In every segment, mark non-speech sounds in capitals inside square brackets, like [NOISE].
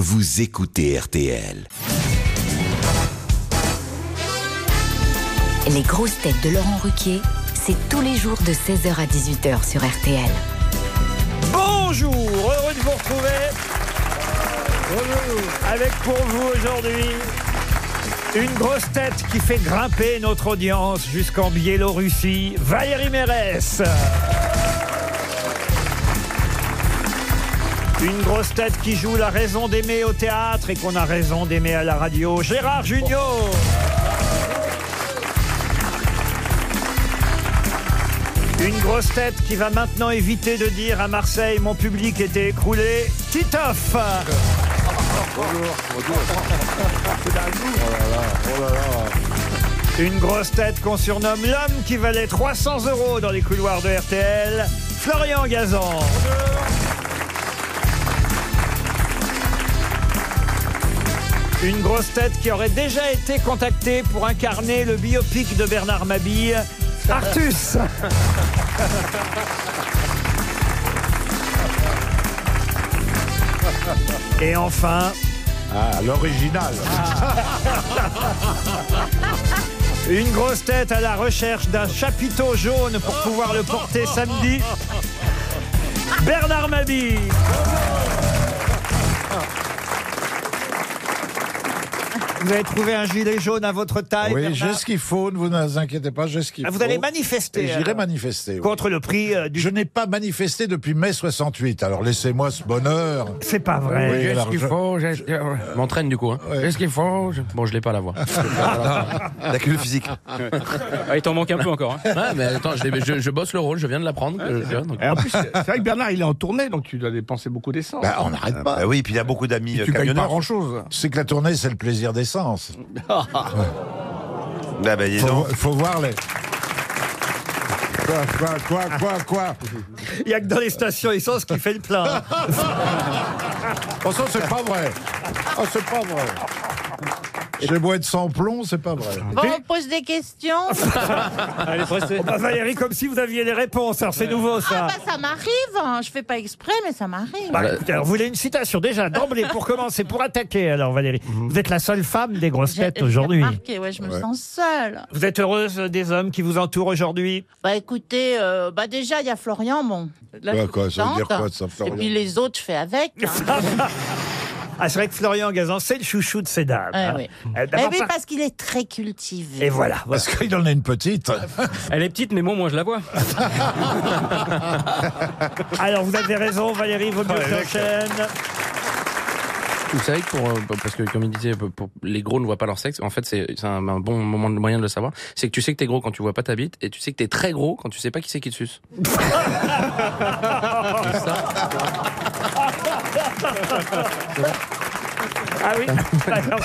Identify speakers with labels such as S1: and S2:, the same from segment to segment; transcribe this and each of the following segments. S1: Vous écoutez RTL.
S2: Les grosses têtes de Laurent Ruquier, c'est tous les jours de 16h à 18h sur RTL.
S3: Bonjour, heureux de vous retrouver. Avec pour vous aujourd'hui une grosse tête qui fait grimper notre audience jusqu'en Biélorussie, Valérie Mérès. Une grosse tête qui joue la raison d'aimer au théâtre et qu'on a raison d'aimer à la radio, Gérard Junior. Une grosse tête qui va maintenant éviter de dire à Marseille mon public était écroulé, Titoff.
S4: Bonjour, bonjour.
S3: Une grosse tête qu'on surnomme l'homme qui valait 300 euros dans les couloirs de RTL, Florian Gazan. Une grosse tête qui aurait déjà été contactée pour incarner le biopic de Bernard Mabille, Artus. Et enfin,
S4: Ah, l'original.
S3: une grosse tête à la recherche d'un chapiteau jaune pour pouvoir le porter samedi, Bernard Mabille. Vous avez trouvé un gilet jaune à votre taille,
S4: Oui,
S3: Bernard
S4: j'ai ce qu'il faut, ne vous inquiétez pas, j'ai ce qu'il
S3: Ah,
S4: faut.
S3: Vous allez
S4: Et
S3: manifester
S4: J'irai
S3: alors,
S4: manifester. oui.
S3: contre le prix euh, du...
S4: Je n'ai pas manifesté depuis mai 68, alors laissez-moi ce bonheur.
S3: C'est pas vrai.
S4: Oui.
S5: J'ai ce
S4: alors
S5: qu'il
S4: je-
S5: faut, j'ai ce qu'il- je m'entraîne du coup. Hein. J'ai ce qu'il faut. je- Bon, je l'ai pas la [LAUGHS] voix.
S6: La cure physique.
S7: [LAUGHS] Ah, il t'en manque un peu encore. hein.
S5: Ouais, mais attends, je, l'ai- je- je bosse le rôle, je viens de l'apprendre. que- tu vois, donc-
S8: Et en plus, c'est vrai que Bernard, il est en tournée, donc tu dois dépenser beaucoup d'essence. Euh,
S4: Bah, on n'arrête pas.
S6: Bah oui, puis il a beaucoup d'amis
S8: tu
S6: euh,
S8: payes pas
S6: camionneurs.
S8: grand-chose.
S4: C'est que la tournée, c'est le plaisir d'essence.
S6: [LAUGHS] Ah bah, dis
S4: Faut,
S6: donc.
S4: faut voir les. Quoi, quoi, quoi, quoi, quoi
S3: Il n'y a que dans les stations essence qui fait le plein.
S4: Oh, ça, c'est pas vrai. Oh, c'est pas vrai. J'ai beau être sans plomb, c'est pas vrai.
S9: Bon, on pose des questions. Ah,
S7: Allez, pressez.
S3: Oh, bah, Valérie, comme si vous aviez les réponses. Alors c'est nouveau ça.
S9: Ah bah ça m'arrive, hein. je fais pas exprès, mais ça m'arrive.
S3: Bah, écoutez, alors, vous voulez une citation déjà d'emblée pour commencer, pour attaquer alors Valérie. Vous êtes la seule femme des grosses
S9: J'ai-
S3: têtes
S9: j'ai
S3: aujourd'hui.
S9: remarqué, ouais, je me sens seule.
S3: Vous êtes heureuse des hommes qui vous entourent aujourd'hui
S9: Bah écoutez, euh, bah déjà il y a Florian, bon. Là,
S4: Quoi,
S9: je suis
S4: quoi, ça veut dire
S9: contente.
S4: quoi, ça, Florian
S9: Et puis les autres, je fais avec. hein.
S3: Ah, c'est vrai que Florian Gazan, c'est le chouchou de ces dames.
S9: Ouais,
S3: hein.
S9: ouais.
S3: Euh,
S9: Mais
S3: d'abord
S9: Eh oui,
S3: par-
S9: parce qu'il est très cultivé.
S3: Et voilà. voilà.
S4: Parce qu'il en a une petite.
S7: [LAUGHS] Elle est petite, mais bon, moi je la vois.
S3: [LAUGHS] Alors, vous avez raison, Valérie, vaut mieux que j'enchaîne.
S5: Vous savez que pour, euh, parce que comme il disait, pour- pour- les gros ne voient pas leur sexe. En fait, c'est c'est un, un bon moment moyen de le savoir. C'est que tu sais que t'es gros quand tu vois pas ta bite, et tu sais que t'es très gros quand tu sais pas qui c'est qui te suce.
S3: Ah oui
S4: [LAUGHS]
S3: Alors,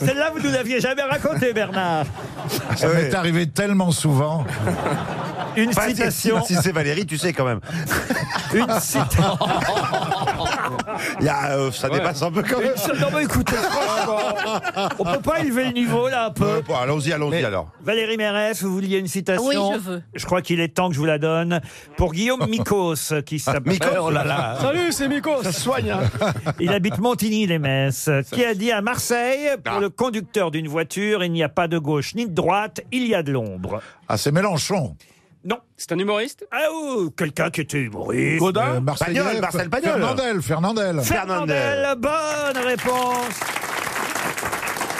S3: Celle-là, vous nous l'aviez jamais racontée, Bernard.
S4: Ça m'est arrivé tellement souvent.
S3: Une
S6: Bah, si-
S3: citation.
S6: Si c'est Valérie, tu sais quand même.
S3: [LAUGHS] Une citation.
S6: [LAUGHS] Il y a, euh, ça dépasse un peu quand même.
S3: Non, mais écoutez, franchement, on peut pas élever le niveau, là, un peu.
S6: Ouais, bon, allons-y, allons-y alors.
S3: Valérie Mérès, vous vouliez une citation
S9: Oui, je veux.
S3: Je crois qu'il est temps que je vous la donne. Pour
S4: [LAUGHS]
S3: Guillaume Mikos, qui s'appelle.
S6: oh là là.
S8: Salut, c'est Miko, Ah. ça soigne. hein.
S5: [LAUGHS]
S3: Il habite Montigny-les-Messes, qui a dit à Marseille Pour le conducteur d'une voiture, il n'y a pas de gauche ni de droite, il y a de l'ombre.
S4: Ah, c'est Mélenchon.
S3: Non.
S7: C'est un humoriste
S3: Ah, ou quelqu'un qui était humoriste.
S4: Euh, Marseillais,
S6: Pagnol, Marcel Pagnol.
S4: Fernandel, Fernandel.
S6: Fernandel.
S3: Fernandel, bonne réponse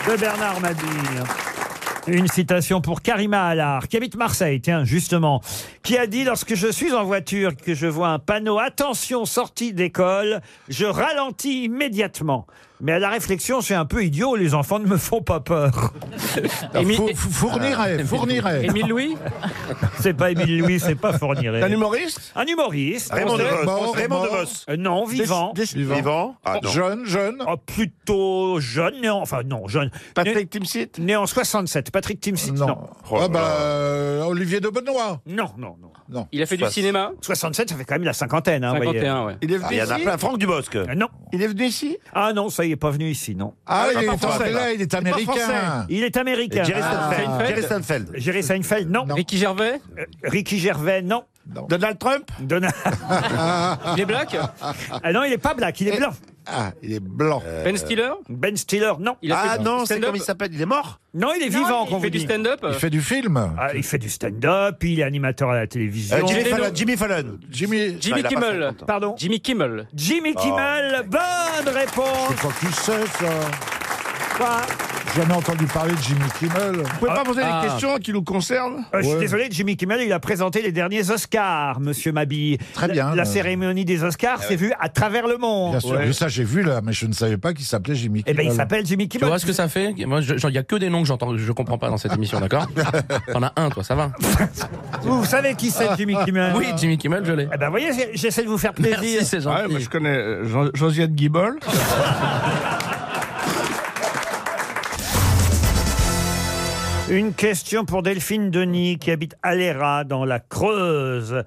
S3: de Bernard Mabille. Une citation pour Karima Allard, qui habite Marseille, tiens, justement, qui a dit Lorsque je suis en voiture, que je vois un panneau Attention, sortie d'école, je ralentis immédiatement. Mais à la réflexion, c'est un peu idiot, les enfants ne me font pas
S4: [LAUGHS]
S3: peur.
S7: Émi-
S4: Fou- fou- fournirait, fournirait.
S7: Émile Louis
S3: [LAUGHS] C'est pas Émile Louis, c'est pas Fourniret.
S8: Un humoriste
S3: Un humoriste
S6: Raymond
S4: Français,
S6: DeVos.
S4: mort,
S6: Raymond
S4: mort.
S6: DeVos.
S3: euh, Non, vivant.
S4: Vivant.
S6: Vivant. Ah non.
S4: Jeune, jeune.
S3: Oh, plutôt jeune, né en- enfin non, jeune. Né,
S8: Patrick Timsit
S3: né en 67, Patrick Timsit.
S4: non.
S3: non.
S6: Oh là
S4: ah bah,
S6: là.
S4: euh, Olivier de Benoît.
S3: Non, non, non.
S7: Il a fait du
S6: Face.
S7: cinéma
S3: 67, ça fait quand même la cinquantaine. Hein, vous voyez.
S7: 51, ouais.
S8: Il est
S6: Ah,
S8: venu
S6: Il y en a
S8: ici
S6: plein. Franck Dubosc.
S3: Euh, Non.
S8: Il est venu ici
S3: Ah non, ça, il est pas venu ici, non.
S4: Ah,
S6: Ah,
S4: il,
S6: pas
S4: est
S6: français,
S4: là, il est américain.
S3: Il est américain. Ah.
S6: Et Jerry Seinfeld.
S7: Seinfeld.
S6: Jerry Seinfeld.
S3: Jerry Seinfeld, non.
S7: Ricky Gervais
S3: Euh, Ricky Gervais, non.
S8: Donald Trump
S3: Donna-
S7: Il est black
S3: Ah non, il est pas black, il est blanc.
S4: Ah, il est blanc.
S7: Ben Stiller
S3: Ben Stiller, non.
S7: Il a fait
S6: ah
S7: du
S6: non, c'est
S7: stand-up
S6: comme il s'appelle, il est mort
S3: Non, il est
S9: Non,
S3: vivant,
S9: il
S3: qu'on
S7: Il
S3: vous
S7: fait du
S3: dit.
S7: stand-up
S4: Il fait du film.
S3: Ah, il fait du stand-up, il est animateur à la télévision.
S6: Euh, Jimmy,
S7: Jimmy
S6: Fallon,
S7: Fallon.
S6: Jimmy Fallon.
S4: Jimmy,
S7: Jimmy
S6: il a pas
S7: Kimmel.
S6: 50 ans.
S3: Pardon
S7: Jimmy Kimmel.
S3: Jimmy
S4: Ah.
S3: Kimmel, bonne
S4: c'est
S3: réponse.
S4: pas qui c'est, ça.
S3: Quoi
S4: Jamais entendu parler de Jimmy Kimmel.
S8: Vous pouvez pas poser
S7: Ah.
S8: des questions qui nous concernent
S3: Euh, Je suis
S4: Ouais.
S3: désolé, Jimmy Kimmel, il a présenté les derniers Oscars, monsieur Mabille.
S4: Très
S3: La-
S4: bien.
S3: La,
S4: Euh.
S3: cérémonie des
S6: Ah
S3: Oscars s'est vue à travers le monde.
S4: Bien sûr, mais ça j'ai vu là, mais je ne savais pas qu'il s'appelait Jimmy
S3: Eh
S4: Kimmel.
S3: ben, il s'appelle Jimmy
S5: Tu
S3: Kimmel.
S5: vois ce que ça fait Moi, je- genre, il y a que des noms que j'entends, je comprends pas dans cette émission,
S3: [LAUGHS]
S5: d'accord T'en as un, toi, ça va
S3: Vous, vous savez qui c'est, Jimmy Kimmel
S5: Oui, Jimmy Kimmel, je l'ai.
S3: Eh ben, voyez, j'ai- j'essaie de vous faire plaisir.
S5: Merci, c'est
S8: Ah ouais,
S5: gentil.
S8: moi, je connais euh, Jo- Josiane Guibol.
S3: Une question pour Delphine Denis qui habite Aléra dans la Creuse.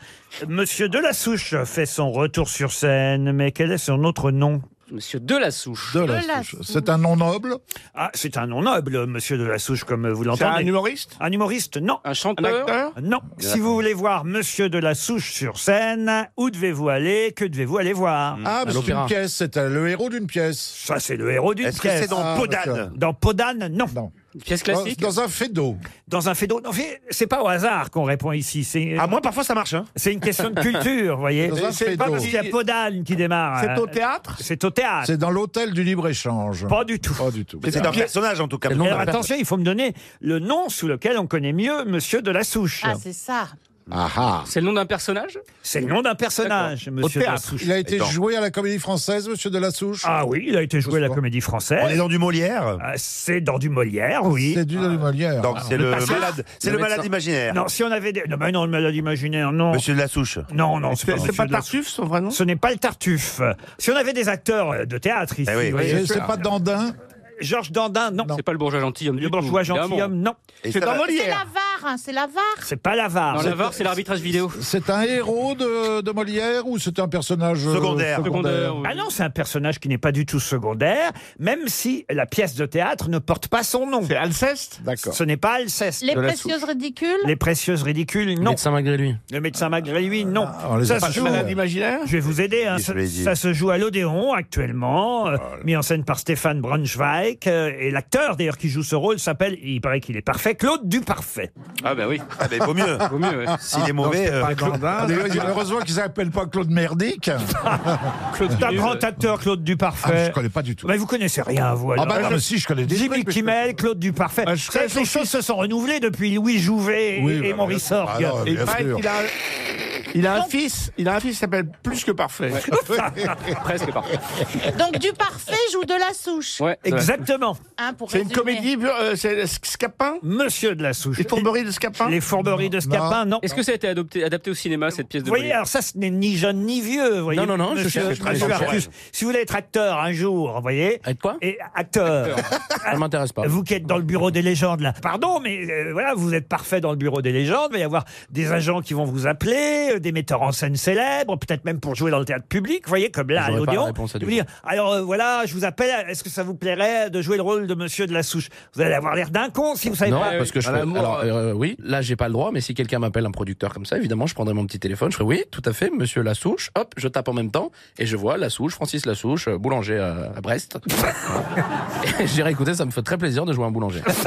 S3: Monsieur Delassouche fait son retour sur scène, mais quel est son autre nom
S7: Monsieur Delassouche.
S4: De la
S9: De la
S4: Souche.
S9: Souche.
S4: C'est un nom noble.
S3: Ah, c'est un nom noble, monsieur Delassouche, comme vous
S8: C'est un
S3: l'entendez.
S8: humoriste
S3: Un humoriste Non.
S7: Un
S8: Un
S7: chanteur
S8: acteur
S3: Non. Si vous voulez voir monsieur Delassouche sur scène, où devez-vous aller Que devez-vous aller voir
S4: Ah, mais c'est
S5: l'opéra.
S4: une pièce, c'est un- le héros d'une pièce.
S3: Ça, c'est le héros d'une
S6: Est-ce que
S3: pièce.
S6: c'est dans
S4: Ah,
S6: Podane
S4: d'accord.
S3: Dans Podane, non.
S4: Non.
S7: Une pièce
S4: Dans,
S7: classique
S4: dans un fait d'eau.
S3: Dans un fait d'eau. Non, fait- c'est pas au hasard qu'on répond ici. C'est
S6: Ah, moi, parfois, ça marche. Hein.
S3: c'est une question de culture, vous voyez.
S4: [LAUGHS] Dans un
S3: C'est
S4: fait
S3: pas
S4: d'eau.
S3: parce qu'il y a Podane qui démarre.
S8: C'est
S3: euh,
S8: au théâtre
S3: C'est au théâtre.
S4: C'est dans l'hôtel du libre-échange.
S3: Pas du tout.
S4: Pas du tout.
S6: Mais c'est un personnage, en tout cas.
S5: C'est le nom
S3: Alors
S5: d'un personnage.
S3: attention, il faut me donner le nom sous lequel on connaît mieux Monsieur de la Souche.
S9: Ah, c'est ça.
S4: Ah, ah.
S7: C'est le nom d'un personnage
S3: c'est le nom d'un personnage, Monsieur de la Souche.
S4: Il a été joué à la comédie française, monsieur de la Souche
S3: Ah oui, il a été joué à la
S4: Bonsoir.
S3: Comédie
S6: On est
S3: Française.
S6: dans du Molière.
S3: Ah, C'est dans du Molière, oui. Ah,
S4: C'est du de Molière.
S6: Donc, c'est le,
S3: personnage.
S6: malade, c'est
S5: Le
S6: le malade
S5: médecin.
S6: imaginaire.
S3: Non, si on avait des... Non, mais non, le malade imaginaire, non.
S6: Monsieur de la Souche.
S3: Non, non,
S8: C'est c'est
S3: Monsieur
S8: pas
S3: de la Souche.
S8: Tartuffe, son vrai nom
S3: Ce n'est pas le Tartuffe. Si on avait des acteurs euh, de théâtre ici,
S6: Eh oui.
S3: vous
S4: C'est-
S3: voyez,
S4: C'est pas Dandin.
S3: Georges Dandin, non.
S4: Non.
S7: C'est pas le bourgeois gentilhomme.
S3: Le bourgeois gentilhomme, non.
S6: Et
S8: C'est
S6: ça
S8: dans
S6: va-
S9: Euh, C'est la
S8: Molière
S9: VAR, hein, c'est la VAR.
S3: C'est pas l'avare.
S7: Dans la VAR, c'est l'arbitrage vidéo.
S4: C'est un héros de, de Molière ou c'est un personnage euh,
S6: Secondaire.
S7: Secondaire. oui.
S3: Ah non, c'est un personnage qui n'est pas du tout secondaire, même si la pièce de théâtre ne porte pas son nom.
S8: C'est Alceste
S4: D'accord.
S3: Ce n'est pas Alceste.
S9: Les précieuses ridicules.
S3: Les précieuses ridicules,
S5: Non.
S3: non.
S5: Médecin malgré lui.
S3: Le médecin malgré lui, non.
S4: Ah, on les a
S3: ça
S4: pas
S3: se
S8: Le
S3: joue.
S8: malade imaginaire
S3: Je vais vous aider. hein.
S6: Qu'est-ce
S3: Ça,
S6: que je voulais dire
S3: ça se joue à l'Odéon actuellement, euh, mis en scène par Stéphane Braunschweig. euh, et l'acteur, d'ailleurs, qui joue ce rôle s'appelle, il paraît qu'il est parfait, Claude Duparfait.
S7: Ah bah oui,
S6: Ah, mais vaut mieux.
S7: vaut mieux. ouais.
S6: S'il
S3: Ah,
S6: est mauvais. euh,
S8: Pas Dandin
S4: Mais Heureusement qu'ils s'appellent pas Claude Merdic.
S7: Claude
S3: C'est un
S7: Nul.
S3: grand acteur, Claude
S4: Ah,
S3: Duparfait.
S4: je connais pas du tout.
S3: Mais vous connaissez rien, vous.
S4: Ah
S3: alors.
S4: bah non, mais si, je connais des
S3: Jimmy
S4: trucs, mais je-
S3: Kimmel, Claude Duparfait.
S8: Ah, je
S3: Vous savez que les choses se sont renouvelées depuis Louis Jouvet et-
S4: Oui,
S3: et
S4: bah,
S3: Maurice
S4: Ah
S3: Sorgue.
S4: non,
S8: Et il
S4: bien
S8: paraît
S4: sûr.
S8: qu'il a, il a un fils, il a un fils qui s'appelle Plus que Parfait. [LAUGHS]
S7: Presque parfait.
S9: Donc du parfait joue de la souche.
S7: Ouais.
S3: Exactement.
S9: Hein, pour
S8: C'est une
S9: résumer.
S8: comédie, euh, c'est Scapin
S3: Monsieur de la Souche.
S8: Les fourberies de Scapin
S3: Les fourberies de Scapin, non.
S7: Est-ce que ça a été adopté, adapté au cinéma, cette pièce de
S3: Vous voyez,
S7: Molière
S3: alors ça, ce n'est ni jeune ni vieux. vous voyez,
S5: Non, non, non, je
S3: monsieur-
S5: cherche très
S3: monsieur
S5: longtemps.
S3: Artus. Si vous voulez être acteur un jour, vous voyez,
S5: Être quoi
S3: et acteur,
S5: Ça m'intéresse pas.
S3: vous qui êtes dans le bureau des légendes, là, pardon, mais euh, voilà, vous êtes parfait dans le bureau des légendes, il va y avoir des agents qui vont vous appeler, euh, des metteurs en scène célèbres, peut-être même pour jouer dans le théâtre public, vous voyez, comme là, à
S5: J'aurais pas la
S3: l'Odéon.
S5: réponse à
S3: Vous
S5: tout.
S3: dire, alors euh, voilà, je vous appelle, est-ce que ça vous plairait de jouer le rôle de monsieur de la souche Vous allez avoir l'air d'un con si vous savez
S5: Non,
S3: pas.
S5: parce que je
S8: à
S5: fais-
S8: l'amour,
S5: alors, euh, oui, là j'ai pas le droit, mais si quelqu'un m'appelle un producteur comme ça, évidemment, je prendrai mon petit téléphone, je ferai oui, tout à fait, monsieur Lassouche, hop, je tape en même temps, et je vois Lassouche, Francis Lassouche, euh, boulanger à,
S3: [LAUGHS]
S5: à Brest. Et J'irai écouter, ça me fait très plaisir de jouer un boulanger.
S8: [LAUGHS]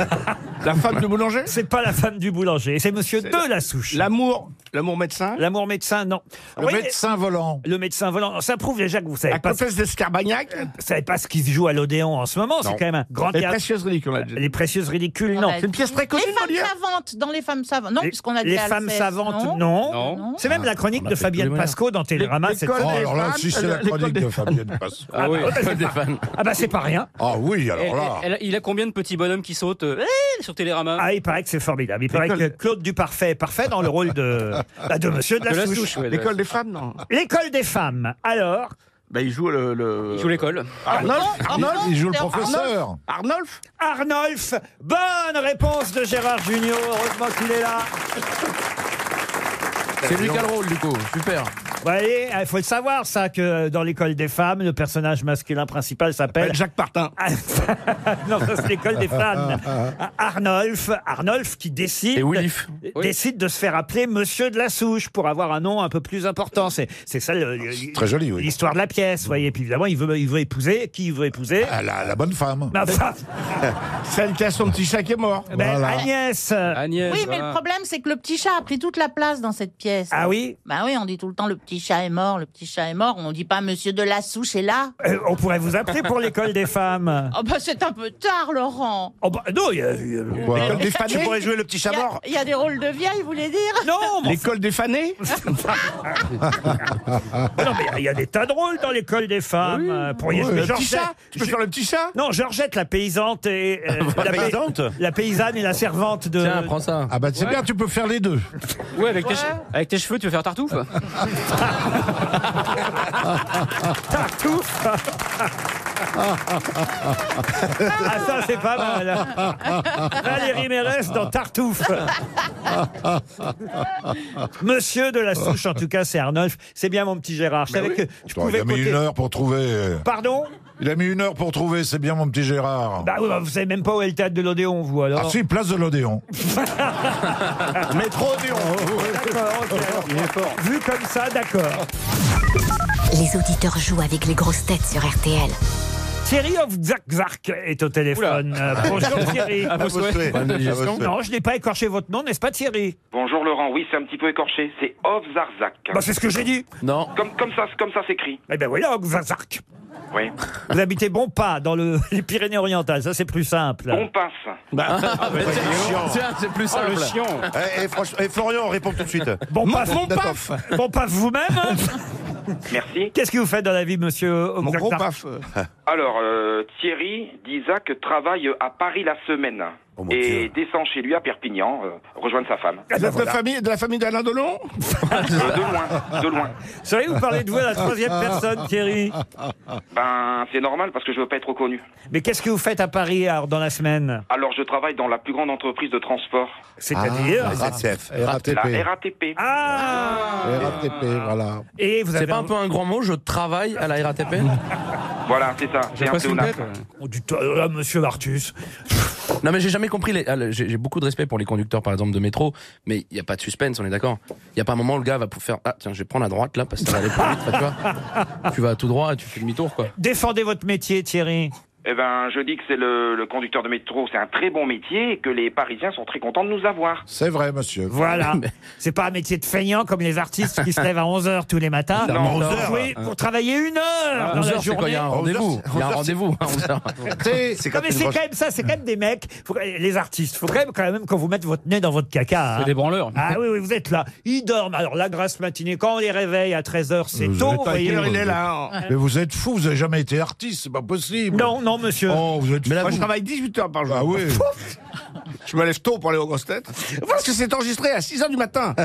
S8: La femme du boulanger
S3: C'est pas la femme du boulanger, c'est monsieur de la souche.
S8: L'amour, l'amour médecin
S3: L'amour médecin, non.
S4: Le
S3: Vous voyez,
S4: médecin volant.
S3: le médecin volant, ça prouve déjà que vous savez
S8: La
S3: pas, Euh,
S8: comtesse d'Escarbagnac
S3: vous savez pas ce qui se joue à l'Odéon en ce moment. C'est
S6: Non.
S3: quand même un grand
S8: Les
S3: théâtre.
S8: précieuses reliques, on l'a dit.
S3: Les précieuses ridicules,
S9: Ah
S3: non.
S9: bah,
S8: C'est une pièce très
S9: Les
S8: connue, de
S9: femmes
S8: Molière
S9: savantes, dans les femmes savantes. Non,
S3: Les-
S9: puisqu'on a dit
S3: les
S9: Alceste,
S3: femmes savantes, non.
S7: Non.
S9: Non.
S3: C'est
S8: Ah,
S3: même la chronique
S5: on a
S3: de
S5: fait tous les
S3: Fabienne
S5: moyens.
S3: Pasco dans Télérama. cette-
S4: Oh, alors là,
S8: femmes,
S4: si c'est
S8: euh,
S4: la
S8: l'école
S4: chronique
S8: des
S4: de Fabienne Pasco.
S7: Ah oui.
S5: Des fans.
S3: bah, Ah bah c'est pas rien. Eh,
S4: Ah oui, alors
S7: Elle-
S4: là.
S7: elle- elle- il a combien de petits bonhommes qui sautent euh, eh, sur Télérama
S3: Ah il paraît que c'est formidable. Il paraît que Claude Duparfait est parfait dans le rôle de, bah, de Monsieur
S4: Ah,
S3: de la,
S7: De la
S3: Souche.
S7: souche, ouais, de la-
S8: L'école des femmes, non
S3: L'école des femmes. Alors,
S8: Bah, il joue le. le... Ah,
S7: Il joue l'école.
S8: Arnolphe Arnolphe
S4: Il joue le
S9: c'est en-
S4: professeur.
S8: Arnolphe
S3: Arnolphe, bonne réponse de Gérard Junior. Heureusement qu'il est là.
S5: C'est lui qui a le rôle, du coup, super.
S3: voyez, il faut le savoir, ça, que dans l'école des femmes, le personnage masculin principal s'appelle.
S8: Jacques Partin.
S3: [LAUGHS] non, ça, c'est l'école des femmes. Arnolf, Arnolf qui décide.
S5: Et Willif.
S3: Décide de se faire appeler Monsieur de la Souche pour avoir un nom un peu plus important. C'est c'est ça le- le-
S4: Très joli, oui.
S3: l'histoire de la pièce, vous voyez. Puis évidemment, il veut, il veut épouser. Qui il veut épouser
S4: Ah, la, la bonne femme.
S3: Ma femme.
S8: [LAUGHS] Celle qui a son petit chat qui est mort.
S3: Ben,
S4: Voilà.
S3: Agnès. euh,
S7: Agnès.
S9: Oui, mais
S7: voilà.
S9: le problème, c'est que le petit chat a pris toute la place dans cette pièce.
S3: Ah oui
S9: Bah oui, on dit tout le temps le petit chat est mort, le petit chat est mort. On dit pas Monsieur de la Souche est là.
S3: Euh, On pourrait vous appeler pour l'école des femmes.
S9: Oh bah c'est un peu tard, Laurent.
S3: Oh, bah, non, il y a- il y a-
S4: Quoi
S8: Des
S6: Tu pourrais jouer le petit chat
S9: Il y a-
S6: mort.
S9: il y, a des rôles de vieille, vous voulez dire [LAUGHS]
S3: Non, mais
S8: L'école des fanés Ah
S3: Ah, non, mais il y a- il y, a des tas de rôles dans l'école des femmes. Euh, pourriez jouer
S8: Le petit
S3: Georgette.
S8: chat Tu peux faire le petit chat
S3: Non, Georgette, la paysante et euh,
S6: La
S3: pa-
S6: paysante
S3: la paysanne et la servante de.
S5: Tiens, prends ça.
S4: Ah bah c'est bien, tu peux faire les deux.
S7: Ouais, avec, tes che- avec tes cheveux, tu veux faire tartouffe
S3: [LAUGHS] Tartouffe. ah ça c'est pas mal. Valérie Mérès dans Tartouffe. [LAUGHS] Monsieur de la Souche, en tout cas, c'est Arnolphe. C'est bien mon petit Gérard. Je savais que je
S4: Ben Attends, il
S3: pouvais
S4: a mis
S3: coter-
S4: une heure pour trouver.
S3: Pardon
S4: Il a mis une heure pour trouver, c'est bien mon petit Gérard.
S3: Bah oui, bah, vous savez même pas où est le théâtre de l'Odéon, vous alors.
S4: Ah si, place de l'Odéon.
S3: [LAUGHS]
S6: Métro
S8: Oh,
S6: Néon.
S3: D'accord, ok. Vu comme ça, d'accord.
S2: Les auditeurs jouent avec les grosses têtes sur RTL.
S3: Thierry of Zark est au téléphone. Euh,
S10: [LAUGHS]
S6: [LAUGHS]
S3: Bonjour Thierry.
S6: À vos souhaits.
S5: Bonne
S6: À vos
S5: digestion.
S6: souhaits.
S3: Non, je n'ai pas écorché votre nom, n'est-ce pas Thierry
S10: Bonjour Laurent, oui c'est un petit peu écorché, c'est Ovzarzak.
S3: Bah c'est ce que j'ai dit.
S5: Non.
S10: Comme, comme ça comme ça s'écrit.
S3: Eh ben voilà, of Zark.
S6: [LAUGHS]
S10: Oui.
S3: Vous habitez Bonpas, dans le- les Pyrénées-Orientales, ça c'est plus simple.
S10: On pince.
S8: Bah,
S7: Bah,
S3: Ah,
S8: ah,
S3: bah,
S7: ah,
S5: Tiens, c'est plus
S3: oh,
S5: simple.
S6: Eh, eh, franchement, eh, Florian, réponds tout de suite.
S3: Bonpas,
S8: Mon
S3: Bonpas,
S8: paf
S3: Bonpas vous-même
S6: [LAUGHS]
S3: hein
S10: Merci.
S3: Qu'est-ce que vous faites dans la vie, monsieur
S8: Mon gros
S3: Zark
S8: paf
S10: Alors euh, Thierry d'Isaac travaille à Paris la semaine
S6: Oh, mon
S10: et
S6: Dieu.
S10: descend chez lui à Perpignan, euh, rejoindre sa femme.
S3: Ah,
S8: de, la Ah, famille, de la famille d'Alain Delon
S10: Euh, de loin, de loin.
S3: Vous savez, vous parlez de vous à la troisième personne, Thierry.
S10: Ben c'est normal parce que je veux pas être reconnu.
S3: Mais qu'est-ce que vous faites à Paris alors, dans la semaine
S10: Alors je travaille dans la plus grande entreprise de transport,
S4: Ah,
S3: C'est-à-dire
S6: La SNCF.
S10: la
S4: RATP.
S10: RATP.
S3: Ah
S4: RATP, voilà.
S3: Et vous
S5: C'est
S3: avez
S5: pas un peu un grand mot, je travaille à la RATP
S10: Voilà, c'est ça, c'est un pléonasme.
S3: Oh, du to- euh, monsieur Martus.
S5: [LAUGHS] Non mais j'ai jamais compris, les... ah, le- j'ai j'ai beaucoup de respect pour les conducteurs par exemple de métro, mais il n'y a pas de suspense, on est d'accord Il n'y a pas un moment où le gars va pour faire, ah tiens je vais prendre à droite là parce que ça va aller plus vite,
S3: [LAUGHS]
S5: Enfin, tu vois Tu vas tout droit et tu fais demi-tour quoi.
S3: Défendez votre métier, Thierry.
S10: Eh ben je dis que c'est le, le conducteur de métro, c'est un très bon métier et que les Parisiens sont très contents de nous avoir.
S4: C'est vrai, monsieur.
S6: [LAUGHS]
S3: Voilà.
S5: Mais-
S3: C'est pas un métier de feignant comme les artistes qui se lèvent à 11h tous les matins.
S5: Non,
S3: vous
S6: 11 heures.
S3: jouez pour travailler une heure dans la
S5: 11 Ah, heures, c'est quoi, il
S3: journée.
S5: y a un
S6: journée.
S5: rendez-vous, il y a un rendez-vous à 11 heures.
S6: C'est
S3: Non
S6: quand
S3: mais [LAUGHS]
S6: une
S3: c'est
S6: broche-
S5: [LAUGHS]
S3: quand même ça, c'est quand même des mecs, faut- les artistes, faut quand même, quand même qu'on vous mette votre nez dans votre caca. hein.
S7: C'est des branleurs.
S3: Ah oui, oui, vous êtes là. Ils dorment. Alors la grasse matinée, quand on les réveille à 13h, c'est
S4: Vous
S3: tôt.
S4: êtes
S3: vous
S4: à
S3: voyez.
S4: quelle heure
S8: Il est là. hein.
S4: Mais vous êtes fou, vous avez jamais été artiste, c'est pas possible.
S3: Non, non, monsieur.
S4: Oh, vous êtes
S5: Mais là,
S4: fou.
S8: Moi, je travaille 18 heures par jour.
S4: Ah oui.
S8: [LAUGHS] Je me lève tôt pour aller aux grosses têtes. Parce que c'est enregistré à 6 heures du matin.
S3: Euh,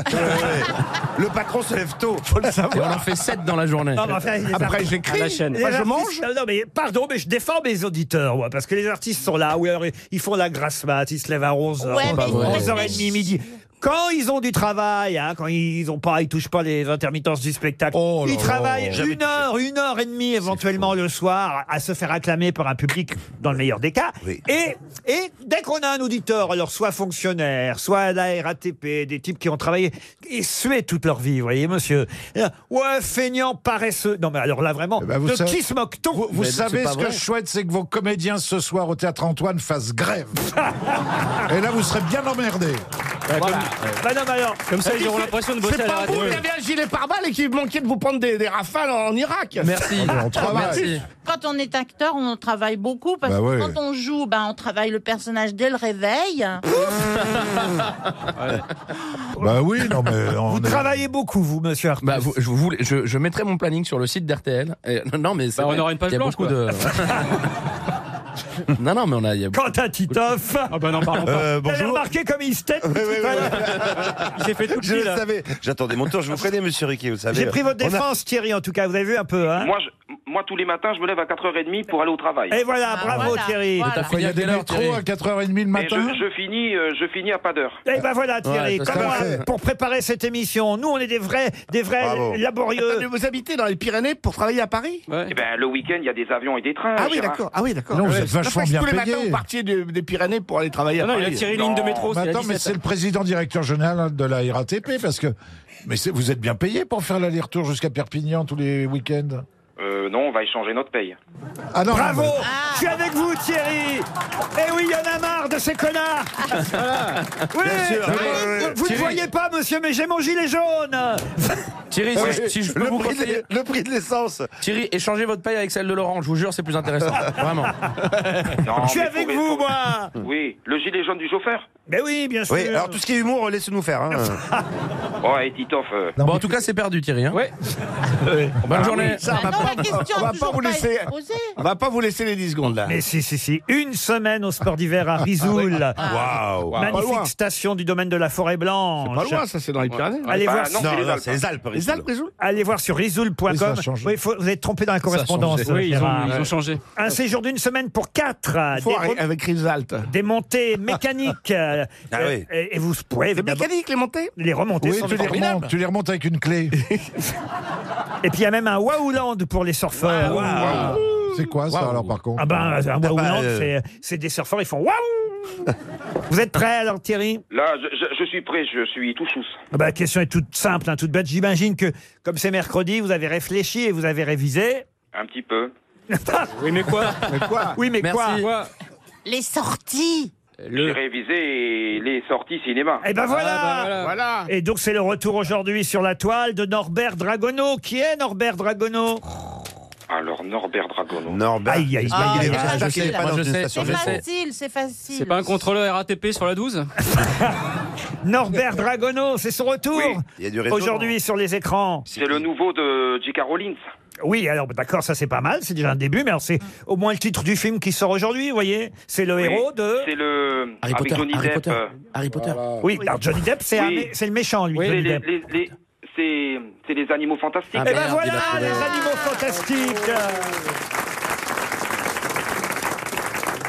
S8: [LAUGHS]
S6: Le patron se lève tôt, faut le
S5: Et on
S6: savoir.
S5: en fait 7 dans la journée.
S3: Non, mais enfin, les
S8: Après,
S3: artistes-
S8: j'écris.
S7: À la chaîne.
S3: les
S8: Moi, je
S3: artistes-
S8: mange.
S3: Non, non, mais pardon, mais je défends mes auditeurs, moi, parce que les artistes sont là, ou alors ils font la grasse mat, ils se lèvent à 11h,
S9: Ouais, mais ils
S3: 11h30, midi. Quand ils ont du travail, hein, quand ils ont pas, ils touchent pas les intermittences du spectacle,
S4: Oh là
S3: ils
S4: là.
S3: travaillent une heure, une heure et demie éventuellement le soir à se faire acclamer par un public dans le meilleur des cas.
S6: Oui.
S3: Et, et dès qu'on a un auditeur, alors soit fonctionnaire, soit à la RATP, des types qui ont travaillé et sué toute leur vie, vous voyez, monsieur. Et là, Ouais, feignant, paresseux. Non, mais alors là, vraiment,
S4: Eh ben, vous
S3: de
S4: savez-
S3: qui se moque-t-on
S4: Vous, vous
S5: Mais
S4: savez
S5: c'est pas
S4: ce que
S5: vrai.
S4: je souhaite, c'est que vos comédiens ce soir au théâtre Antoine
S3: [LAUGHS]
S4: fassent grève. Et là, vous serez bien emmerdés.
S3: Bah non, mais alors,
S7: Comme ça, ils auront l'impression de bosser
S8: C'est
S7: à la
S8: pas vous
S7: radio.
S8: qui avez un gilet pare-balles et bah, qui manquiez de vous prendre des, des rafales en, en Irak.
S5: Merci.
S4: mais on travaille.
S5: Merci.
S9: Quand on est acteur, on travaille beaucoup parce
S4: Bah
S9: que
S4: ouais.
S9: quand on joue, bah, on travaille le personnage dès le réveil.
S4: Bah oui, non
S5: [LAUGHS]
S4: mais on
S3: vous
S4: est-
S3: travaillez beaucoup, vous, monsieur Arthur.
S5: Bah, vous- je, vous, je, je mettrai mon planning sur le site d'RTL. Et- Non, mais c'est
S7: Bah, on
S5: vrai,
S7: aura une page
S5: il y a
S7: blanche,
S5: beaucoup
S7: [LAUGHS]
S5: de. non, non, mais on a. il y a-
S3: Quant à Titoff,
S7: Ah bah n'en parlons pas.
S6: Euh,
S3: vous avez
S6: bonjour.
S3: remarqué comme il se
S6: [LAUGHS]
S3: tête
S6: Oui, oui,
S3: [LAUGHS]
S6: oui, oui.
S7: Il s'est fait tout
S6: Je
S7: petit,
S6: le
S7: là.
S6: savais. J'attendais mon tour. Je vous connais, monsieur Riquet, vous savez.
S3: J'ai pris votre
S6: On a-
S3: défense, Thierry, en tout cas. Vous avez vu un peu, hein
S10: Moi je, moi, tous les matins, je me lève à 4h30 pour aller au travail.
S3: Et voilà, bravo Thierry.
S4: Il y a des métros à 4h30 le
S10: Et
S4: matin
S10: je, je finis, euh, je finis à pas d'heure.
S3: Et ben voilà Thierry, comme moi, pour préparer cette émission, nous on est des vrais, des vrais
S10: Bravo.
S3: laborieux.
S10: Attendez,
S8: vous habitez dans les Pyrénées pour travailler à Paris
S10: Eh ben, le week-end, il y a des avions et des trains.
S8: Ah oui,
S10: Gérard.
S8: d'accord. Ah oui, d'accord.
S4: Non, vous
S8: Ouais.
S4: êtes vachement
S8: parce que
S4: bien
S8: tous les
S4: payé.
S8: matins, vous partiez de- des Pyrénées pour aller
S7: Ah
S8: travailler à Paris.
S4: Bah Attends, mais c'est le président directeur général de la RATP parce que. Mais c'est- vous êtes bien payé pour faire l'aller-retour jusqu'à Perpignan tous les week-ends
S10: Euh, non, on va échanger notre paye.
S4: Ah non,
S3: Bravo
S4: non,
S3: Je suis avec vous Thierry Eh oui, il y en a marre de ces connards
S7: Voilà.
S3: Oui,
S7: Bien sûr.
S3: mais
S7: Oui, oui, oui.
S3: Vous ne
S7: Thierry.
S3: voyez pas monsieur, mais j'ai mon gilet jaune
S5: Thierry, si,
S3: Ouais.
S5: je- si je peux
S3: Le
S5: vous
S3: prix de-
S5: conseiller...
S6: Le prix de l'essence
S5: Thierry, échangez votre paille avec celle de Laurent, je vous jure, c'est
S3: [LAUGHS]
S6: [LAUGHS]
S5: plus intéressant. Vraiment.
S10: Non, mais faut ré- faut-
S3: moi
S10: Oui, le gilet jaune du chauffeur
S3: Ben oui, bien
S6: Oui, alors tout ce qui est humour, laissez-nous
S3: [LAUGHS]
S6: faire. hein.
S10: Ouais, Titoff. euh,
S5: Bon, en tout cas, c'est perdu, Thierri. Hein. Ouais. Bonne
S8: Ah
S5: journée.
S8: oui, ça, on va
S9: Bah Non,
S8: pas-
S9: la question
S8: on va
S9: a
S8: pas
S9: toujours
S8: vous
S9: pas
S8: laisser.
S9: été posée.
S8: On va pas vous laisser les 10 secondes là.
S3: Mais si, si, si. Une semaine au sport d'hiver à Risoul.
S8: Ah
S6: Waouh
S3: Magnifique station du domaine de la Forêt Blanche.
S8: Pas loin, ça c'est dans les Pyrénées.
S3: Allez
S6: Bah,
S3: voir
S6: non,
S3: sur-
S6: non, non, c'est les Alpes.
S8: Les
S6: Risoul.
S8: Alpes, les Alpes.
S3: Allez voir sur risoul.com.
S4: Oui, ça a changé.
S3: Oui, faut- vous êtes trompé dans la correspondance.
S4: changé.
S7: Oui, ils ont,
S3: Gérard.
S7: ils ont changé.
S3: Un séjour d'une semaine pour quatre.
S8: Il
S3: euh,
S8: faut
S3: Des,
S8: arrêter
S3: re-
S8: avec les Alpes.
S3: des montées mécaniques. euh,
S6: Ah
S3: euh,
S6: oui.
S3: et, et vous pouvez
S8: C'est
S3: évidemment
S8: mécanique les montées
S3: les remonter.
S4: Oui,
S3: sans
S4: tu les,
S3: problème.
S4: remontes, tu les remontes avec une
S3: [LAUGHS]
S4: clé.
S3: Et puis il y a même un Waouland pour les surfeurs.
S4: C'est quoi ça alors par contre bah,
S3: Ah ben, un Waouland,
S6: euh,
S3: c'est- c'est des surfeurs, ils font Waouh Vous êtes prêts alors Thierry
S10: Là, je, je- je suis prêt, je suis tout chousse.
S3: Ah bah, La question est toute simple, hein, toute bête. J'imagine que, comme c'est mercredi, vous avez réfléchi et vous avez révisé. [LAUGHS]
S10: Un petit peu.
S7: Oui,
S6: [LAUGHS]
S7: mais quoi
S3: Oui, mais quoi
S7: Merci. Quoi
S9: Les sorties.
S10: J'ai
S7: Le...
S10: révisé les sorties cinéma.
S3: Eh ben voilà,
S7: Ah, bah,
S8: Voilà.
S3: Et donc c'est le retour aujourd'hui sur la toile de Norbert Dragono. Qui est Norbert Dragono
S10: Alors, Norbert Dragono.
S6: Norbert.
S3: Aïe, aïe,
S9: Ah,
S6: il est
S9: mais
S6: pas-
S9: je
S6: Jacques, il est
S9: sais,
S6: pas
S5: moi,
S6: dans
S5: je
S6: une
S5: sais.
S6: station
S9: C'est
S5: Je sais.
S9: facile, c'est facile.
S7: C'est pas un contrôleur RATP sur la 12
S3: Norbert Dragono, c'est son retour
S10: Oui,
S6: il y a du réseau,
S3: aujourd'hui sur les écrans.
S10: C'est le nouveau de J.K. Rowling.
S3: Oui, alors bah, d'accord, ça c'est pas mal, c'est déjà un début, mais alors c'est au moins le titre du film qui sort aujourd'hui, vous voyez C'est le
S10: Oui,
S3: héros de...
S10: C'est le.
S5: Harry
S10: avec
S5: Potter,
S10: Johnny
S5: Harry
S10: Depp,
S5: Potter,
S10: euh,
S5: Harry Potter.
S3: Oui, alors Johnny Depp, c'est un
S10: Oui.
S3: mé- c'est le méchant, lui,
S10: c'est
S3: Johnny
S10: les,
S3: Depp.
S10: les- les- c'est- c'est les animaux fantastiques.
S5: Ah,
S3: Et
S5: ben
S3: ben
S5: Merde,
S3: voilà,
S5: il a trouvé.
S3: les animaux
S5: [LAUGHS]
S3: fantastiques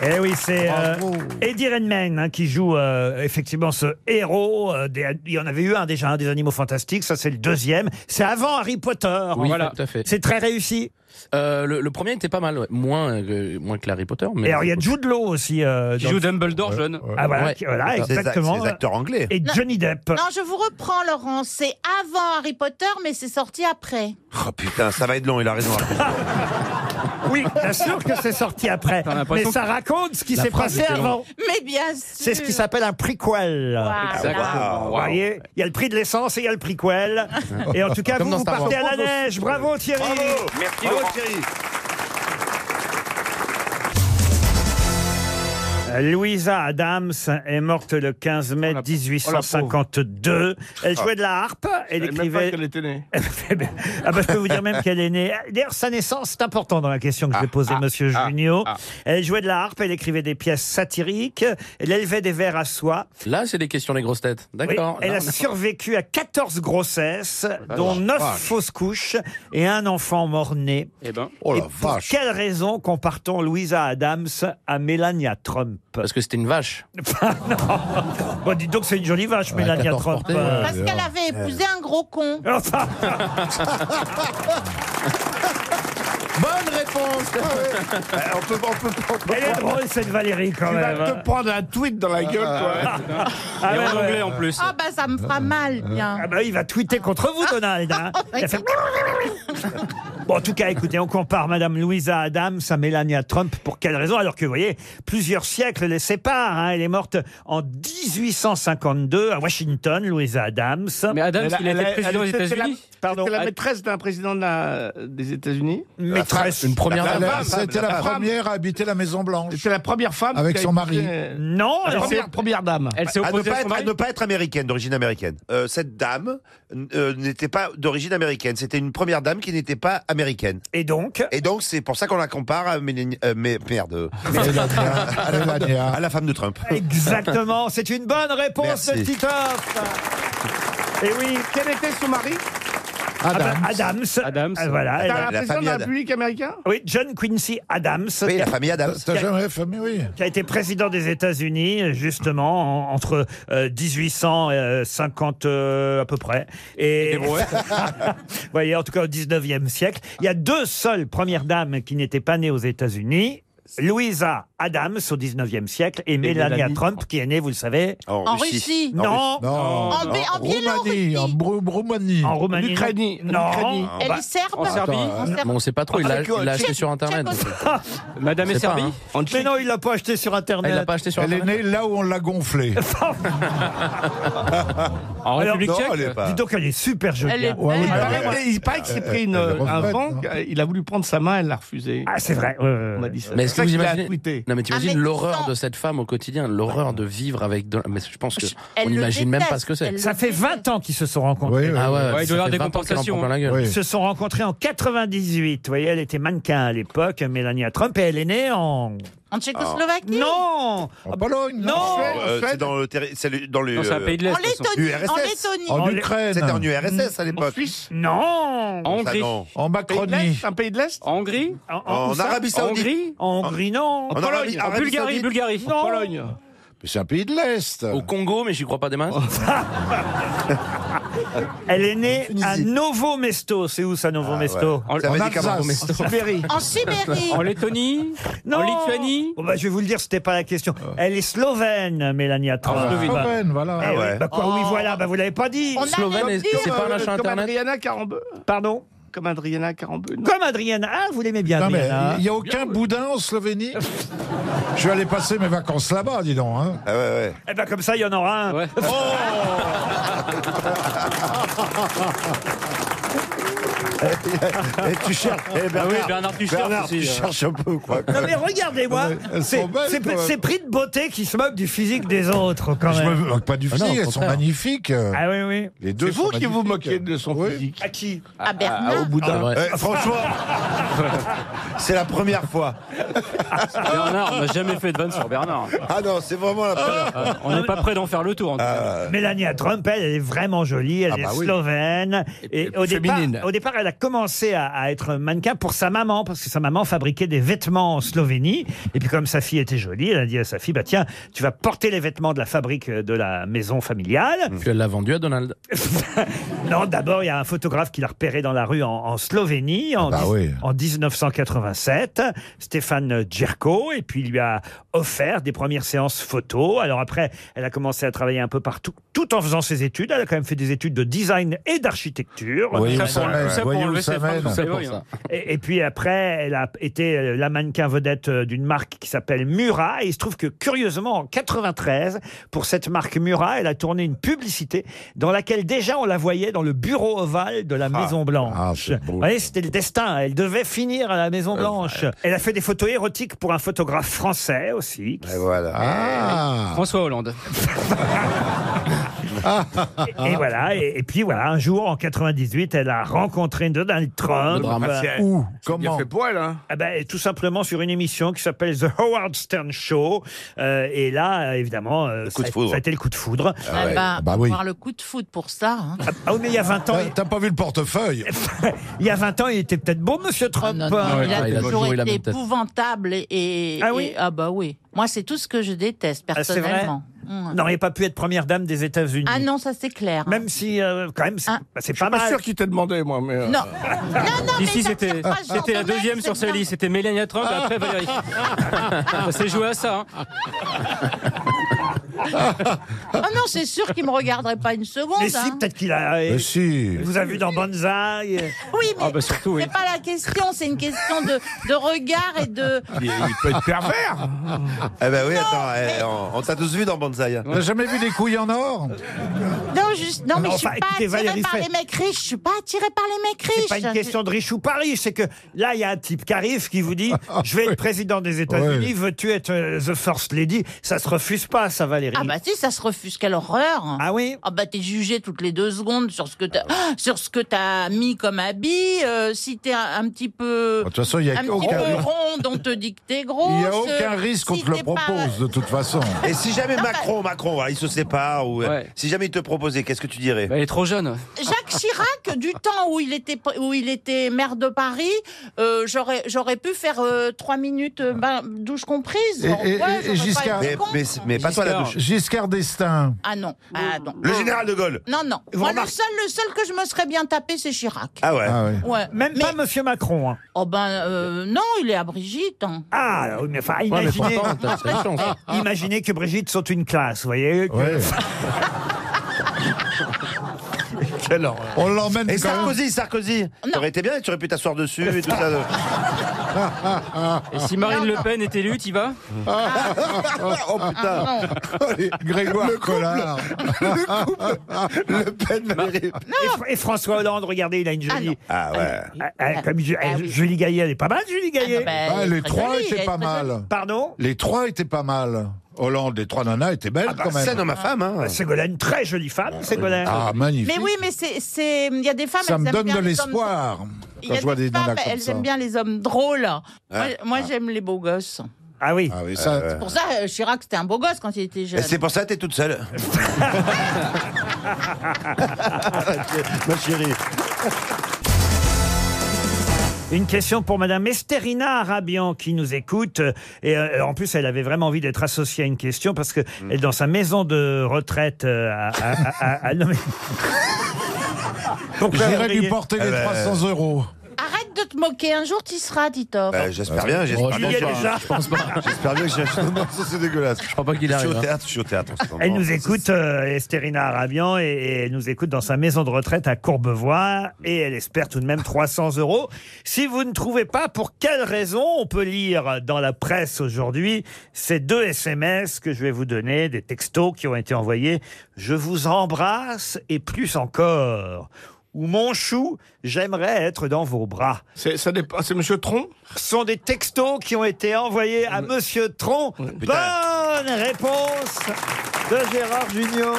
S3: Eh oui, c'est euh, Eddie Redmayne hein, qui joue euh, effectivement ce héros. euh, des- il y en avait eu un déjà, un des animaux fantastiques. Ça, c'est le deuxième. C'est avant Harry Potter.
S5: Oui,
S7: Voilà.
S5: tout à fait.
S3: C'est très réussi.
S5: Euh, le, le premier était pas mal, ouais. moins, que- moins que l'Harry Potter. Mais
S3: Et alors, il y a Jude Law aussi. euh,
S7: Qui
S3: dans-
S7: joue Dumbledore jeune.
S3: Ah voilà,
S5: Ouais.
S3: qui- voilà,
S6: C'est les,
S3: exactement.
S6: c'est les acteurs
S5: hein.
S6: anglais.
S3: Et Johnny Depp.
S9: Non, je vous reprends, Laurent. C'est avant Harry Potter, mais c'est sorti après.
S6: Oh putain, ça va être long, il a raison.
S3: Oui, bien sûr que c'est sorti après.
S7: T'as l'impression
S3: Mais ça raconte ce qui s'est passé
S5: était longue.
S3: avant.
S9: Mais bien sûr.
S3: C'est ce qui s'appelle un prequel. Ah,
S6: Waouh.
S3: Vous voyez, il y a le prix de l'essence et il y a le
S5: [LAUGHS]
S3: prequel. Et en tout cas,
S5: Comme
S3: vous,
S5: dans
S3: vous
S5: Star
S3: partez à
S5: Wars.
S3: la neige. Bravo Thierry.
S10: Merci
S6: Bravo,
S10: Laurent.
S6: Thierry.
S3: Euh, Louisa Adams est morte le 15
S5: Oh,
S3: mai 1852. Elle
S5: Ah.
S3: jouait de la harpe. Elle écrivait.
S8: qu'elle était née.
S3: ah bah, je peux vous dire même qu'elle est née. D'ailleurs, sa naissance, c'est important dans la question
S4: Ah,
S3: que je vais poser, Monsieur Junio. Elle jouait de la harpe, elle écrivait des pièces satiriques, elle élevait des vers à soie.
S5: Là, c'est des questions des grosses têtes.
S3: Oui,
S5: D'accord.
S3: elle
S5: Non,
S3: a
S5: non.
S3: survécu à 14
S4: Oh,
S3: grossesses, dont 9 fausses couches et un enfant mort-né.
S7: Eh ben.
S4: Oh
S3: Et
S4: la
S3: pour
S4: vache
S3: quelle raison compartons Louisa Adams à Melania Trump
S5: Parce que c'était
S3: [LAUGHS]
S5: une vache.
S3: Bon, dites donc, c'est une jolie vache, Melania
S5: 14
S3: Trump.
S5: portées,
S3: euh.
S9: Parce qu'elle avait épousé un gros con.
S3: [LAUGHS] Enfin,
S4: [LAUGHS]
S8: Bonne réponse.
S6: Euh, on peut, on peut, on peut-
S3: elle est drôle, cette Valérie, quand
S8: Tu
S3: même. hein.
S8: vas te prendre un tweet dans la gueule, toi. hein.
S3: Ah,
S7: Et
S3: ouais,
S7: en
S3: ouais.
S7: anglais en plus.
S9: Ah bah ça me fera mal, bien. Oh, bah,
S3: Ah bah, il va tweeter contre vous, Donald. hein. Il a fait- Bon, en tout cas, écoutez, on compare Madame Louisa Adams à Melania Trump. Pour quelle raison Alors que, vous voyez, plusieurs siècles les séparent. hein. Elle est morte en 1852 à Washington, Louisa Adams.
S7: Mais Adams, il a
S8: Elle
S7: été
S8: a-
S7: président des
S8: elle était- c'était la-
S7: États-Unis.
S3: Pardon.
S8: C'était la maîtresse d'un président de la- des États-Unis.
S3: Maîtresse.
S5: Une première
S4: Elle
S5: dame.
S4: a-
S8: femme,
S4: C'était
S8: la
S4: la
S8: femme.
S4: première à habiter la Maison Blanche.
S8: C'est la première femme.
S4: Avec
S8: qui a
S4: son mari.
S8: été-
S3: Non,
S8: La
S3: alors-
S8: première, première dame.
S7: Elle s'est
S6: à ne,
S7: opposée à,
S6: pas être,
S7: son
S6: à
S7: mari.
S6: ne pas être américaine, d'origine américaine. Euh, cette dame euh, n'était pas d'origine américaine. C'était une première dame qui n'était pas américaine.
S3: Et donc
S6: Et donc, c'est pour ça qu'on la compare à, Mélanie- euh, mais, merde, [LAUGHS] à, la femme de, à la femme de Trump.
S3: Exactement, c'est une bonne réponse
S6: Merci.
S3: de Titoff. Et oui,
S8: Quel était son mari
S3: Ah bah, Adams.
S7: Adams.
S3: Ah, voilà.
S8: T'as
S3: Elle-
S8: la, présidente de la République américaine
S3: Oui, John Quincy Adams.
S6: Oui, la famille Adams.
S3: Qui a,
S4: jamais famille, oui.
S3: qui a été président des États-Unis, justement, en- entre euh, 1850 euh, à peu près. Et. Vous [LAUGHS] voyez, en tout cas au 19e siècle. Il y a deux seules premières dames qui n'étaient pas nées aux États-Unis. Louisa Adams au 19e siècle et, Melania
S7: Melania
S3: Trump qui est née, vous le savez,
S9: En Russie.
S3: non,
S4: Non,
S9: En Bé- en
S4: Roumanie,
S9: Biélorussie.
S4: en Brou- Roumanie.
S3: en Roumanie. non.
S8: L'Ukraine.
S3: Non.
S9: Elle
S6: Ah, bah,
S9: est serbe
S5: Ah,
S7: En Serbie.
S6: euh,
S9: En Serbie.
S5: Bon, euh, on sait pas trop, il l'a il l'a acheté sur Internet. [LAUGHS] donc.
S7: Madame
S5: Je
S7: est
S5: sais pas,
S7: servie.
S5: hein.
S7: En
S3: Mais non, il l'a pas acheté sur
S5: Ah, Il l'a
S3: Internet.
S5: pas acheté sur
S4: Elle est
S5: Internet.
S4: née là où on
S3: [LAUGHS]
S4: l'a gonflée.
S7: en
S3: Alors,
S7: République
S6: Non,
S7: tchèque.
S6: elle est pas.
S3: Dis donc, elle est super jolie.
S9: Elle est
S3: hein.
S4: Ouais, oui,
S8: Il
S4: bah,
S8: paraît-
S4: ouais.
S8: Il paraît que
S3: Ah,
S8: euh, c'est pris une-
S4: Elle est
S8: un
S4: refaite,
S8: vent,
S5: Ah
S8: il a voulu prendre sa main, elle l'a refusé.
S3: Ah, c'est vrai. ouais, ouais,
S8: On
S3: ouais.
S8: a dit ça.
S5: Mais
S8: C'est
S5: est-ce
S8: ça
S5: que vous
S8: qu'il a
S5: imaginez-
S8: tweeté.
S5: Non mais t'imagines
S9: Ah, mais
S5: l'horreur
S9: sans-
S5: de cette femme au quotidien, l'horreur de vivre avec. de- Mais je pense que
S9: Elle
S5: on
S9: le
S5: n'imagine même
S9: déteste,
S5: pas ce que c'est.
S9: elle
S3: Ça
S9: le
S3: fait
S9: déteste.
S3: 20 ans qu'ils se sont rencontrés.
S4: Oui, oui.
S5: Ah ouais,
S7: Ouais, il doit y
S5: ça
S7: avoir
S5: fait
S7: des
S5: 20 ans qu'elle en prend
S7: compensations, hein.
S5: plein la gueule.
S4: Oui.
S3: Ils se sont rencontrés en 98. Vous voyez, elle était mannequin à l'époque, Melania Trump, et elle est née en.
S9: En Tchécoslovaque
S3: Ah. Non
S4: En Pologne,
S3: Non.
S6: [LAUGHS] Euh,
S8: Suède.
S6: c'est dans le terri- c'est le- dans le.
S7: Non, c'est un
S6: euh,
S7: pays de l'Est.
S9: En
S7: de toute façon.
S9: Lettonie. En
S6: URSS.
S9: Lettonie.
S4: En
S3: En-
S4: Ukraine,
S6: C'était en URSS à
S8: En
S6: l'époque.
S8: Suisse
S3: Non
S7: En
S6: Ça,
S7: Hongrie.
S6: non.
S4: en
S8: Pays de l'Est,
S4: Macronie,
S8: Un pays de l'Est
S7: En Hongrie.
S3: En, en-
S6: En
S3: où ça
S6: Arabie
S7: En
S6: Saoudite.
S7: Hongrie.
S3: En Hongrie, non
S6: En
S7: En Pologne.
S6: Arabie-
S7: En
S6: Arabie
S7: Bulgarie.
S6: Saoudite.
S7: Bulgarie.
S3: Non.
S8: Pologne.
S4: c'est un pays de l'Est.
S5: Au Congo, mais j'y crois pas des mains.
S6: [LAUGHS]
S3: Elle est née à
S4: Tunisie.
S3: Novo Mesto. C'est où ça, Novo Mesto
S7: En-
S6: Ça
S4: En
S6: avait des camarades.
S4: Alsace.
S8: Sibérie.
S9: En Sibérie.
S7: En Lettonie. En Lituanie.
S3: Bon, bah, Je vais vous le dire, c'était pas la question. Elle est slovène, Melania Trump.
S7: En Slovénie.
S4: Slovène, voilà.
S3: Eh oui,
S6: ouais.
S3: bah quoi,
S8: Oh.
S3: oui, voilà, bah, vous l'avez pas dit.
S9: Oh. On a
S5: Slovène,
S9: l'air
S5: est-ce que
S9: dur.
S5: c'est pas un achat
S8: Euh, Comme
S5: internet
S8: Adriana Carambeu.
S3: Pardon
S8: Comme Adriana Carambeu. non
S3: Comme Adriana. Ah, vous l'aimez bien,
S4: Non, mais
S3: Adriana.
S4: il n'y a aucun boudin en Slovénie. Je suis allé passer mes vacances là-bas, dis donc. hein.
S6: Ah ouais, ouais.
S3: Eh ben, comme ça, il y en aura un. [LAUGHS]
S7: Ouais.
S6: Eh, tu cherches. eh,
S7: Ah
S6: Bernard,
S7: oui, Bernard, tu
S6: Bernard,
S7: cherches aussi,
S6: tu
S7: euh.
S6: cherches un peu, quoi.
S3: Non mais regardez-moi,
S4: Ouais, elles
S3: c'est
S4: sont belles,
S3: c'est-
S4: quand même.
S3: c'est pris de beauté qui se moque du physique des autres quand
S4: Je me
S3: même.
S4: moque pas du
S5: Ah non,
S4: physique,
S5: au
S4: elles sont
S5: contraire.
S4: magnifiques.
S3: Ah oui oui.
S4: Les
S8: C'est
S4: deux
S8: vous
S4: sont
S8: qui vous
S4: magnifiques.
S8: moquez de son
S4: Oui.
S8: physique.
S3: À qui
S6: Ah,
S9: À Bernard.
S7: [LAUGHS]
S4: Ah,
S5: C'est vrai.
S6: Eh, franchement, c'est la première fois.
S7: Bernard, on n'a jamais fait de vanne sur Bernard.
S6: Ah non, c'est vraiment la première.
S7: Euh, on n'est pas près d'en faire le tour. en tout cas.
S4: Euh.
S3: Mélania Trump, elle, elle est vraiment jolie, elle
S6: Ah bah
S3: est
S6: oui.
S3: slovène. Et, au, départ,
S8: féminine.
S3: au départ, elle a commencé à, à être mannequin pour sa maman, parce que sa maman fabriquait des vêtements en Slovénie. Et puis comme sa fille était jolie, elle a dit à sa fille, bah tiens, tu vas porter les vêtements de la fabrique de la maison familiale.
S5: Puis elle l'a vendu
S3: [LAUGHS]
S5: à Donald.
S3: Non, d'abord, il y a un photographe qui l'a repéré dans la rue en, en Slovénie en,
S4: Ah bah
S3: dix-
S4: oui.
S3: en 1987, Stéphane Djerko, et puis il lui a offert des premières séances photo. Alors après, elle a commencé à travailler un peu partout, tout en faisant ses études. Elle a quand même fait des études de design et d'architecture.
S4: Vous voyez
S7: Ça
S4: où ça
S7: pour-
S4: mène,
S7: ça pour
S4: voyez
S7: enlever
S4: où ça
S7: ses phrases,
S4: mène.
S7: on sait.
S5: C'est pour
S7: oui,
S5: ça.
S3: Et, et puis après, elle a été euh, la mannequin vedette euh, d'une marque qui s'appelle Murat. Et il se trouve que curieusement, en 93, pour cette marque Murat, elle a tourné une publicité dans laquelle déjà on la voyait dans le bureau ovale de la Maison
S4: ah,
S3: Blanche.
S4: c'est beau.
S3: Vous voyez, c'était le destin. Elle devait finir à la Maison Blanche. Elle a fait des photos érotiques pour un photographe français aussi.
S6: Et voilà.
S4: Ah
S7: François
S3: [LAUGHS]
S7: Hollande.
S3: Ah. Et voilà. Et, et puis voilà, un jour en 98, elle a rencontré Donald Trump.
S5: drame.
S3: Euh,
S4: Où
S8: Bien
S4: Comment
S8: fait pour elle, hein.
S3: Ah ben, tout simplement sur une émission qui s'appelle The Howard Stern Show. Euh, et là, euh, évidemment, euh,
S6: coup de
S3: ça,
S6: foudre.
S3: ça a été le coup de foudre.
S9: Ah bah,
S4: Ah bah
S9: on va
S4: oui.
S9: voir le coup de foot pour ça. hein.
S3: Ah, ah oui, mais il y a 20 ans,
S4: T'as- T'as pas vu le portefeuille
S3: [LAUGHS] il y a 20 ans, il était peut-être beau, Monsieur
S9: Ah
S3: Trump.
S9: non, non,
S5: ouais,
S9: il a
S5: ouais, il a
S9: toujours
S5: toujours eu la
S9: été
S5: même tête.
S9: épouvantable et, et-
S3: bah, Ah oui
S9: et- ah bah oui. Moi, c'est tout ce que je déteste
S3: Ah, c'est vrai
S9: personnellement. Mmh.
S3: Il n'aurait pas pu être première dame des États-Unis.
S9: Ah non, ça c'est clair.
S3: Même si, euh, quand même, c'est
S9: Ah.
S3: bah, c'est
S8: Je
S3: pas
S8: suis pas
S3: mal.
S8: sûr qu'il t'a demandé, moi, mais. euh,
S9: Non, non, non, mais
S7: Ici,
S9: ça
S7: c'était
S9: tire pas ce genre
S7: c'était la
S9: de mec,
S7: deuxième
S9: c'est
S7: sur sa
S9: bien.
S7: liste. C'était Mélania Trump et après Valérie. Ça s'est joué à ça. hein.
S9: Ah non, c'est sûr qu'il me regarderait pas une seconde.
S3: Mais si,
S9: hein.
S3: peut-être qu'il a. euh,
S4: Mais si.
S3: Vous avez vu dans Banzai. euh,
S9: [LAUGHS] Oui, mais
S7: Ah bah surtout, oui.
S9: c'est pas la question. C'est une question de, de regard et de.
S8: Il, il peut être pervers.
S6: Eh ben oui, attends, eh, on, on t'a tous vu dans Banzai. hein.
S4: T'as jamais vu des couilles en or
S9: Non, juste. Non, mais
S3: Non,
S9: je suis
S3: enfin,
S9: pas
S3: écoutez,
S9: attirée
S3: Valérie
S9: par
S3: Fay-
S9: les mecs riches. Je suis pas attirée par les mecs riches.
S3: C'est pas une question de riche ou pas riche, c'est que là, il y a un type qui arrive qui vous
S4: [LAUGHS]
S3: dit Je vais être président des États-Unis,
S4: Ah, Ouais.
S3: veux-tu être euh, The First Lady Ça se refuse pas, ça, Valérie.
S9: Ah bah si, ça se refuse. Quelle horreur.
S3: Ah oui
S9: Ah bah t'es jugé toutes les deux secondes sur ce que t'as sur ce que t'as mis comme habit. euh, si t'es un, un petit peu
S4: Bah, De toute façon, il n'y
S9: un
S4: a
S9: petit peu
S4: aucun.
S9: rond, on te dit que t'es grosse.
S4: Il y a aucun risque qu'on
S9: si
S4: te le
S9: t'es pas-
S4: propose, de toute façon.
S6: Et si jamais Macron, Macron, voilà, il se sépare, ou euh,
S7: Ouais.
S6: si jamais il te proposait, qu'est-ce que tu dirais
S7: Bah, elle est trop jeune.
S9: J'accepte Chirac, du temps où il était, où il était maire de Paris, euh, j'aurais j'aurais pu faire euh, trois minutes euh, ben, douche comprise.
S4: Et,
S9: Ouais,
S4: et-
S9: j'aurais
S4: et
S9: pas
S4: Giscard.
S9: été contre.
S4: [LAUGHS] Giscard d'Estaing.
S9: Ah non, ah non.
S4: Le général de Gaulle.
S9: Non, non.
S4: Vous
S9: Moi,
S4: remarquez-
S9: le, seul, le seul que je me serais bien tapé, c'est Chirac.
S4: Ah ouais.
S9: Ouais,
S3: Même pas Monsieur Macron. hein.
S9: Oh ben euh, non, il est à Brigitte. hein.
S3: Ah, oui, mais enfin,
S9: Ouais, mais
S3: imaginez,
S9: pourtant, t'as- t'as une chance.
S3: [LAUGHS] imaginez que Brigitte saute une classe, vous voyez. que-
S4: On l'emmène
S6: Et
S4: quand même.
S6: Sarkozy, Sarkozy. T'aurais été bien, tu aurais pu t'asseoir dessus et tout ça.
S7: Et si Marine Le Pen est élue, t'y vas
S6: oh putain.
S4: Grégoire
S6: Le couple.
S4: Collard.
S6: Le couple. Le Pen, Valérie.
S3: Bah, Et, et François Hollande, regardez, il a une jolie.
S6: Ah ouais.
S3: Ah, ah, comme Ju- ah, Julie Gaillet, elle est pas mal, Julie Gaillet.
S4: Ah, les trois étaient pas mal.
S3: Pardon
S4: Les trois étaient pas mal. Hollande, les trois nanas étaient belles
S6: Ah bah,
S4: quand même.
S6: c'est dans ma femme, hein.
S3: Bah, Ségolène, très jolie femme, Ségolène.
S4: Ah, magnifique.
S9: Mais oui, mais c'est, c'est, il y a des femmes.
S4: ça
S9: elles
S4: me
S9: aiment
S4: donne
S9: bien
S4: de
S9: les hommes-
S4: l'espoir
S9: Il y
S4: quand
S9: a
S4: je vois
S9: des
S4: des
S9: femmes,
S4: nanas comme
S9: elles
S4: ça.
S9: aiment bien les hommes drôles. moi, moi, j'aime les beaux gosses.
S3: Ah oui.
S4: Ah oui, ça.
S9: C'est pour ça, euh, Chirac, c'était un beau gosse quand il était jeune.
S6: Et C'est pour ça que t'es
S3: [LAUGHS]
S6: toute seule. Ma chérie.
S3: Une question pour Madame Esterina Arabian qui nous écoute. Euh, Et euh, en plus, elle avait vraiment envie d'être associée à une question parce que elle, dans sa maison de retraite euh, à, à- à- à- non, mais- Pourquoi
S4: J'irai
S3: vous riez
S4: lui porter
S6: Ah
S4: les
S3: ben,
S6: bah.
S4: 300 euros.
S9: Arrête de te moquer, un jour tu seras, Titor.
S6: Bah, j'espère bien, j'espère
S4: je
S6: bien.
S3: pense
S6: que-
S3: pas. Déjà.
S6: Je pense pas. J'espère bien que j'ai. Non, ça c'est dégueulasse. Je
S5: crois pas qu'il
S6: suis
S5: arrive.
S6: au
S5: hein.
S6: théâtre, je suis au théâtre. en ce moment.
S3: Elle nous écoute, euh, Esterina Arabian, et, et elle nous écoute dans sa maison de retraite à Courbevoie, et elle espère tout de même 300 euros. Si vous ne trouvez pas, pour quelle raison on peut lire dans la presse aujourd'hui ces deux SMS que je vais vous donner, des textos qui ont été envoyés. Je vous embrasse et plus encore. Ou mon chou, j'aimerais être dans vos bras.
S8: C'est, ça dépend- c'est Monsieur Tron Hum.
S3: Ce sont des textos qui ont été envoyés à Monsieur Tron. Bonne réponse de Gérard Junior.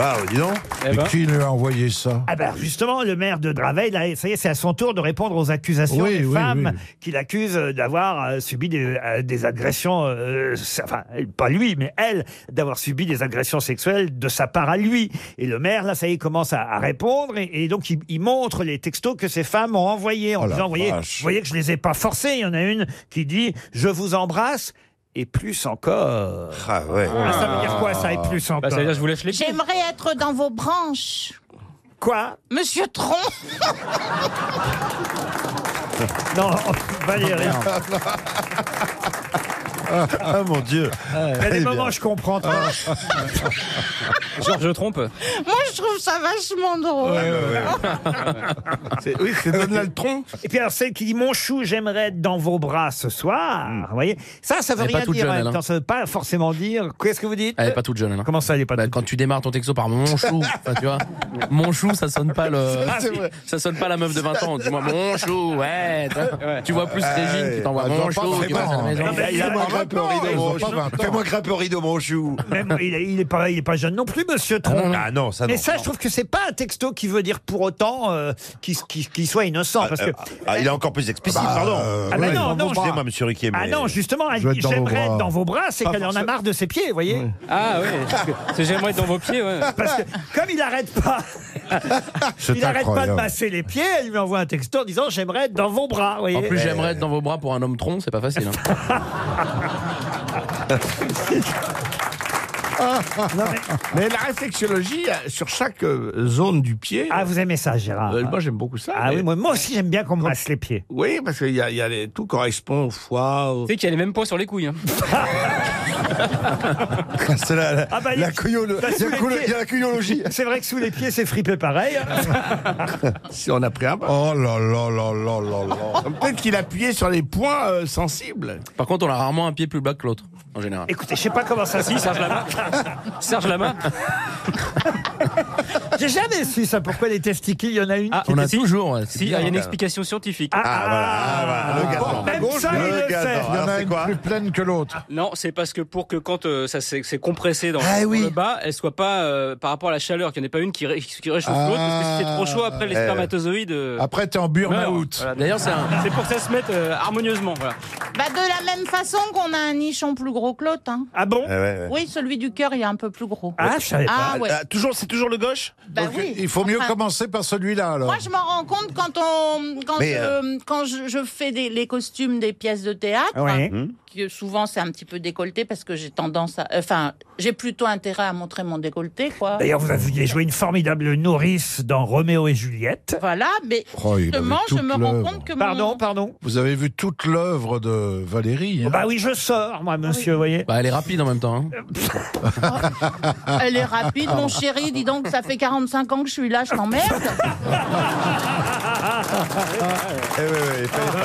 S4: Ah,
S6: Waouh, dis donc.
S7: Eh
S4: Mais
S7: ben.
S4: qui lui a envoyé ça
S3: Ah ben justement, le maire de Draveil, là, ça y est, c'est à son tour de répondre aux accusations
S4: Oui,
S3: des
S4: oui,
S3: femmes
S4: oui.
S3: qu'il accuse euh, d'avoir euh, subi des, euh, des agressions, euh, sa- enfin euh, pas lui, mais elle, d'avoir subi des agressions sexuelles de sa part à lui. Et le maire, là, ça y est, commence à, à répondre et, et donc il, il montre les textos que ces femmes ont envoyés. En
S4: Oh la
S3: disant, voyez,
S4: vache.
S3: vous voyez que je les ai pas forcés. Il y en a une qui dit, je vous embrasse. Et plus encore.
S6: Ah ouais.
S3: Ah, ça veut dire quoi, ça, et plus encore Euh,
S7: Bah, ça veut dire que je vous lèche les pieds.
S9: J'aimerais être dans vos branches.
S3: Quoi
S9: Monsieur Tron, [LAUGHS]
S3: Non, Valérie.
S4: [LAUGHS]
S6: Ah
S3: [LAUGHS]
S6: mon dieu.
S3: Il y
S4: Eh
S7: eh
S3: a des moments, je comprends. pas.
S4: [LAUGHS]
S7: Genre, je trompe.
S9: moi je trouve ça vachement drôle.
S3: [LAUGHS]
S8: c'est, Oui, c'est Donald Tron.
S3: Et puis alors celle qui dit mon chou, j'aimerais être dans vos bras ce soir. Vous voyez, ça, ça veut
S5: Elle est pas
S3: rien
S5: toute
S3: dire.
S5: jeune,
S3: en même
S5: elle, hein.
S3: temps. ça veut pas forcément dire. Qu'est-ce que vous dites
S5: Elle est pas toute jeune, elle. hein.
S3: Comment ça, elle est pas
S5: Bah,
S3: toute
S5: quand tu démarres ton texto par mon chou, enfin, tu vois, mon chou, ça sonne pas le, ça sonne pas la meuf de 20 ans. Dis-moi mon chou, ouais. tu vois. Tu vois plus Régine, tu t'envoies
S4: Ah,
S5: mon
S4: je vois
S5: chou,
S4: pas
S5: tu passes à la
S4: vraiment.
S5: maison.
S3: Non, mais il a-
S6: Fais-moi
S4: Ah,
S6: grimper au
S4: non,
S6: rideau,
S4: ils ont pas vingt
S6: mon chou.
S4: ans.
S6: Fais-moi grimper au rideau, mon chou.
S3: [LAUGHS] Même, il, est, il est pas, il est pas jeune non plus, Monsieur Tron.
S6: Ah non, ça non.
S3: Mais ça, je trouve que c'est pas un texto qui veut dire pour autant euh, qu'il qu'il- qu'il soit innocent, parce que.
S6: Euh, ah, il est encore plus explicite,
S4: Bah,
S6: pardon.
S4: euh,
S3: Ah bah ouais. non, non,
S6: excusez-moi, monsieur Riquet.
S3: Ah
S6: mais-
S3: non, justement, elle
S4: Je veux
S3: dit,
S4: être dans vos
S3: j'aimerais
S4: bras.
S3: être dans vos bras, c'est qu'elle en a marre de ses pieds, vous voyez.
S7: Ah ouais, parce que- parce que j'aimerais être dans vos pieds, ouais.
S3: Parce que comme il arrête
S6: [LAUGHS]
S3: pas, il arrête pas de
S4: incroyable.
S3: masser les pieds, elle lui envoie un texto en disant j'aimerais être dans vos bras, vous voyez.
S5: En plus, j'aimerais être dans vos bras pour un homme tronc, c'est pas facile. hein.
S4: [LAUGHS]
S8: Mais la réflexologie euh, sur chaque euh, zone du pied.
S3: Ah, vous aimez ça, Gérard
S8: euh, moi, j'aime beaucoup ça.
S3: Ah
S8: mais-
S3: oui, moi, moi aussi j'aime bien qu'on me masse les pieds.
S8: Oui, parce que y a, y a les- tout correspond au foie. au-
S7: Tu sais qu'il y a les mêmes poids sur les couilles. hein.
S6: [LAUGHS] C'est la, la,
S3: Ah bah,
S6: la
S3: les-
S6: couillolo-
S3: Parce
S6: il y a
S3: que les
S6: coulo-
S3: pieds-
S6: il y a la couillologie.
S3: [LAUGHS] C'est vrai que sous les pieds c'est fripé pareil.
S8: [LAUGHS] Si on a pris un bain.
S4: Oh là là là là là là.
S8: Peut-être qu'il appuyait sur les points euh, sensibles.
S5: Par contre, on a rarement un pied plus bas que l'autre, en général.
S3: Écoutez, je sais pas comment ça se
S7: Si, Serge Lama. Serge Lama.
S3: J'ai jamais su ça. Pourquoi les testicules, il y en a une
S7: Ah,
S3: qui-
S5: On a
S7: si-
S5: toujours. ouais, c'est
S7: Si, il y
S5: bizarre.
S7: a une explication scientifique.
S3: Ah,
S6: Ah, voilà, ah, voilà, le
S7: Oh,
S6: gazon.
S3: Même ça, il
S6: le
S3: le sait.
S4: Il y en
S6: gazon. Alors,
S4: a
S6: c'est
S4: une
S6: quoi
S4: plus pleine que l'autre.
S7: Non, c'est parce que pour que quand euh, ça s'est s'est compressé dans,
S6: Ah
S7: dans le bas, elle soit pas euh, par rapport à la chaleur, qu'il n'y en ait pas une qui, ré- qui réchauffe
S4: Ah.
S7: l'autre, parce que si c'est trop chaud après
S6: Ah.
S7: les spermatozoïdes. euh,
S4: Après, t'es en
S7: meurent.
S4: burn-out.
S7: Voilà, d'ailleurs,
S5: D'ailleurs, c'est un.
S7: c'est pour que ça se mette euh, harmonieusement. Voilà.
S9: Bah, de la même façon qu'on a un nichon plus gros que l'autre. hein.
S3: Ah bon Ah,
S6: Ouais, ouais, ouais.
S9: Oui, celui du cœur, il est un peu plus gros. Ah, ouais.
S4: toujours, c'est toujours le gauche.
S9: Bah oui.
S4: Il faut mieux
S9: Enfin,
S4: commencer par celui-là alors.
S9: Moi, je m'en rends compte quand on, quand,
S4: Mais, euh,
S9: euh, quand je, je fais des, les costumes des pièces de théâtre,
S3: Ouais.
S9: hein, que souvent c'est un petit peu décolleté parce que j'ai tendance à, euh, enfin, j'ai plutôt intérêt à montrer mon décolleté, quoi.
S3: D'ailleurs, vous aviez joué une formidable nourrice dans Roméo et Juliette.
S9: Voilà, mais
S4: Oh, il avait
S9: justement, je
S4: toute
S9: me rends
S4: l'œuvre.
S9: compte que
S3: Pardon,
S9: mon...
S3: pardon.
S4: Vous avez [LAUGHS] vu toute l'œuvre de Valérie. hein.
S3: Bah oui, je sors, moi, monsieur, vous voyez.
S5: Bah, elle est rapide en même temps. hein.
S9: [LAUGHS] Elle est rapide, mon chéri, dis donc, ça fait 45 ans que je suis là, je t'emmerde.
S6: Eh oui, oui, il
S3: Ah
S6: fallait pas,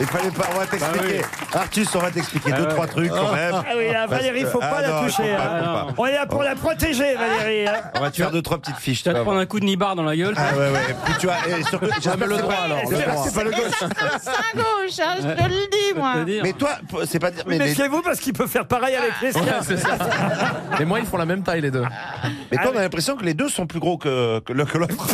S6: il fallait pas- on va t'expliquer. Artus, on va t'expliquer deux,
S7: Euh,
S6: trois trucs quand même.
S3: Ah oui, là,
S6: Parce
S3: Valérie,
S6: que-
S3: faut pas
S6: ah
S3: la
S6: non, faut
S3: toucher.
S6: pas,
S3: hein.
S6: faut pas. Ah.
S3: On est là pour la protéger, Valérie. hein.
S6: On va te faire deux, trois petites fiches.
S7: Ah Tu vas
S6: tu
S7: te
S6: vas
S7: prendre un coup de nibar dans la gueule.
S6: voir. Ah ouais, ouais. Et puis tu as, et surtout, j'espère
S5: mais le
S6: que c'est
S5: droit,
S6: pas-
S5: alors, le
S6: j'espère que
S5: droit.
S6: c'est pas le gauche.
S9: C'est un gauche, hein, je te le dis, moi.
S7: Je veux dire.
S6: Mais toi, c'est pas dire.
S3: Oui,
S6: Mais, mais-
S3: Méfiez-vous parce qu'il peut faire pareil avec les siens.
S5: Ouais, c'est ça. [LAUGHS] Et moi, ils font la même taille, les deux.
S6: mais
S3: Ah
S6: toi, on a l'impression que les deux sont plus gros que, que l'un que l'autre.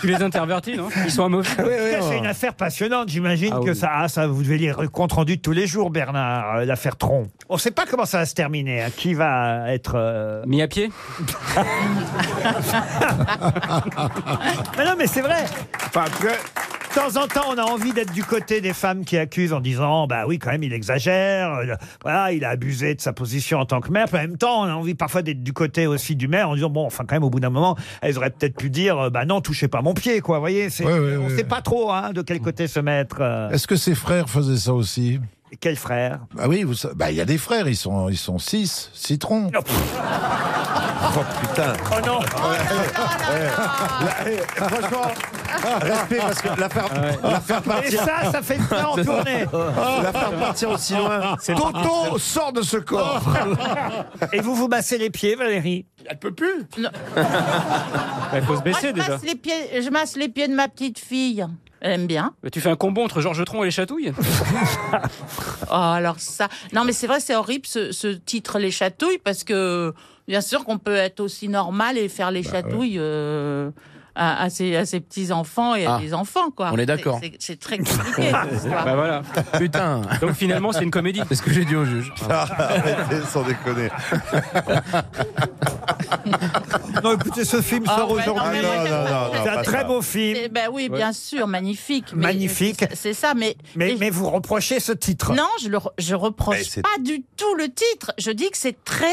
S7: Tu les intervertis, non [LAUGHS] Ils sont amovibles.
S6: Ah
S3: Ça, Ah, C'est une affaire passionnante, j'imagine
S7: Ah
S3: que
S7: oui.
S3: ça, ah, ça, vous devez lire le compte rendu de tous les jours, Bernard, euh, l'affaire Tron. On ne sait pas comment ça va se terminer, hein, qui va être. euh,
S7: Mis
S3: [LAUGHS]
S7: à pied
S3: [LAUGHS] Mais non, mais c'est vrai.
S8: Parce que
S3: De temps en temps, on a envie d'être du côté des femmes qui accusent en disant, bah oui, quand même, il exagère, euh, le- voilà, il a abusé de sa position en tant que maire. Puis en même temps, on a envie parfois d'être du côté aussi du maire en disant, bon, enfin, quand même, au bout d'un moment, elles auraient peut-être pu dire, euh, bah non, touchez pas mon pied, quoi. Vous voyez, c'est-
S4: Ouais, ouais,
S3: on ne
S4: ouais.
S3: sait pas trop hein, de quel côté se mettre. euh,
S4: Est-ce que ses frères faisaient ça aussi
S3: quel frère
S4: Bah oui, vous sa- bah, il y a des frères, ils sont, ils sont six, citron.
S3: Oh,
S4: [LAUGHS]
S3: pff,
S6: Oh putain.
S3: oh non
S6: Là, eh, franchement, respect parce que la
S7: Ah
S6: faire, la faire
S3: Et
S6: partir,
S3: ça, ça fait ça en
S6: [LAUGHS]
S3: tournée.
S6: la faire partir aussi
S4: [LAUGHS]
S6: loin.
S4: Toto sort de ce corps
S3: [LAUGHS] Et vous vous massez les pieds, Valérie
S8: elle peut plus.
S9: [LAUGHS]
S7: Bah, Il faut se
S9: Moi, je
S7: baisser déjà.
S9: masse, les pieds, je masse les pieds de ma petite fille. Elle aime bien.
S7: Mais tu fais un combo entre Georges Tron et les chatouilles
S9: Oh, alors ça. Non, mais c'est vrai, c'est horrible ce, ce titre Les Chatouilles, parce que bien sûr qu'on peut être aussi normal et faire les
S5: Bah
S9: chatouilles euh, à, à ses, à ses petits-enfants et à
S5: Ah.
S9: des enfants, quoi.
S5: On est
S9: C'est-
S5: d'accord.
S9: c'est- C'est très
S5: [LAUGHS]
S9: compliqué, cette histoire.
S7: Bah voilà.
S5: Putain.
S7: Donc finalement, c'est une comédie.
S5: C'est ce que j'ai dit au juge.
S6: [LAUGHS] Arrêtez, sans déconner.
S3: Non, écoutez, ce film
S9: Ah,
S3: sort
S9: ouais, non,
S3: aujourd'hui.
S9: mais moi,
S6: Ah, non, non,
S9: j'aime pas
S6: non,
S9: ça.
S3: C'est un
S6: pas
S3: très
S6: ça.
S3: beau film.
S9: Eh Ben oui, bien sûr, magnifique. mais euh,
S3: Magnifique.
S9: c'est- C'est ça, mais.
S3: Mais,
S9: et-
S3: mais vous reprochez ce titre.
S9: Non, je le re- je
S6: Mais
S9: reproche
S6: c'est-
S9: pas du tout le titre. Je dis que c'est très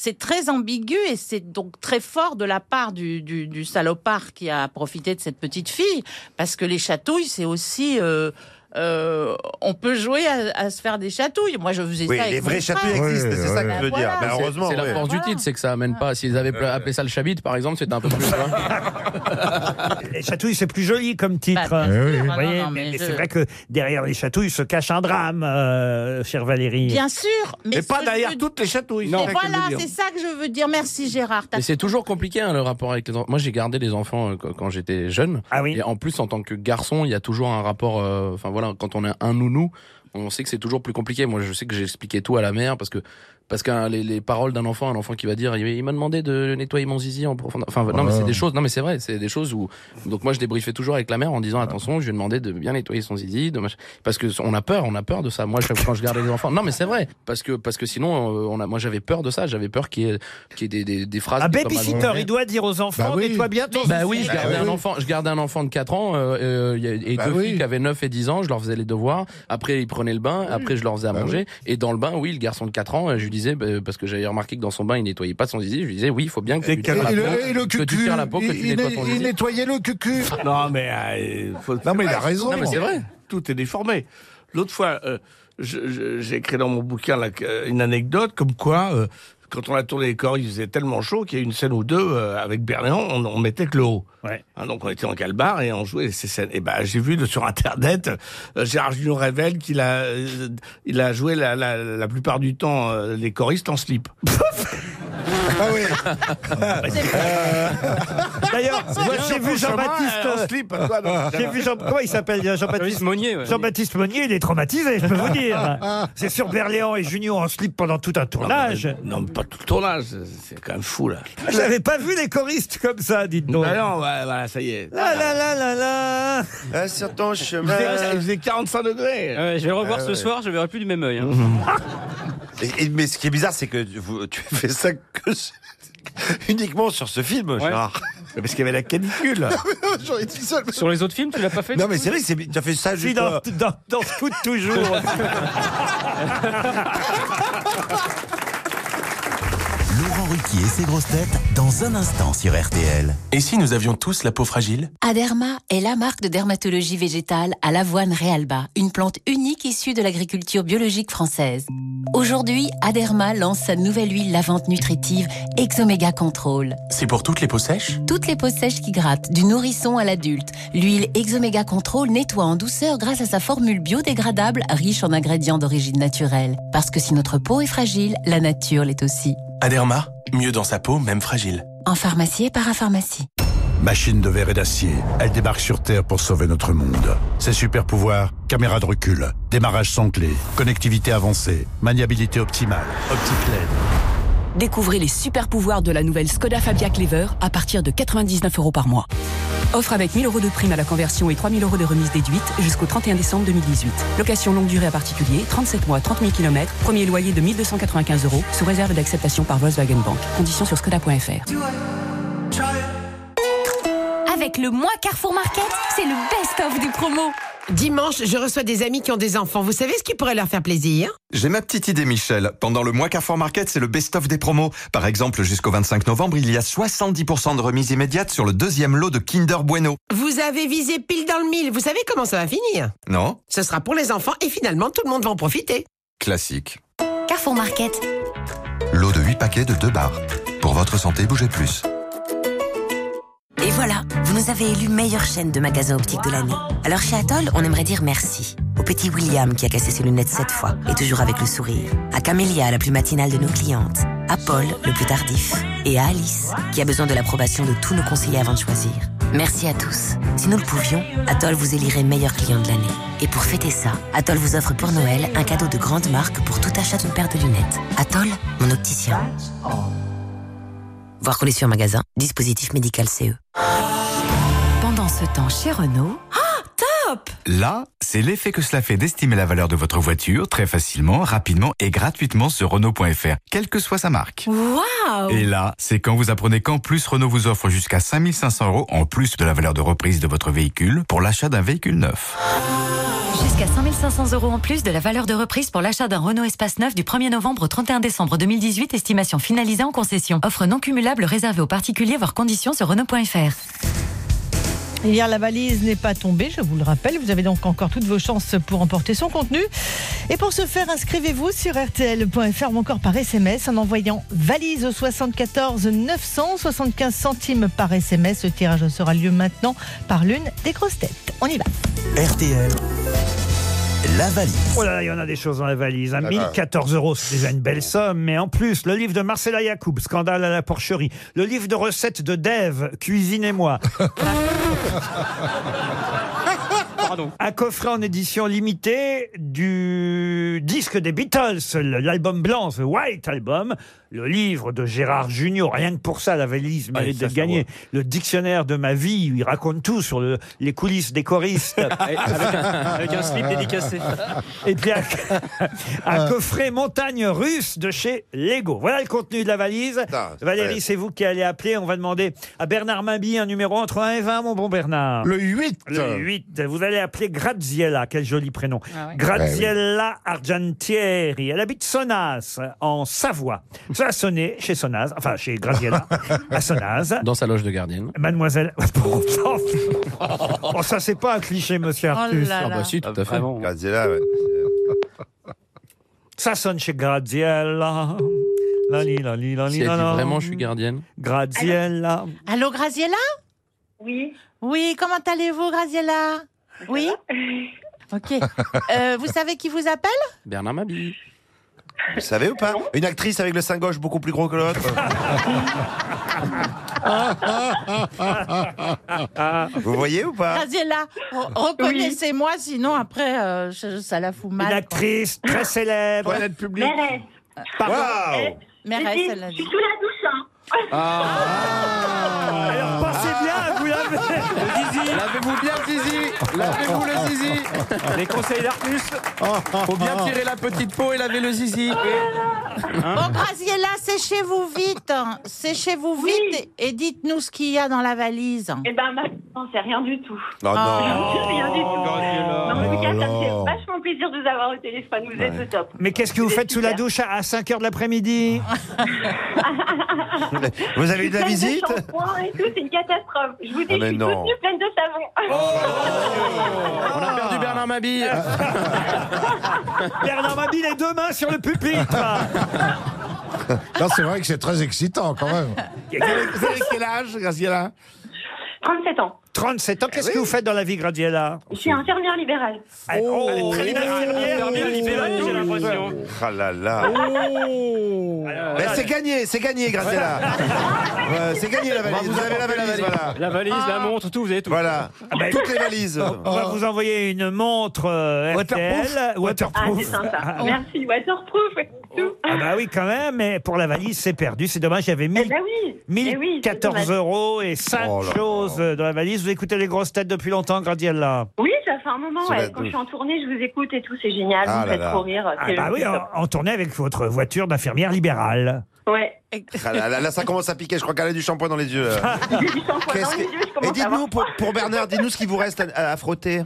S9: c'est très ambigu et c'est donc très fort de la part du, du, du salopard qui a profité de cette petite fille parce que les chatouilles c'est aussi euh, euh, on peut jouer à, à se faire des chatouilles. Moi je faisais
S6: Oui,
S9: ça avec
S6: les vrais
S9: mon frère.
S6: chatouilles existent, c'est ça que je veux
S9: Bah,
S6: dire.
S9: voilà.
S6: Mais
S9: C'est-
S6: heureusement,
S5: C'est la
S6: oui.
S5: force du titre, c'est que ça amène pas. S'ils avaient pla- appelé ça le chabit, par exemple, c'était un peu plus. tu vois.
S3: Les chatouilles, c'est plus joli comme
S9: Bah,
S3: titre.
S9: bien
S3: Vous
S9: sûr,
S4: oui, oui.
S9: non, non,
S3: voyez,
S9: non,
S3: mais,
S9: mais
S3: mais
S9: je-
S3: c'est vrai que derrière les chatouilles se cache un drame, euh, chère Valérie.
S9: Bien sûr, mais,
S8: Mais
S9: ce
S8: pas
S9: que
S8: derrière
S9: je veux-
S8: toutes les chatouilles.
S9: Mais
S8: c'est ça qu'elle
S9: voilà,
S8: veut dire.
S9: c'est ça que je veux dire. Merci Gérard. T'as
S5: Mais c'est toujours compliqué hein, le rapport avec les enfants. Moi, j'ai gardé les enfants euh, quand quand j'étais jeune.
S3: Ah oui.
S5: Et en plus, en tant que garçon, il y a toujours un rapport. euh, Enfin voilà, quand on a un nounou, on sait que c'est toujours plus compliqué. Moi, je sais que j'expliquais tout à la mère parce que parce que hein, les, les paroles d'un enfant, un enfant qui va dire, il, il m'a demandé de nettoyer mon zizi en profondeur. Enfin non,
S9: Ah.
S5: mais c'est des choses. Non, mais c'est vrai, c'est des choses où. Donc moi, je débriefais toujours avec la mère en disant, attention, je lui ai demandé de bien nettoyer son zizi, de mach- parce que on a peur, on a peur de ça. Moi, je- quand je gardais les enfants, non, mais c'est vrai, parce que parce que sinon, euh, on a, moi, j'avais peur de ça. J'avais peur qu'il y ait, qu'il y ait des, des, des
S8: Ah,
S5: phrases.
S3: Un
S5: qui soient mal
S3: babysitter, il doit dire aux enfants,
S4: Bah oui.
S3: nettoie bien ton
S5: bah oui, je
S4: Bah
S5: gardais
S4: oui.
S5: un enfant, je gardais un enfant de 4 ans euh, euh, il y a- et
S4: Bah
S5: deux
S4: oui.
S5: filles qui avaient 9 et 10 ans, je leur faisais les devoirs, après ils prenaient le bain, après je leur faisais à
S4: Bah
S5: manger et dans le bain, oui, le garçon de 4 ans, euh, je lui disais bah, parce que j'avais remarqué que dans son bain, il nettoyait pas son zizi, je lui disais oui, il faut bien que
S4: [LAUGHS]
S5: tu
S4: Et,
S5: tires la peau,
S4: le, et le
S5: que
S4: cucu,
S5: tu tires la peau, que
S4: il,
S5: tu
S4: il
S5: nettoies
S4: ne-
S5: ton
S4: il
S5: zizi.
S4: nettoyait le cucu.
S8: Non, mais euh, faut-
S4: Non mais il a raison.
S5: Non mais c'est vrai.
S8: tout est déformé. L'autre fois, euh, je- je- j'ai écrit dans mon bouquin là, que- euh, une anecdote comme quoi, euh, quand on a tourné les corps, il faisait tellement chaud qu'il y a eu une scène ou deux euh, avec Berléand, on, on mettait que le haut.
S3: Ouais.
S8: Hein, donc on était en calbar et on jouait ces scènes. Et ben j'ai vu de- sur internet, euh, Gérard Junior révèle qu'il a, euh, il a joué la, la- la plupart du temps euh, les choristes en slip.
S4: Ah
S8: [LAUGHS]
S4: oui.
S6: Euh.
S3: D'ailleurs,
S8: Ah, C'est bien
S3: j'ai
S8: sur
S3: vu
S8: ton
S3: Jean-Baptiste.
S8: chemin, euh, en slip, toi, donc.
S3: [LAUGHS] J'ai vu Jean. Comment il s'appelle déjà, Jean-Baptiste
S8: Jean-Baptiste Monnier, ouais.
S3: Jean-Baptiste Ah, Monnier, il est traumatisé, je peux vous
S8: [LAUGHS]
S3: dire. C'est sur Berléand et Junior en slip pendant tout un tournage.
S8: Non, mais pas tout le tournage, c'est quand même fou là.
S3: Je n'avais pas vu les choristes comme ça, dites donc.
S8: Ah bah. non, ouais, voilà, ça y est. Hein,
S3: La la la la la.
S6: sur ton chemin.
S8: Il faisait, il faisait 45 degrés.
S7: Ouais, je vais le revoir
S6: Ah
S7: ce
S6: ouais.
S7: soir, je verrai plus du même œil. hein.
S6: [LAUGHS] Et- et- mais ce qui est bizarre, c'est que vous- tu fais ça que sur- [LAUGHS] uniquement sur ce film, Gérard.
S8: Mais Parce qu'il y avait la canicule.
S6: J'en ai dit seul.
S7: Sur les autres films, tu l'as pas fait
S6: Non,
S7: du
S6: mais
S7: coup
S6: c'est vrai, c'est bi- tu as fait ça
S3: Si,
S6: juste.
S3: dans,
S6: pour-
S3: dans, dans Scout toujours.
S1: Laurent Ruquier et ses grosses têtes dans un instant sur RTL.
S11: Et si nous avions tous la peau fragile
S2: Aderma est la marque de dermatologie végétale à l'avoine Realba, une plante unique issue de l'agriculture biologique française. Aujourd'hui, Aderma lance sa nouvelle huile lavante nutritive Exoméga Control.
S11: C'est pour toutes les peaux sèches
S2: Toutes les peaux sèches qui grattent, du nourrisson à l'adulte, l'huile Exoméga Control nettoie en douceur grâce à sa formule biodégradable riche en ingrédients d'origine naturelle. Parce que si notre peau est fragile, la nature l'est aussi.
S11: Aderma, mieux dans sa peau, même fragile.
S2: En pharmacie et parapharmacie.
S12: Machine de verre et d'acier, elle débarque sur Terre pour sauver notre monde. Ses super pouvoirs, caméra de recul, démarrage sans clé, connectivité avancée, maniabilité optimale, optique LED.
S13: Découvrez les super pouvoirs de la nouvelle Skoda Fabia Clever à partir de 99 euros par mois. Offre avec 1000 euros de prime à la conversion et 3000 euros de remise déduite jusqu'au 31 décembre 2018. Location longue durée à particulier, 37 mois, 30 000 km, premier loyer de 1295 euros, sous réserve d'acceptation par Volkswagen Bank. Conditions sur skoda.fr.
S14: Avec le mois Carrefour Market, c'est le best-of des promos.
S15: Dimanche, je reçois des amis qui ont des enfants. Vous savez ce qui pourrait leur faire plaisir
S16: J'ai ma petite idée, Michel. Pendant le mois Carrefour Market, c'est le best-of des promos. Par exemple, jusqu'au 25 novembre, il y a 70% de remise immédiate sur le deuxième lot de Kinder Bueno.
S15: Vous avez visé pile dans le mille. Vous savez comment ça va finir
S16: Non
S15: Ce sera pour les enfants et finalement, tout le monde va en profiter.
S16: Classique.
S14: Carrefour Market.
S16: Lot de 8 paquets de 2 bars. Pour votre santé, bougez plus.
S17: Et voilà, vous nous avez élu meilleure chaîne de magasins optiques de l'année. Alors chez Atoll, on aimerait dire merci. Au petit William qui a cassé ses lunettes sept fois, et toujours avec le sourire. À Camélia, la plus matinale de nos clientes. À Paul, le plus tardif. Et à Alice, qui a besoin de l'approbation de tous nos conseillers avant de choisir. Merci à tous. Si nous le pouvions, Atoll vous élirait meilleur client de l'année. Et pour fêter ça, Atoll vous offre pour Noël un cadeau de grande marque pour tout achat d'une paire de lunettes. Atoll, mon opticien. Voir coller sur magasin, dispositif médical E. CE.
S2: Pendant ce temps chez Renault,
S14: Top
S18: Là, c'est l'effet que cela fait d'estimer la valeur de votre voiture très facilement, rapidement et gratuitement sur Renault.fr, quelle que soit sa marque.
S1: Oh.
S14: Waouh
S18: Et là, c'est quand vous apprenez qu'en plus Renault vous offre jusqu'à 5500 euros en plus de la valeur de reprise de votre véhicule pour l'achat d'un véhicule neuf.
S2: Jusqu'à 5500 euros en plus de la valeur de reprise pour l'achat d'un Renault Espace 9 du 1er novembre au 31 décembre 2018, estimation finalisée en concession. Offre non cumulable réservée aux particuliers, voire conditions sur Renault.fr.
S19: Hier, Eh la valise n'est pas tombée, je vous le rappelle. Vous avez donc encore toutes vos chances pour emporter son contenu. Et pour ce faire, inscrivez-vous sur rtl.fr ou encore par SMS en envoyant valise au 74 900, 75 centimes par SMS. Le tirage sera lieu maintenant par l'une des grosses têtes. On y va.
S1: RTL, la valise.
S3: Oh là là, il y en a des choses dans la valise. hein.
S1: Ah bah.
S3: 1014 euros, c'est déjà une belle somme. Mais en plus, le livre de Marcella Yacoub, Scandale à la porcherie. Le livre de recettes de Dave, Cuisinez-moi. Un coffret en édition limitée du disque des Beatles, le- l'album blanc, The White Album, le livre de Gérard Junior, rien que pour ça, la valise
S20: Ah,
S3: mérite
S20: ça,
S3: d'être
S20: ça
S3: gagnée. Le dictionnaire de ma vie, où il raconte tout sur le- les coulisses des
S7: [LAUGHS]
S3: choristes.
S7: Avec- avec un slip dédicacé.
S3: Et puis un, [LAUGHS] un coffret montagne russe de chez Lego. Voilà le contenu de la valise. Valérie,
S4: ouais.
S3: c'est vous qui allez appeler. On va demander à Bernard Mabi un numéro entre 1 et 20, mon bon Bernard.
S4: Le 8.
S3: Le 8. Vous allez appeler Graziella. Quel joli prénom.
S4: Ah ouais.
S3: Graziella Argentieri. Elle habite Sonas, en Savoie. Ça a sonné chez Sonas, enfin chez Graziella, à Sonas.
S5: Dans sa loge de gardienne.
S3: Mademoiselle. [LAUGHS] Oh, oh, ça, c'est pas un cliché, monsieur
S5: Oh
S3: Artus.
S5: là Ah bah là. si, tout à fait.
S3: Vraiment.
S5: [LAUGHS]
S3: Ça sonne chez Graziella. Lali, lali, lali,
S5: Si elle dit
S3: lala.
S5: vraiment, je suis gardienne.
S3: Graziella.
S9: Allô, Graziella Oui. Oui, comment allez-vous, Graziella [LAUGHS]
S3: [LAUGHS]
S9: Oui Ok. Euh, vous savez qui vous appelle
S5: Bernard Mabille.
S6: Vous le savez ou pas Une actrice avec le sein gauche beaucoup plus gros que
S5: [LAUGHS]
S6: l'autre.
S3: Ah.
S6: Vous voyez ou pas
S9: Graziella, re- reconnaissez-moi, sinon après, euh, je- ça la fout mal.
S3: Une actrice
S9: [LAUGHS]
S3: très célèbre. Toilette publique. Mérès. Pardon Waouh.
S9: Mérès, elle l'a dit.
S3: Alors pensez bien, vous l'avez.
S5: Zizi. Lavez-vous bien, Zizi. Lavez-vous le Zizi.
S7: Les conseils d'Artus.
S5: Faut bien tirer la petite peau et laver le Zizi.
S3: Hein
S9: Bon, Oh, Graziella, séchez-vous vite. hein. Séchez-vous vite et, et dites-nous ce qu'il y a dans la valise. Ah. Eh ben, maintenant, c'est rien du tout.
S6: Non,
S20: Rien du tout.
S3: Oh
S20: en tout cas, ça me
S6: Oh.
S20: fait vachement plaisir de vous avoir au téléphone. Vous êtes au top.
S3: Mais qu'est-ce que
S20: [LAUGHS]
S3: vous faites sous la douche à 5 heures de l'après-midi
S6: Vous avez eu de la
S20: Pleine
S6: visite
S20: shampoing et tout, c'est une catastrophe. Je vous dis,
S6: Ah,
S20: je
S6: mais
S20: suis
S6: non.
S20: toute pleine de savon.
S5: Oh.
S20: [LAUGHS]
S5: On a perdu Bernard Mabille.
S3: [LAUGHS] Bernard Mabille est deux mains sur le pupitre.
S4: [LAUGHS] Là, c'est vrai que c'est très excitant quand même.
S8: Vous avez quel âge, Graziella
S20: 37 ans.
S3: 37 ans,
S6: Eh
S3: qu'est-ce que vous faites dans la vie, Gradiella
S20: Je suis infirmière libérale.
S3: Oh,
S20: elle est très
S3: libérale,
S7: bien libérale, j'ai l'impression.
S6: Ah là
S5: Oh.
S6: là. Ben, c'est gagné, c'est gagné,
S5: [LAUGHS]
S6: Graciela. Ouais, c'est gagné la valise.
S7: On va vous
S6: Vous avez la
S7: apporter la
S6: valise,
S7: valise.
S6: voilà.
S7: La valise, la montre, tout, vous avez tout.
S6: Voilà. Toutes les valises.
S3: Ah ben, On va vous envoyer une montre euh,
S6: Waterproof
S3: RTL,
S20: Ah, c'est
S3: waterproof.
S20: sympa.
S3: Ah,
S20: Merci, waterproof. Tout.
S3: Ah bah oui, quand même, mais pour la valise, c'est perdu. C'est dommage, il y
S20: Eh
S3: avait 1000
S20: ben c'est
S3: 1014
S20: dommage.
S3: euros et 5
S6: Oh
S3: choses euh, dans la valise. Vous écoutez les grosses têtes depuis longtemps, Gradiella
S20: Oui, ça fait un moment.
S3: Sur la
S20: ouais. Quand je suis
S3: douche.
S20: en tournée, je vous écoute et tout, c'est génial.
S3: Ah
S20: vous me
S3: là
S20: faites
S3: là.
S20: trop rire.
S3: Ah
S20: c'est-
S3: bah oui,
S20: c'est
S3: en,
S20: top.
S3: en tournée avec votre voiture d'infirmière libérale.
S20: Ouais.
S6: Ah là, là, là, ça commence à piquer. Je crois qu'elle a du shampoing dans les yeux.
S20: [LAUGHS]
S6: là.
S20: J'ai du shampoing
S6: Qu'est-ce
S20: dans les
S6: que-
S20: yeux, je
S6: Et
S20: commence à avoir
S6: dites-nous, pour, pour Bernard, dites-nous ce qui vous reste à, à
S20: [LAUGHS]
S6: frotter.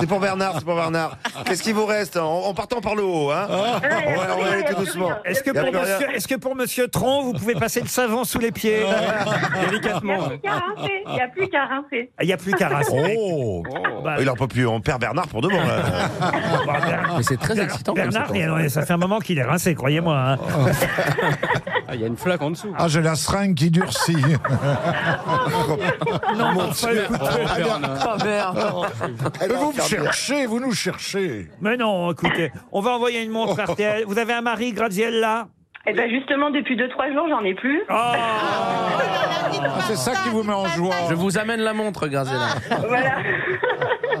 S6: c'est pour Bernard, c'est pour Bernard. Qu'est-ce qui vous reste en, en partant par le haut hein
S20: Ah,
S3: Ouais,
S6: On va- On va y aller tout doucement.
S3: Ah. Est-ce que,
S6: Y a
S3: pour
S6: plus rien.
S3: monsieur, est-ce que pour monsieur Tron, vous pouvez passer le savon sous les pieds Délicatement.
S20: Il n'y a plus qu'à rincer. Il n'y a plus qu'à rincer.
S3: Il n'y a plus qu'à
S6: [LAUGHS]
S3: Bah, rassurer.
S6: Oh, Il en peut plus, on perd Bernard pour demain. là.
S3: [LAUGHS]
S5: Mais c'est très excitant. comme
S3: Bernard,
S5: ça.
S3: il- non, ça fait un moment qu'il est rincé, croyez-moi. hein.
S7: Ah, Il y a une flaque en dessous.
S4: Ah, j'ai la seringue qui
S6: [LAUGHS]
S4: durcit.
S3: Non,
S4: Mon
S3: non, pas
S4: Dieu.
S3: écoute,
S4: Ah,
S3: Bernard.
S4: Bernard.
S20: Oh,
S3: Pas Bernard.
S4: Et vous me cherchez, vous nous cherchez.
S3: Mais non, écoutez, on va envoyer une montre RTL. Vous avez un mari, Graziella Oh.
S20: Eh ben justement, depuis 2-3 jours, j'en ai plus.
S4: Ah, c'est ça qui vous met en joie.
S5: Je vous amène la montre, Graziella.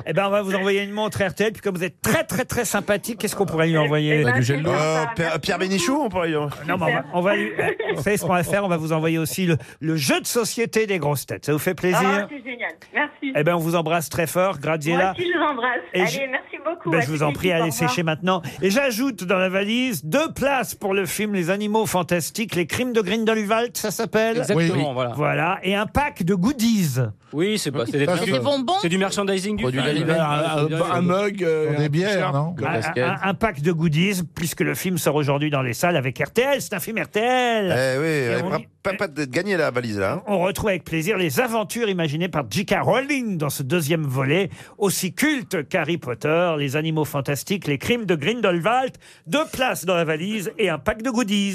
S3: Eh ben, on va vous envoyer une montre RTL. Puis comme vous êtes très, très, très sympathique, qu'est-ce qu'on
S20: Eh ben,
S3: pourrait lui envoyer
S6: Bah, du gel douche. Euh, Pierre- Pierre Bénichou, on pourrait lui envoyer.
S3: Non, mais on va, on va lui. euh, Vous savez ce qu'on va faire On va vous envoyer aussi le, le jeu de société des grosses têtes. Ça vous fait
S20: Ah,
S3: plaisir
S20: c'est génial. Merci.
S3: Eh ben, on vous embrasse très fort, Graziella.
S20: Moi aussi, je vous embrasse.
S3: Et
S20: Allez,
S3: je-
S20: merci beaucoup.
S3: Ben,
S20: à
S3: je vous
S20: toute
S3: en prie,
S20: l'équipe. Au
S3: allez
S20: revoir.
S3: sécher maintenant. Et j'ajoute dans la valise deux places pour le film Les Animaux Fantastiques, Les Crimes de Grindelwald, ça s'appelle
S7: Exactement, Oui. voilà.
S3: Voilà, et un pack de goodies.
S7: Oui, c'est pas. C'est
S3: Parce
S7: trucs-
S3: que- Des bonbons
S7: C'est du merchandising du
S5: Produit
S7: film.
S5: dérivé.
S7: Ouais, c'est bien,
S8: mug, euh,
S4: Des bières,
S8: t-shirt.
S7: [LAUGHS]
S4: non
S3: Un, un- un pack de goodies, puisque le film sort aujourd'hui dans les salles avec RTL, c'est un film RTL.
S6: Eh oui,
S3: Et
S6: elle
S3: on,
S6: est pas- pas de gagner la valise là. hein.
S3: on retrouve avec plaisir les aventures imaginées par J.K. Rowling dans ce deuxième volet, aussi culte qu'Harry Potter, les animaux fantastiques, les crimes de Grindelwald, deux places dans la valise et un pack de goodies.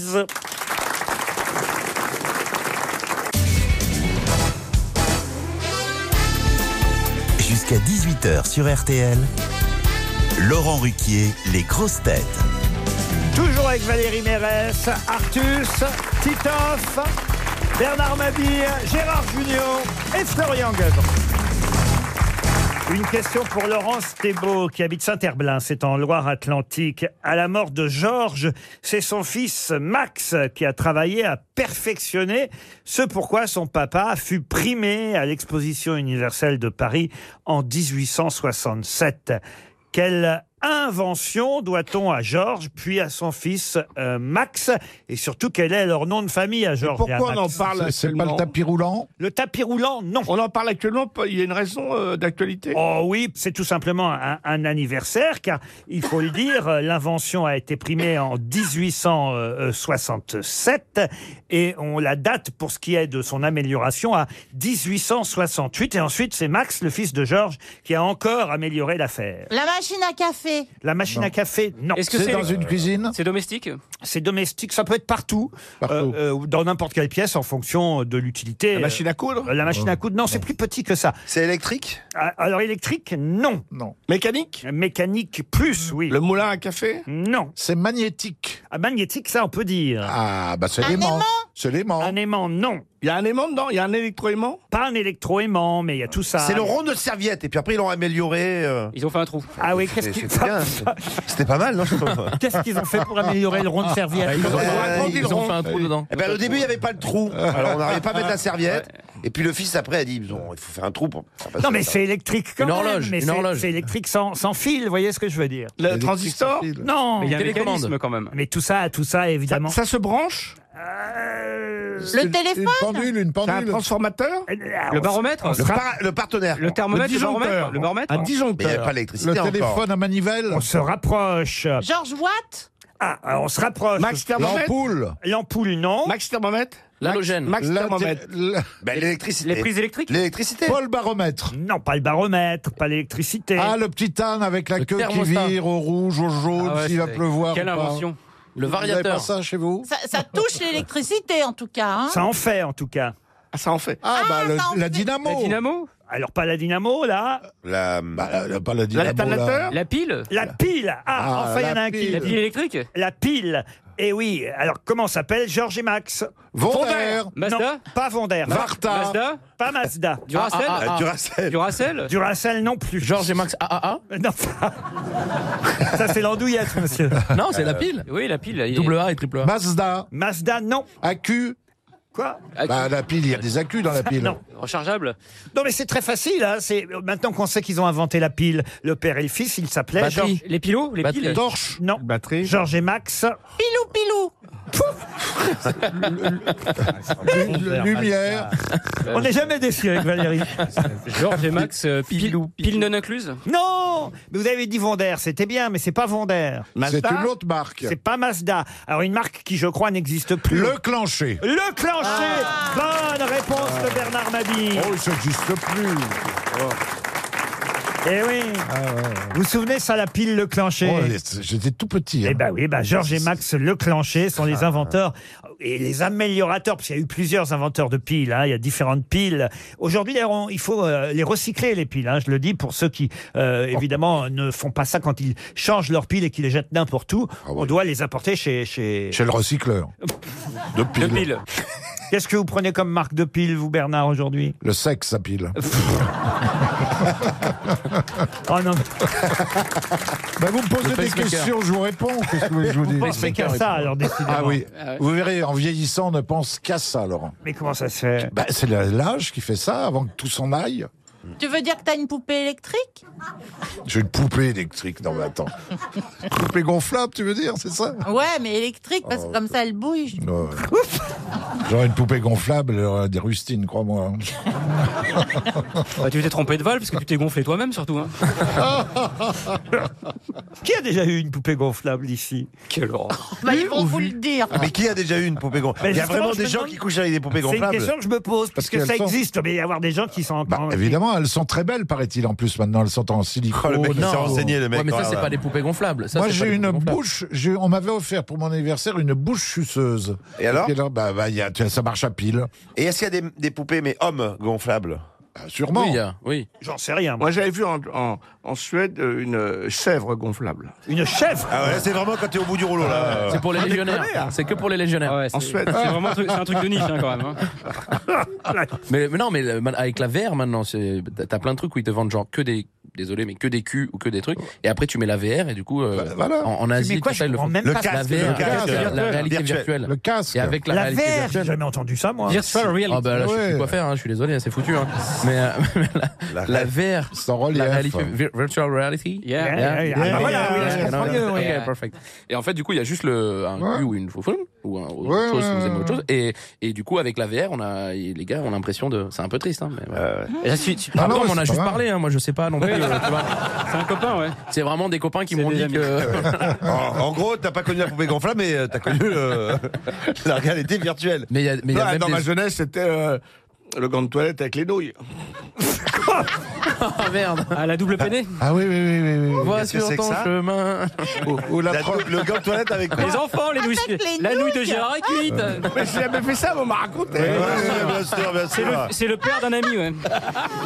S1: Jusqu'à 18h sur RTL, Laurent Ruquier, les grosses têtes.
S3: Toujours avec Valérie Mérès, Artus, Titoff, Bernard Mabille, Gérard Junior et Florian Gazan. Une question pour Laurence Thébault, qui habite Saint-Herblain, c'est en Loire-Atlantique. À la mort de Georges, c'est son fils Max qui a travaillé à perfectionner ce pourquoi son papa fut primé à l'exposition universelle de Paris en 1867. Quelle invention doit-on à Georges, puis à son fils euh, Max Et surtout, quel est leur nom de famille à Georges et à
S8: Pourquoi on en
S3: Max
S8: parle actuellement
S4: roulant
S3: Le tapis roulant, non.
S8: On en parle actuellement, il y a une raison euh, d'actualité
S3: Oh oui, c'est tout simplement un, un anniversaire, car il faut le dire, euh, l'invention a été primée en 1867 et on la date pour ce qui est de son amélioration à 1868. Et ensuite, c'est Max, le fils de Georges, qui a encore amélioré l'affaire.
S9: La machine à café. café.
S3: La machine à café, non.
S7: Est-ce que C'est c'est- dans une
S3: cuisine
S7: C'est domestique
S3: C'est domestique, ça peut être partout. Euh, euh, dans n'importe quelle pièce en fonction de l'utilité. La machine à coudre La machine à coudre, non, c'est plus petit que ça. C'est électrique Alors électrique, non. Non. Mécanique Mécanique plus, oui. Le moulin à café Non. C'est magnétique. magnétique, ça on peut dire. Ah, bah c'est l'aimant. C'est l'aimant. Un aimant, non. Il y a un aimant dedans Il y a un électroaimant Pas un électroaimant, mais il y a tout ça.
S6: C'est le rond de serviette, et puis après ils l'ont amélioré.
S7: Ils ont fait un trou.
S3: Ah oui, qu'est-ce qu'ils-
S6: C'était
S3: [LAUGHS]
S6: bien, c'était- c'était pas mal, non je trouve.
S3: Qu'est-ce qu'ils ont fait pour améliorer le rond de serviette
S6: Bah, Ils ont,
S3: Euh,
S6: ils ont fait un trou dedans. Eh ben, au début, il n'y avait pas le trou. [LAUGHS] Alors, on n'arrivait pas à mettre la serviette. Et puis, le fils, après, a dit Bon, il faut faire un trou pour. faire passer
S3: Non,
S6: le
S3: mais
S6: temps.
S3: c'est électrique quand
S6: Une
S3: même.
S6: horloge,
S3: mais
S6: une
S3: c'est-
S6: horloge.
S3: C'est électrique sans, sans fil, vous voyez ce que je veux dire
S6: Le Électrique transistor sans fil.
S3: Non,
S7: Mais il y a un Télécommande. mécanisme, quand même.
S3: Mais tout ça, tout ça, évidemment. Euh,
S8: Ça se branche
S3: Le téléphone
S8: Une pendule, une pendule. Un transformateur
S3: Euh,
S7: Le baromètre
S6: Le, par- le partenaire.
S7: Le thermomètre, le
S8: disjoncteur.
S7: baromètre, le baromètre.
S6: Un disjoncteur. Mais il y avait pas l'électricité Le encore. téléphone
S3: à manivelle. On se rapproche.
S9: George Watt
S3: Ah, alors on se rapproche.
S8: Max thermomètre
S3: L'ampoule. L'ampoule, non.
S8: Max thermomètre
S7: L'halogène.
S8: Max thermomètre.
S4: Ben,
S6: l'électricité.
S8: Les prises électriques
S6: L'électricité.
S3: Pas le baromètre. Non, pas le baromètre, pas l'électricité.
S4: Ah, le petit âne avec la queue qui
S3: thermostat.
S4: vire au rouge, au jaune,
S3: Ah ouais,
S4: s'il va
S3: c'est-
S4: pleuvoir.
S3: quelle
S4: ou pas.
S3: invention. Le
S4: Vous avez
S3: variateur.
S4: pas ça chez vous
S9: ça, ça touche l'électricité en tout cas. hein.
S3: Ça en fait, en tout cas. Ah, ça en fait.
S9: Ah, bah, le- ça en la fait.
S3: dynamo. La
S7: dynamo
S3: Alors, pas la dynamo, là.
S6: La,
S4: Bah, pas la Oh,
S7: La pile
S3: La pile Ah,
S7: Ah,
S3: enfin, il y en a
S7: la
S3: un qui.
S7: pile. La pile électrique
S3: La pile Eh oui, alors comment s'appelle Georges et Max
S7: Vonder. Mazda
S3: Mazda Pas Vonder.
S7: Varta. Mazda
S3: Pas Mazda.
S7: [LAUGHS] Duracell Ah, ah, ah.
S6: Duracell.
S7: Duracell
S3: [LAUGHS] Duracell non plus. Georges et Max AAA [LAUGHS] Non, [LAUGHS] ça c'est l'andouillette, monsieur.
S7: Non, c'est la pile. Oui, la pile. il est-
S4: Mazda.
S3: Mazda, non.
S4: AQ.
S3: Quoi
S4: Bah, la pile, il y a des AQ dans la pile.
S3: Non.
S7: Ah, Rechargeable
S3: Non, mais c'est très facile. Hein. C'est maintenant qu'on sait qu'ils ont inventé la pile, le père et le fils, ils s'appelaient
S7: Batterie. Les pilots, les Batterie. piles.
S3: Torche. Non. Batterie. Georges et Max.
S9: Pilou, pilou.
S4: Lumière.
S3: On n'est jamais déçus avec Valérie.
S7: Georges et Max, euh, pile, pile non incluse
S3: Non Mais vous avez dit Vonder, c'était bien, mais c'est pas Vonder.
S4: Mazda C'est une autre marque.
S3: C'est pas Mazda. Alors une marque qui, je crois, n'existe plus.
S4: Le clancher.
S3: Le clancher Bonne réponse de Bernard Mabille
S4: Oh, ça n'existe plus. Ah,
S3: Eh oui Vous vous souvenez ça, la pile Le Clancher
S4: Oh, c'est- J'étais tout petit.
S3: Eh ben oui, bah Georges et Max Le Clancher sont
S4: Ah.
S3: les inventeurs et les améliorateurs, parce qu'il y a eu plusieurs inventeurs de piles, hein, il y a différentes piles. Aujourd'hui, d'ailleurs, on- il faut euh, les recycler, les piles, hein, je le dis pour ceux qui, euh,
S4: Oh.
S3: évidemment, ne font pas ça quand ils changent leurs piles et qu'ils les jettent n'importe où. On doit les apporter chez... Chez,
S4: Ah Chez le
S3: [LAUGHS]
S4: recycleur. De pile.
S3: Qu'est-ce que vous prenez comme marque de pile, vous, Bernard, aujourd'hui
S4: Le sexe à pile.
S3: [LAUGHS] Oh non
S4: Bah, vous me
S3: Le
S4: posez des
S3: pacemaker.
S4: questions, je vous réponds. Qu'est-ce que vous voulez que je vous
S3: Vous
S4: dise
S3: pensez qu'à ça, alors, décidément.
S4: Ah oui.
S3: Ah ouais.
S4: Vous verrez, en vieillissant, on ne pense qu'à ça, Laurent.
S3: Mais comment ça se fait
S4: bah, C'est la- l'âge qui fait ça, avant que tout s'en aille.
S9: Tu veux dire que t'as une poupée électrique
S4: J'ai une poupée électrique. Non, mais [LAUGHS] attends. poupée gonflable, tu veux dire, c'est ça
S9: Ouais, mais électrique parce
S3: Oh,
S9: que comme ça elle bouge.
S4: Ouais. J'aurais une poupée gonflable, elle aurait des rustines, crois-moi.
S7: Bah, tu t'es trompé de vol parce que tu t'es gonflé toi-même surtout. hein.
S3: Qui a déjà eu une poupée gonflable ici
S7: Quelle horreur
S9: Bah, ils vont vous le dire.
S6: Ah, mais qui a déjà eu une poupée gonflable
S3: Mais
S6: Il y a
S3: justement,
S6: vraiment
S3: je
S6: des
S3: me
S6: gens
S3: demande-
S6: qui couchent avec des poupées
S3: C'est une
S6: gonflables. Bah,
S3: question que je me pose, parce,
S4: Parce
S3: que
S4: qu'elles
S3: ça
S4: sont-
S3: existe, mais il va y avoir des gens qui sont encore...
S4: Évidemment, elles sont très belles, paraît-il, en plus, maintenant. Elles sont en silicone.
S5: Oh, le mec, il s'est
S4: Non.
S5: renseigné, le mec. Ouais, mais ça, c'est pas des poupées gonflables. Ça,
S4: Moi,
S5: c'est pas
S4: j'ai
S5: des
S4: une
S5: poupées gonflables.
S4: bouche. j'ai- on m'avait offert pour mon anniversaire une bouche suceuse.
S6: Et alors
S4: là, bah, bah, il y a- tu vois, Ça marche à pile.
S6: Et est-ce qu'il y a des, des poupées, mais hommes gonflables
S4: Ah, Sûrement.
S5: oui.
S3: J'en sais rien.
S8: Moi, j'avais vu en, en- en Suède euh, une euh, chèvre gonflable. Ah,
S3: Une chèvre
S6: Ah ouais, c'est vraiment quand t'es au bout du rouleau,
S7: Euh,
S6: là.
S5: C'est pour les
S8: hein.
S5: légionnaires. C'est que pour les légionnaires.
S7: En Suède. Ah [LAUGHS] C'est
S5: Ah.
S7: vraiment un truc- c'est un truc de niche hein, quand même. hein.
S3: Ah
S5: Mais, mais non, mais le- avec la VR maintenant, c'est- t'as- t'as plein de trucs où ils te vendent genre que des, désolé, mais que des culs ou que des trucs. Et après, tu mets la VR et du coup, euh,
S3: Bah,
S5: en, en Asie, tout ça, ils le font.
S3: même pas
S5: la
S3: ce que
S5: VR,
S3: le casque,
S5: la,
S3: virtuel.
S5: réalité
S3: Virtuel.
S5: virtuelle.
S3: Le casque.
S5: Et avec la,
S3: La
S5: réalité
S3: VR, j'ai
S5: virtuelle.
S3: jamais entendu ça, moi. Virtual reality.
S5: Ah bah là, je sais
S3: Ouais.
S5: plus quoi faire, hein, je suis désolé, c'est foutu.
S3: [LAUGHS]
S5: Hein. Mais, euh, [LAUGHS] mais la, la, VR, la réalité, vir- virtual reality.
S7: Yeah.
S3: hein. Yeah, yeah. Ah, voilà, oui, je comprends
S5: non,
S3: mieux,
S5: non,
S3: oui.
S5: ok, perfect. Et en fait, du coup, il y a juste le, un
S3: Ouais.
S5: cul ou une faux ou un, autre
S3: Ouais,
S5: chose,
S3: ouais,
S5: si vous aimez
S3: ouais.
S5: autre chose. Et, et du coup, avec la VR, on a, et les gars ont l'impression de. C'est un peu triste, hein, mais ouais. Et là, si- si-
S7: Ah
S5: par
S7: non,
S5: contre,
S7: mais
S5: on en a
S7: c'est
S5: juste
S7: pas mal.
S5: parlé, hein, moi, je sais pas non plus.
S7: Oui.
S5: euh, tu vois.
S7: C'est un copain, ouais.
S5: C'est vraiment des copains qui m'ont
S7: des
S5: dit
S7: amis.
S5: que. [LAUGHS]
S6: En, en gros, t'as pas connu la poupée gonflable, mais euh, t'as connu euh, [LAUGHS] la réalité virtuelle.
S5: Mais il y a, [LAUGHS]
S8: Non, dans ma jeunesse, c'était euh, le gant de toilette avec les douilles.
S5: Ah merde.
S7: À la double peinée
S4: Ah oui, oui, oui. oui, oui.
S5: Vois
S7: Qu'est-ce que
S5: sur
S7: c'est que
S5: ton
S7: ça
S5: chemin.
S3: Oh,
S4: Ou la,
S7: La
S4: pro-
S7: dou- le gant de toilette avec quoi Les enfants, les nouilles- Avec les la nouille nouilles. de Gérard est cuite.
S8: [LAUGHS] Mais j'ai jamais fait ça, mais on m'a raconté.
S4: Ouais, ouais, ouais, bien sûr, bien
S7: C'est le,
S4: sûr.
S7: c'est le père d'un ami, ouais.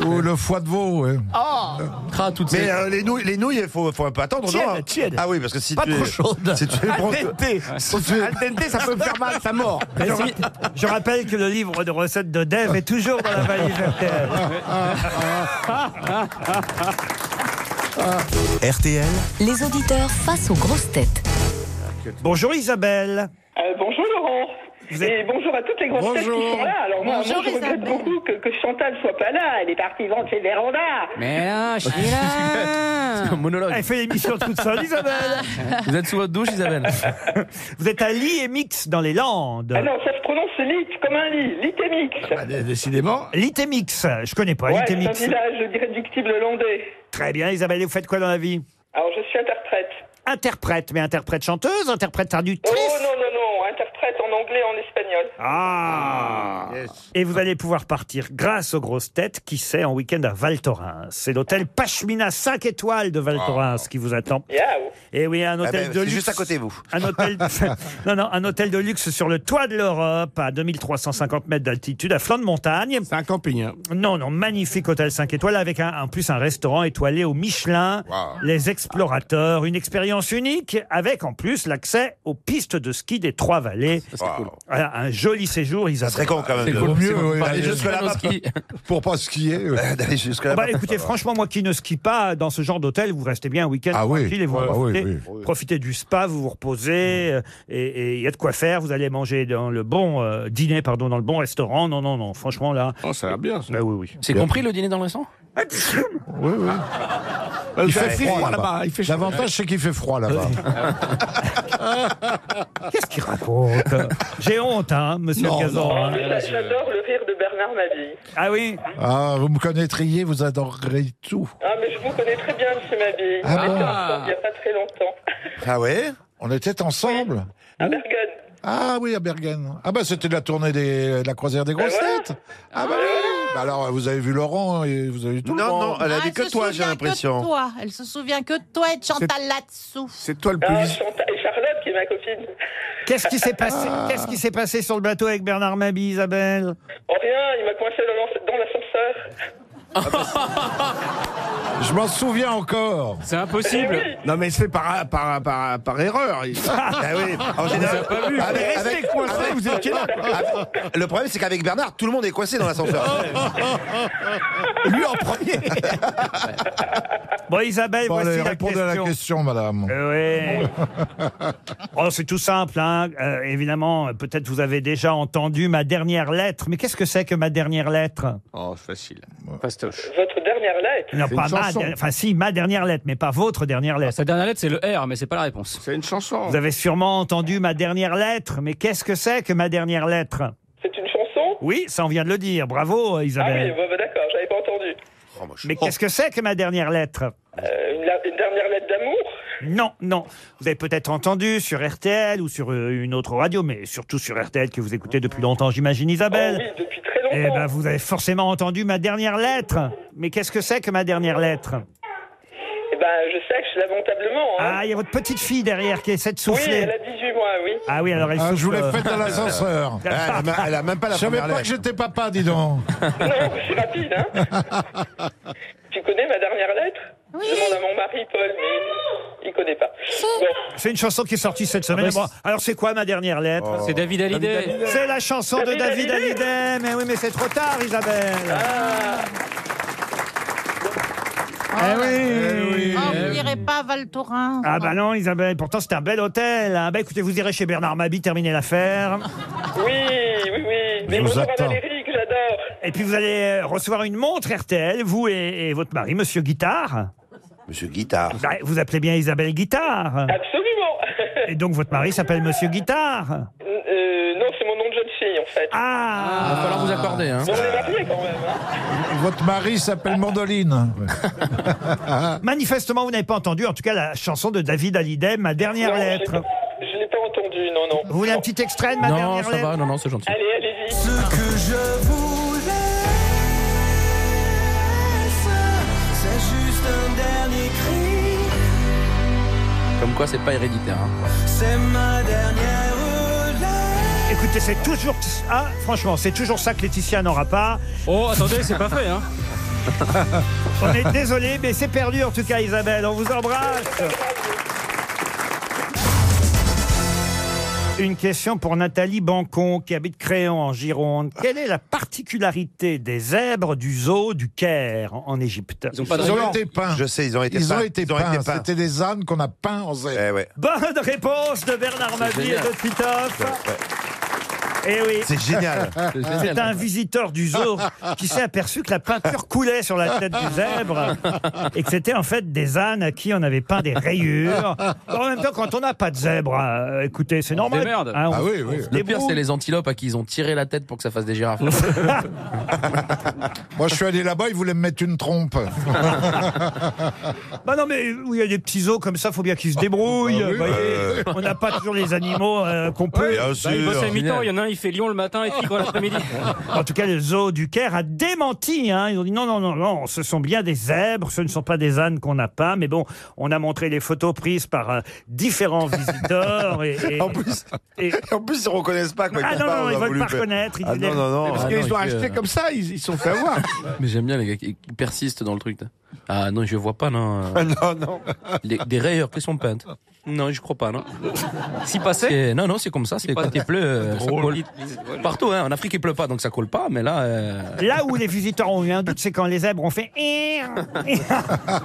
S4: Ou le foie de veau, ouais.
S7: Oh.
S6: Mais
S4: ces-
S6: euh, les nouilles, les nouilles, il faut, faut un peu attendre,
S4: Tiède,
S6: non hein
S4: tiède.
S6: Ah oui, parce que si
S4: Pas
S6: tu
S4: trop chaude.
S6: Si tu les prends-
S4: Al dente.
S6: Si tu-
S8: Al dente, ça peut me faire mal,
S6: [LAUGHS]
S8: ça mord.
S3: Mais si- je rappelle que le livre de recettes de Dev est toujours dans la valise RTL.
S1: RTL,
S2: Les auditeurs face aux grosses têtes.
S3: Bonjour Isabelle.
S21: Euh, bonjour Laurent. Et bonjour à toutes les grosses têtes qui sont là. Alors moi,
S22: Bonjour,
S21: moi, je regrette
S22: Isabelle.
S21: beaucoup que, que Chantal soit pas là. Elle est partie vendre chez Véranda.
S5: Mais là, je suis là. C'est un monologue.
S3: Elle fait l'émission toute seule, Isabelle.
S5: Vous êtes sous votre douche, Isabelle
S3: [LAUGHS] Vous êtes à Lie et Mix dans les Landes.
S21: Ah non, ça se prononce lit, comme un lit. Litémix.
S6: Bah,
S8: Décidément.
S3: Litemix, je connais pas.
S21: ouais, c'est un
S3: Litemix.
S21: village d'irréductibles landais.
S3: Très bien, Isabelle, et vous faites quoi dans la vie
S21: Alors je suis interprète.
S3: Interprète, mais interprète chanteuse, interprète
S21: Oh
S3: traductrice.
S21: non, non, non, interprète en anglais, en espagnol.
S3: [LAUGHS] Ah Et vous allez pouvoir partir grâce aux grosses têtes, qui sait, en week-end à Val Thorens. C'est l'hôtel Pachmina 5 étoiles de Val Thorens qui vous attend. Et oui, un
S6: Ah
S3: hôtel
S6: ben,
S3: de
S6: c'est
S3: luxe.
S6: juste à côté, vous.
S3: Un
S6: [LAUGHS]
S3: hôtel, [LAUGHS] non, non, un hôtel de luxe sur le toit de l'Europe, à 2350 mètres d'altitude, à flanc de montagne. C'est
S8: un camping. hein.
S3: Non, non, magnifique hôtel 5 étoiles, avec un- en plus un restaurant étoilé au Michelin, les explorateurs, une expérience unique, avec en plus l'accès aux pistes de ski des Trois-Vallées. Voilà, un joli séjour, Isabelle.
S6: serait con, quand même, C'est de- cool.
S4: Vaut
S6: C'est
S4: mieux
S6: pour
S4: ouais,
S6: pas
S4: d'aller
S6: aller jusque-là,
S4: jusque-là,
S6: au ski.
S4: [LAUGHS] Pour pas skier. ouais.
S6: [LAUGHS] D'aller jusque
S3: Ah
S6: là.
S3: bah écoutez, franchement, moi qui ne skie pas dans ce genre d'hôtel, vous restez bien un week-end
S4: Ah oui.
S3: tranquille et vous
S4: Ah
S3: profitez,
S4: oui,
S3: profitez du spa, vous vous reposez euh, et- et il y a de quoi faire. Vous allez manger dans le bon euh, dîner, pardon, dans le bon restaurant. Non, non, non, franchement là.
S8: Oh, ça va bien.
S3: Bah oui, oui.
S5: C'est compris le dîner dans le restaurant
S3: [LAUGHS]
S4: Oui, oui.
S8: Il
S4: Il
S8: fait
S4: fait
S8: froid
S4: froid
S8: là-bas,
S4: là-bas.
S8: il fait chaud.
S4: L'avantage, c'est qu'il fait froid [LAUGHS] là-bas.
S3: Qu'est-ce qu'il raconte [LAUGHS] J'ai honte, hein, Monsieur
S4: Non,
S3: Cazan.
S4: non,
S3: hein.
S4: mais
S21: Ah, J'adore le rire de Bernard Mabille.
S3: Ah oui
S4: Ah, vous me connaîtriez, vous adorerez tout.
S21: Ah, mais je vous connais très bien, monsieur Mabille.
S4: Ah
S21: On était
S4: bon
S21: ensemble Il n'y a pas très longtemps.
S4: Ah ouais On était ensemble À
S21: ben.
S4: Bergen. Ah oui, à Bergen. Ah bah c'était la tournée des, de la croisière des grosses têtes. Ah bah oui. Bah alors vous avez vu Laurent et vous avez vu tout le
S6: Non,
S4: monde.
S6: non, elle a dit que toi, j'ai l'impression.
S9: Toi, elle se souvient que de toi et de Chantal là-dessous.
S8: C'est toi le
S21: Ah, Chantal- et Charlotte, qui est ma copine.
S3: Qu'est-ce qui s'est passé
S4: Ah.
S6: Ah.
S3: Qu'est-ce qui s'est passé sur le bateau avec Bernard Mabie, Isabelle
S21: Oh, rien, il m'a coincé dans l'en- dans l'ascenseur.
S6: [LAUGHS]
S4: Je m'en souviens encore.
S7: C'est
S21: impossible. Eh
S8: Non, mais c'est par, par, par, par erreur.
S6: Ah oui,
S1: Ah,
S6: en général. Avec- avec- avec- avec- Ah, Le problème, c'est qu'avec Bernard, tout le monde est coincé dans l'ascenseur.
S1: [LAUGHS]
S8: Lui en premier.
S3: Bon, Isabelle,
S4: Bon,
S3: voici
S4: allez,
S3: la
S4: répondez
S3: question.
S4: à la question, madame.
S3: Euh, ouais. oh, c'est tout simple, hein. Euh, évidemment. Peut-être vous avez déjà entendu ma dernière lettre. Mais qu'est-ce que c'est que ma dernière lettre
S8: Oh, facile.
S7: Fastoche.
S21: Votre dernière lettre.
S3: Non, pas ma. dernière- Enfin, si, ma dernière lettre, mais pas votre dernière lettre.
S7: Ah, Sa dernière lettre, c'est le R, mais c'est pas la réponse.
S8: C'est une chanson.
S3: Vous avez sûrement entendu ma dernière lettre, mais qu'est-ce que c'est que ma dernière lettre
S21: C'est une chanson
S3: Oui, ça on vient de le dire. Bravo,
S21: Ah oui,
S3: Isabelle.
S21: bah, bah, d'accord, j'avais pas entendu.
S6: Oh, bah,
S3: mais qu'est-ce que c'est que ma dernière lettre
S21: Euh, une, la- une dernière lettre d'amour
S3: Non, non. Vous avez peut-être entendu sur RTL ou sur euh, une autre radio, mais surtout sur RTL que vous écoutez depuis longtemps, j'imagine, Isabelle.
S21: Oh oui, depuis très
S3: Eh
S21: longtemps.
S3: ben, vous avez forcément entendu ma dernière lettre. Mais qu'est-ce que c'est que ma dernière lettre
S21: Eh ben, je sèche lamentablement. hein.
S3: Ah, il y a votre petite fille derrière qui essaie de
S21: oui,
S3: souffler.
S21: elle a 18 mois, oui.
S3: Ah oui, alors elle
S4: Ah, je vous
S3: souffle. Ah,
S4: l'ai faite
S3: [LAUGHS]
S4: dans l'ascenseur.
S6: Ah, Elle a même- elle a même pas la
S4: Je savais
S6: première
S4: pas que
S6: lettre.
S4: j'étais papa, dis
S6: [LAUGHS]
S4: donc.
S21: Non, c'est rapide, hein Tu connais ma dernière lettre Oui. Je demande à mon mari, Paul, mais il connaît pas. Bon,
S3: C'est une chanson qui est sortie cette semaine.
S7: Ah bah, Oh.
S3: Bon, alors c'est quoi ma dernière lettre
S7: C'est David Hallyday.
S3: C'est la chanson de
S7: David
S3: David
S7: Hallyday.
S3: Hallyday. Mais oui, mais c'est trop tard, Isabelle.
S1: Ah.
S3: Eh oui.
S9: Ah Oh, vous n'irez pas à Val Thorens.
S3: Ah bah non, Isabelle. Pourtant c'était un bel hôtel. hein. Bah écoutez, vous irez chez Bernard Mabi terminer l'affaire.
S21: oui, oui, oui. Mais
S3: vous
S21: bonjour à
S3: attends.
S21: Valérie, que j'adore.
S3: Et puis vous allez euh, recevoir une montre RTL, vous et, et votre mari, Monsieur Guitare.
S6: Monsieur Guitare.
S3: Bah, vous appelez bien Isabelle Guitare.
S21: Absolument.
S3: Et donc votre mari s'appelle Monsieur Guitare.
S21: Euh, non, c'est mon nom de jeune fille, en fait.
S3: Ah,
S5: va falloir vous accorder. Hein.
S21: Bon, on est mariés quand même. hein.
S4: Votre mari s'appelle Mandoline.
S3: [LAUGHS] Manifestement, vous n'avez pas entendu, en tout cas, la chanson de David Hallyday, ma dernière
S21: Non, je l'ai
S3: lettre.
S21: pas- Je l'ai pas entendu, non, non.
S3: Vous voulez un petit extrait de ma
S5: Non,
S3: dernière
S5: ça
S3: lettre
S5: va, non, non, c'est gentil.
S21: Allez, allez-y.
S1: Ce que je voulais,
S5: Comme quoi, c'est pas héréditaire. hein.
S3: C'est ma dernière Écoutez, c'est toujours ça. Ah, Franchement, c'est toujours ça que Laetitia n'aura pas.
S7: Oh, attendez, c'est pas fait, hein.
S3: On est désolé, mais c'est perdu en tout cas, Isabelle. On vous embrasse. Une question pour Nathalie Bancon, qui habite Créon, en Gironde. Quelle est la particularité des zèbres du zoo du Caire, en en Égypte
S4: Ils ont été peints.
S6: Je sais, ils ont été
S4: Ils ont
S6: peints.
S4: été
S6: Ils ont
S4: peints.
S6: été peints.
S4: C'était des ânes qu'on a peints en zèbre.
S6: Eh
S3: Bonne réponse de Bernard
S4: C'est
S3: Mabie et
S4: génial.
S3: de Titoff. Eh oui.
S4: C'est
S1: [LAUGHS]
S4: génial. C'est génial.
S3: C'est un visiteur du zoo qui s'est aperçu que la peinture coulait sur la tête du zèbre et que c'était en fait des ânes à qui on avait peint des rayures. En même temps, quand on n'a pas de zèbre, euh, écoutez, c'est normal.
S5: Démerde.
S3: Hein, on-
S4: Ah
S3: on se
S5: Le pire,
S3: débrouille.
S5: c'est
S3: [LAUGHS]
S5: les antilopes à qui ils ont tiré la tête pour que ça fasse des girafes. [LAUGHS]
S4: Moi, je suis allé là-bas, ils voulaient me mettre une
S6: [LAUGHS]
S4: trompe.
S3: Bah non, mais où il y a des petits zoos comme ça, faut bien qu'ils se débrouillent.
S4: Bah oui.
S3: vous voyez.
S4: Euh.
S3: On n'a pas toujours les animaux euh, qu'on peut.
S7: Bah, il bosse à mi-temps, il y en a un, il fait Lyon le matin et Tigre l'après-midi.
S3: En tout cas, le zoo du Caire a démenti. hein. Ils ont dit non, non, non, non, ce sont bien des zèbres, ce ne sont pas des ânes qu'on n'a pas. Mais bon, on a montré les photos prises par euh,
S6: [LAUGHS]
S3: différents visiteurs. Et, et-
S6: En plus,
S3: et-
S6: en plus, ils reconnaissent pas quoi.
S3: Ah
S6: Ils
S3: non,
S6: parlent,
S3: non,
S6: on
S3: ils
S6: a
S3: veulent
S6: voulu
S3: pas
S6: faire-
S3: reconnaître, ils
S6: Ah
S3: disaient-
S6: non, non, non.
S5: Mais parce
S6: Ah
S5: qu'ils
S6: non,
S5: ont
S6: il fait,
S5: acheté
S6: euh,
S5: comme
S8: ça, ils, sont fait avoir.
S5: Mais j'aime bien les gars qui qui persistent dans le truc. là. Ah non, je vois pas, [LAUGHS] non. Ah, non, non. des rayures qui sont peintes. Non, je crois pas, non.
S7: Si passait
S5: C'est- Non, non, c'est comme ça. C'est quand il pleut, euh, ça colle. Partout, hein. En Afrique, il pleut pas, donc ça colle pas, mais là. euh,
S3: Là où les visiteurs ont eu un doute, c'est quand les zèbres ont fait.
S5: [LAUGHS]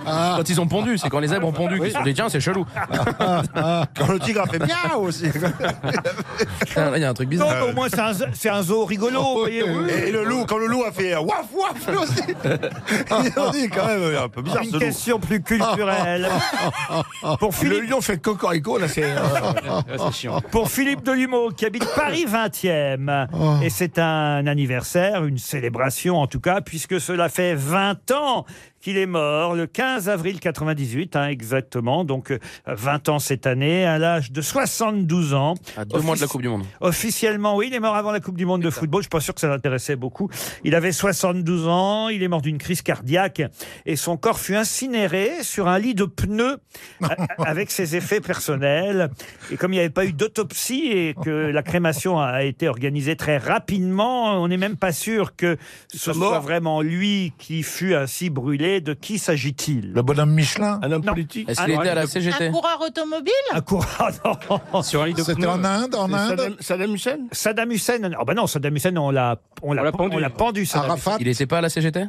S5: Quand ils ont pondu, c'est quand les zèbres ont pondu qu'ils se sont dit tiens, c'est [LAUGHS] chelou.
S6: [LAUGHS] Quand le tigre a fait miaou aussi.
S5: Il y a un truc
S3: Non,
S5: bizarre.
S3: mais au moins, c'est un, z- c'est un zoo rigolo. vous voyez.
S6: Oh, Et le loup, quand le loup a fait euh, waf waf lui aussi. Ils ont dit quand même, il est un peu bizarre
S3: Une
S6: ce loup.
S3: question plus
S6: [LAUGHS]
S3: culturelle. Pour
S8: Le lion fait cocorico, là, c'est.
S6: euh,
S1: Ah,
S8: c'est chiant.
S3: Pour Philippe Delumeau, qui habite Paris 20e. Et c'est un anniversaire, une célébration en tout cas, puisque cela fait 20 ans qu'il est mort, le 15 avril 98, hein, exactement. Donc euh, 20 ans cette année, à l'âge de 72 ans.
S5: À deux mois de la Coupe du Monde.
S3: Officiellement, oui, il est mort avant la Coupe du Monde de football. Je suis pas sûr que ça l'intéressait beaucoup. Il avait 72 ans, il est mort d'une crise cardiaque et son corps fut incinéré sur un lit de pneus a- avec ses effets personnels. Et comme il n'y avait pas eu d'autopsie et que la crémation a été organisée très rapidement, on n'est même pas sûr que ce soit vraiment lui qui fut ainsi brûlé. De qui s'agit-il Le
S4: bonhomme Michelin
S3: Un homme
S8: politique
S5: Est-ce qu'il était à la CGT
S9: Un coureur automobile
S3: un [LAUGHS] courant, Ah, non.
S7: Sur
S4: de C'était pneus. en Inde, en C'est Inde Saddam-
S8: Saddam Hussein
S3: Saddam Hussein. Ah ben non, Saddam Hussein, on l'a, on l'a, pendu. On l'a pendu. Saddam Hussein. Euh,
S5: Il était pas à la CGT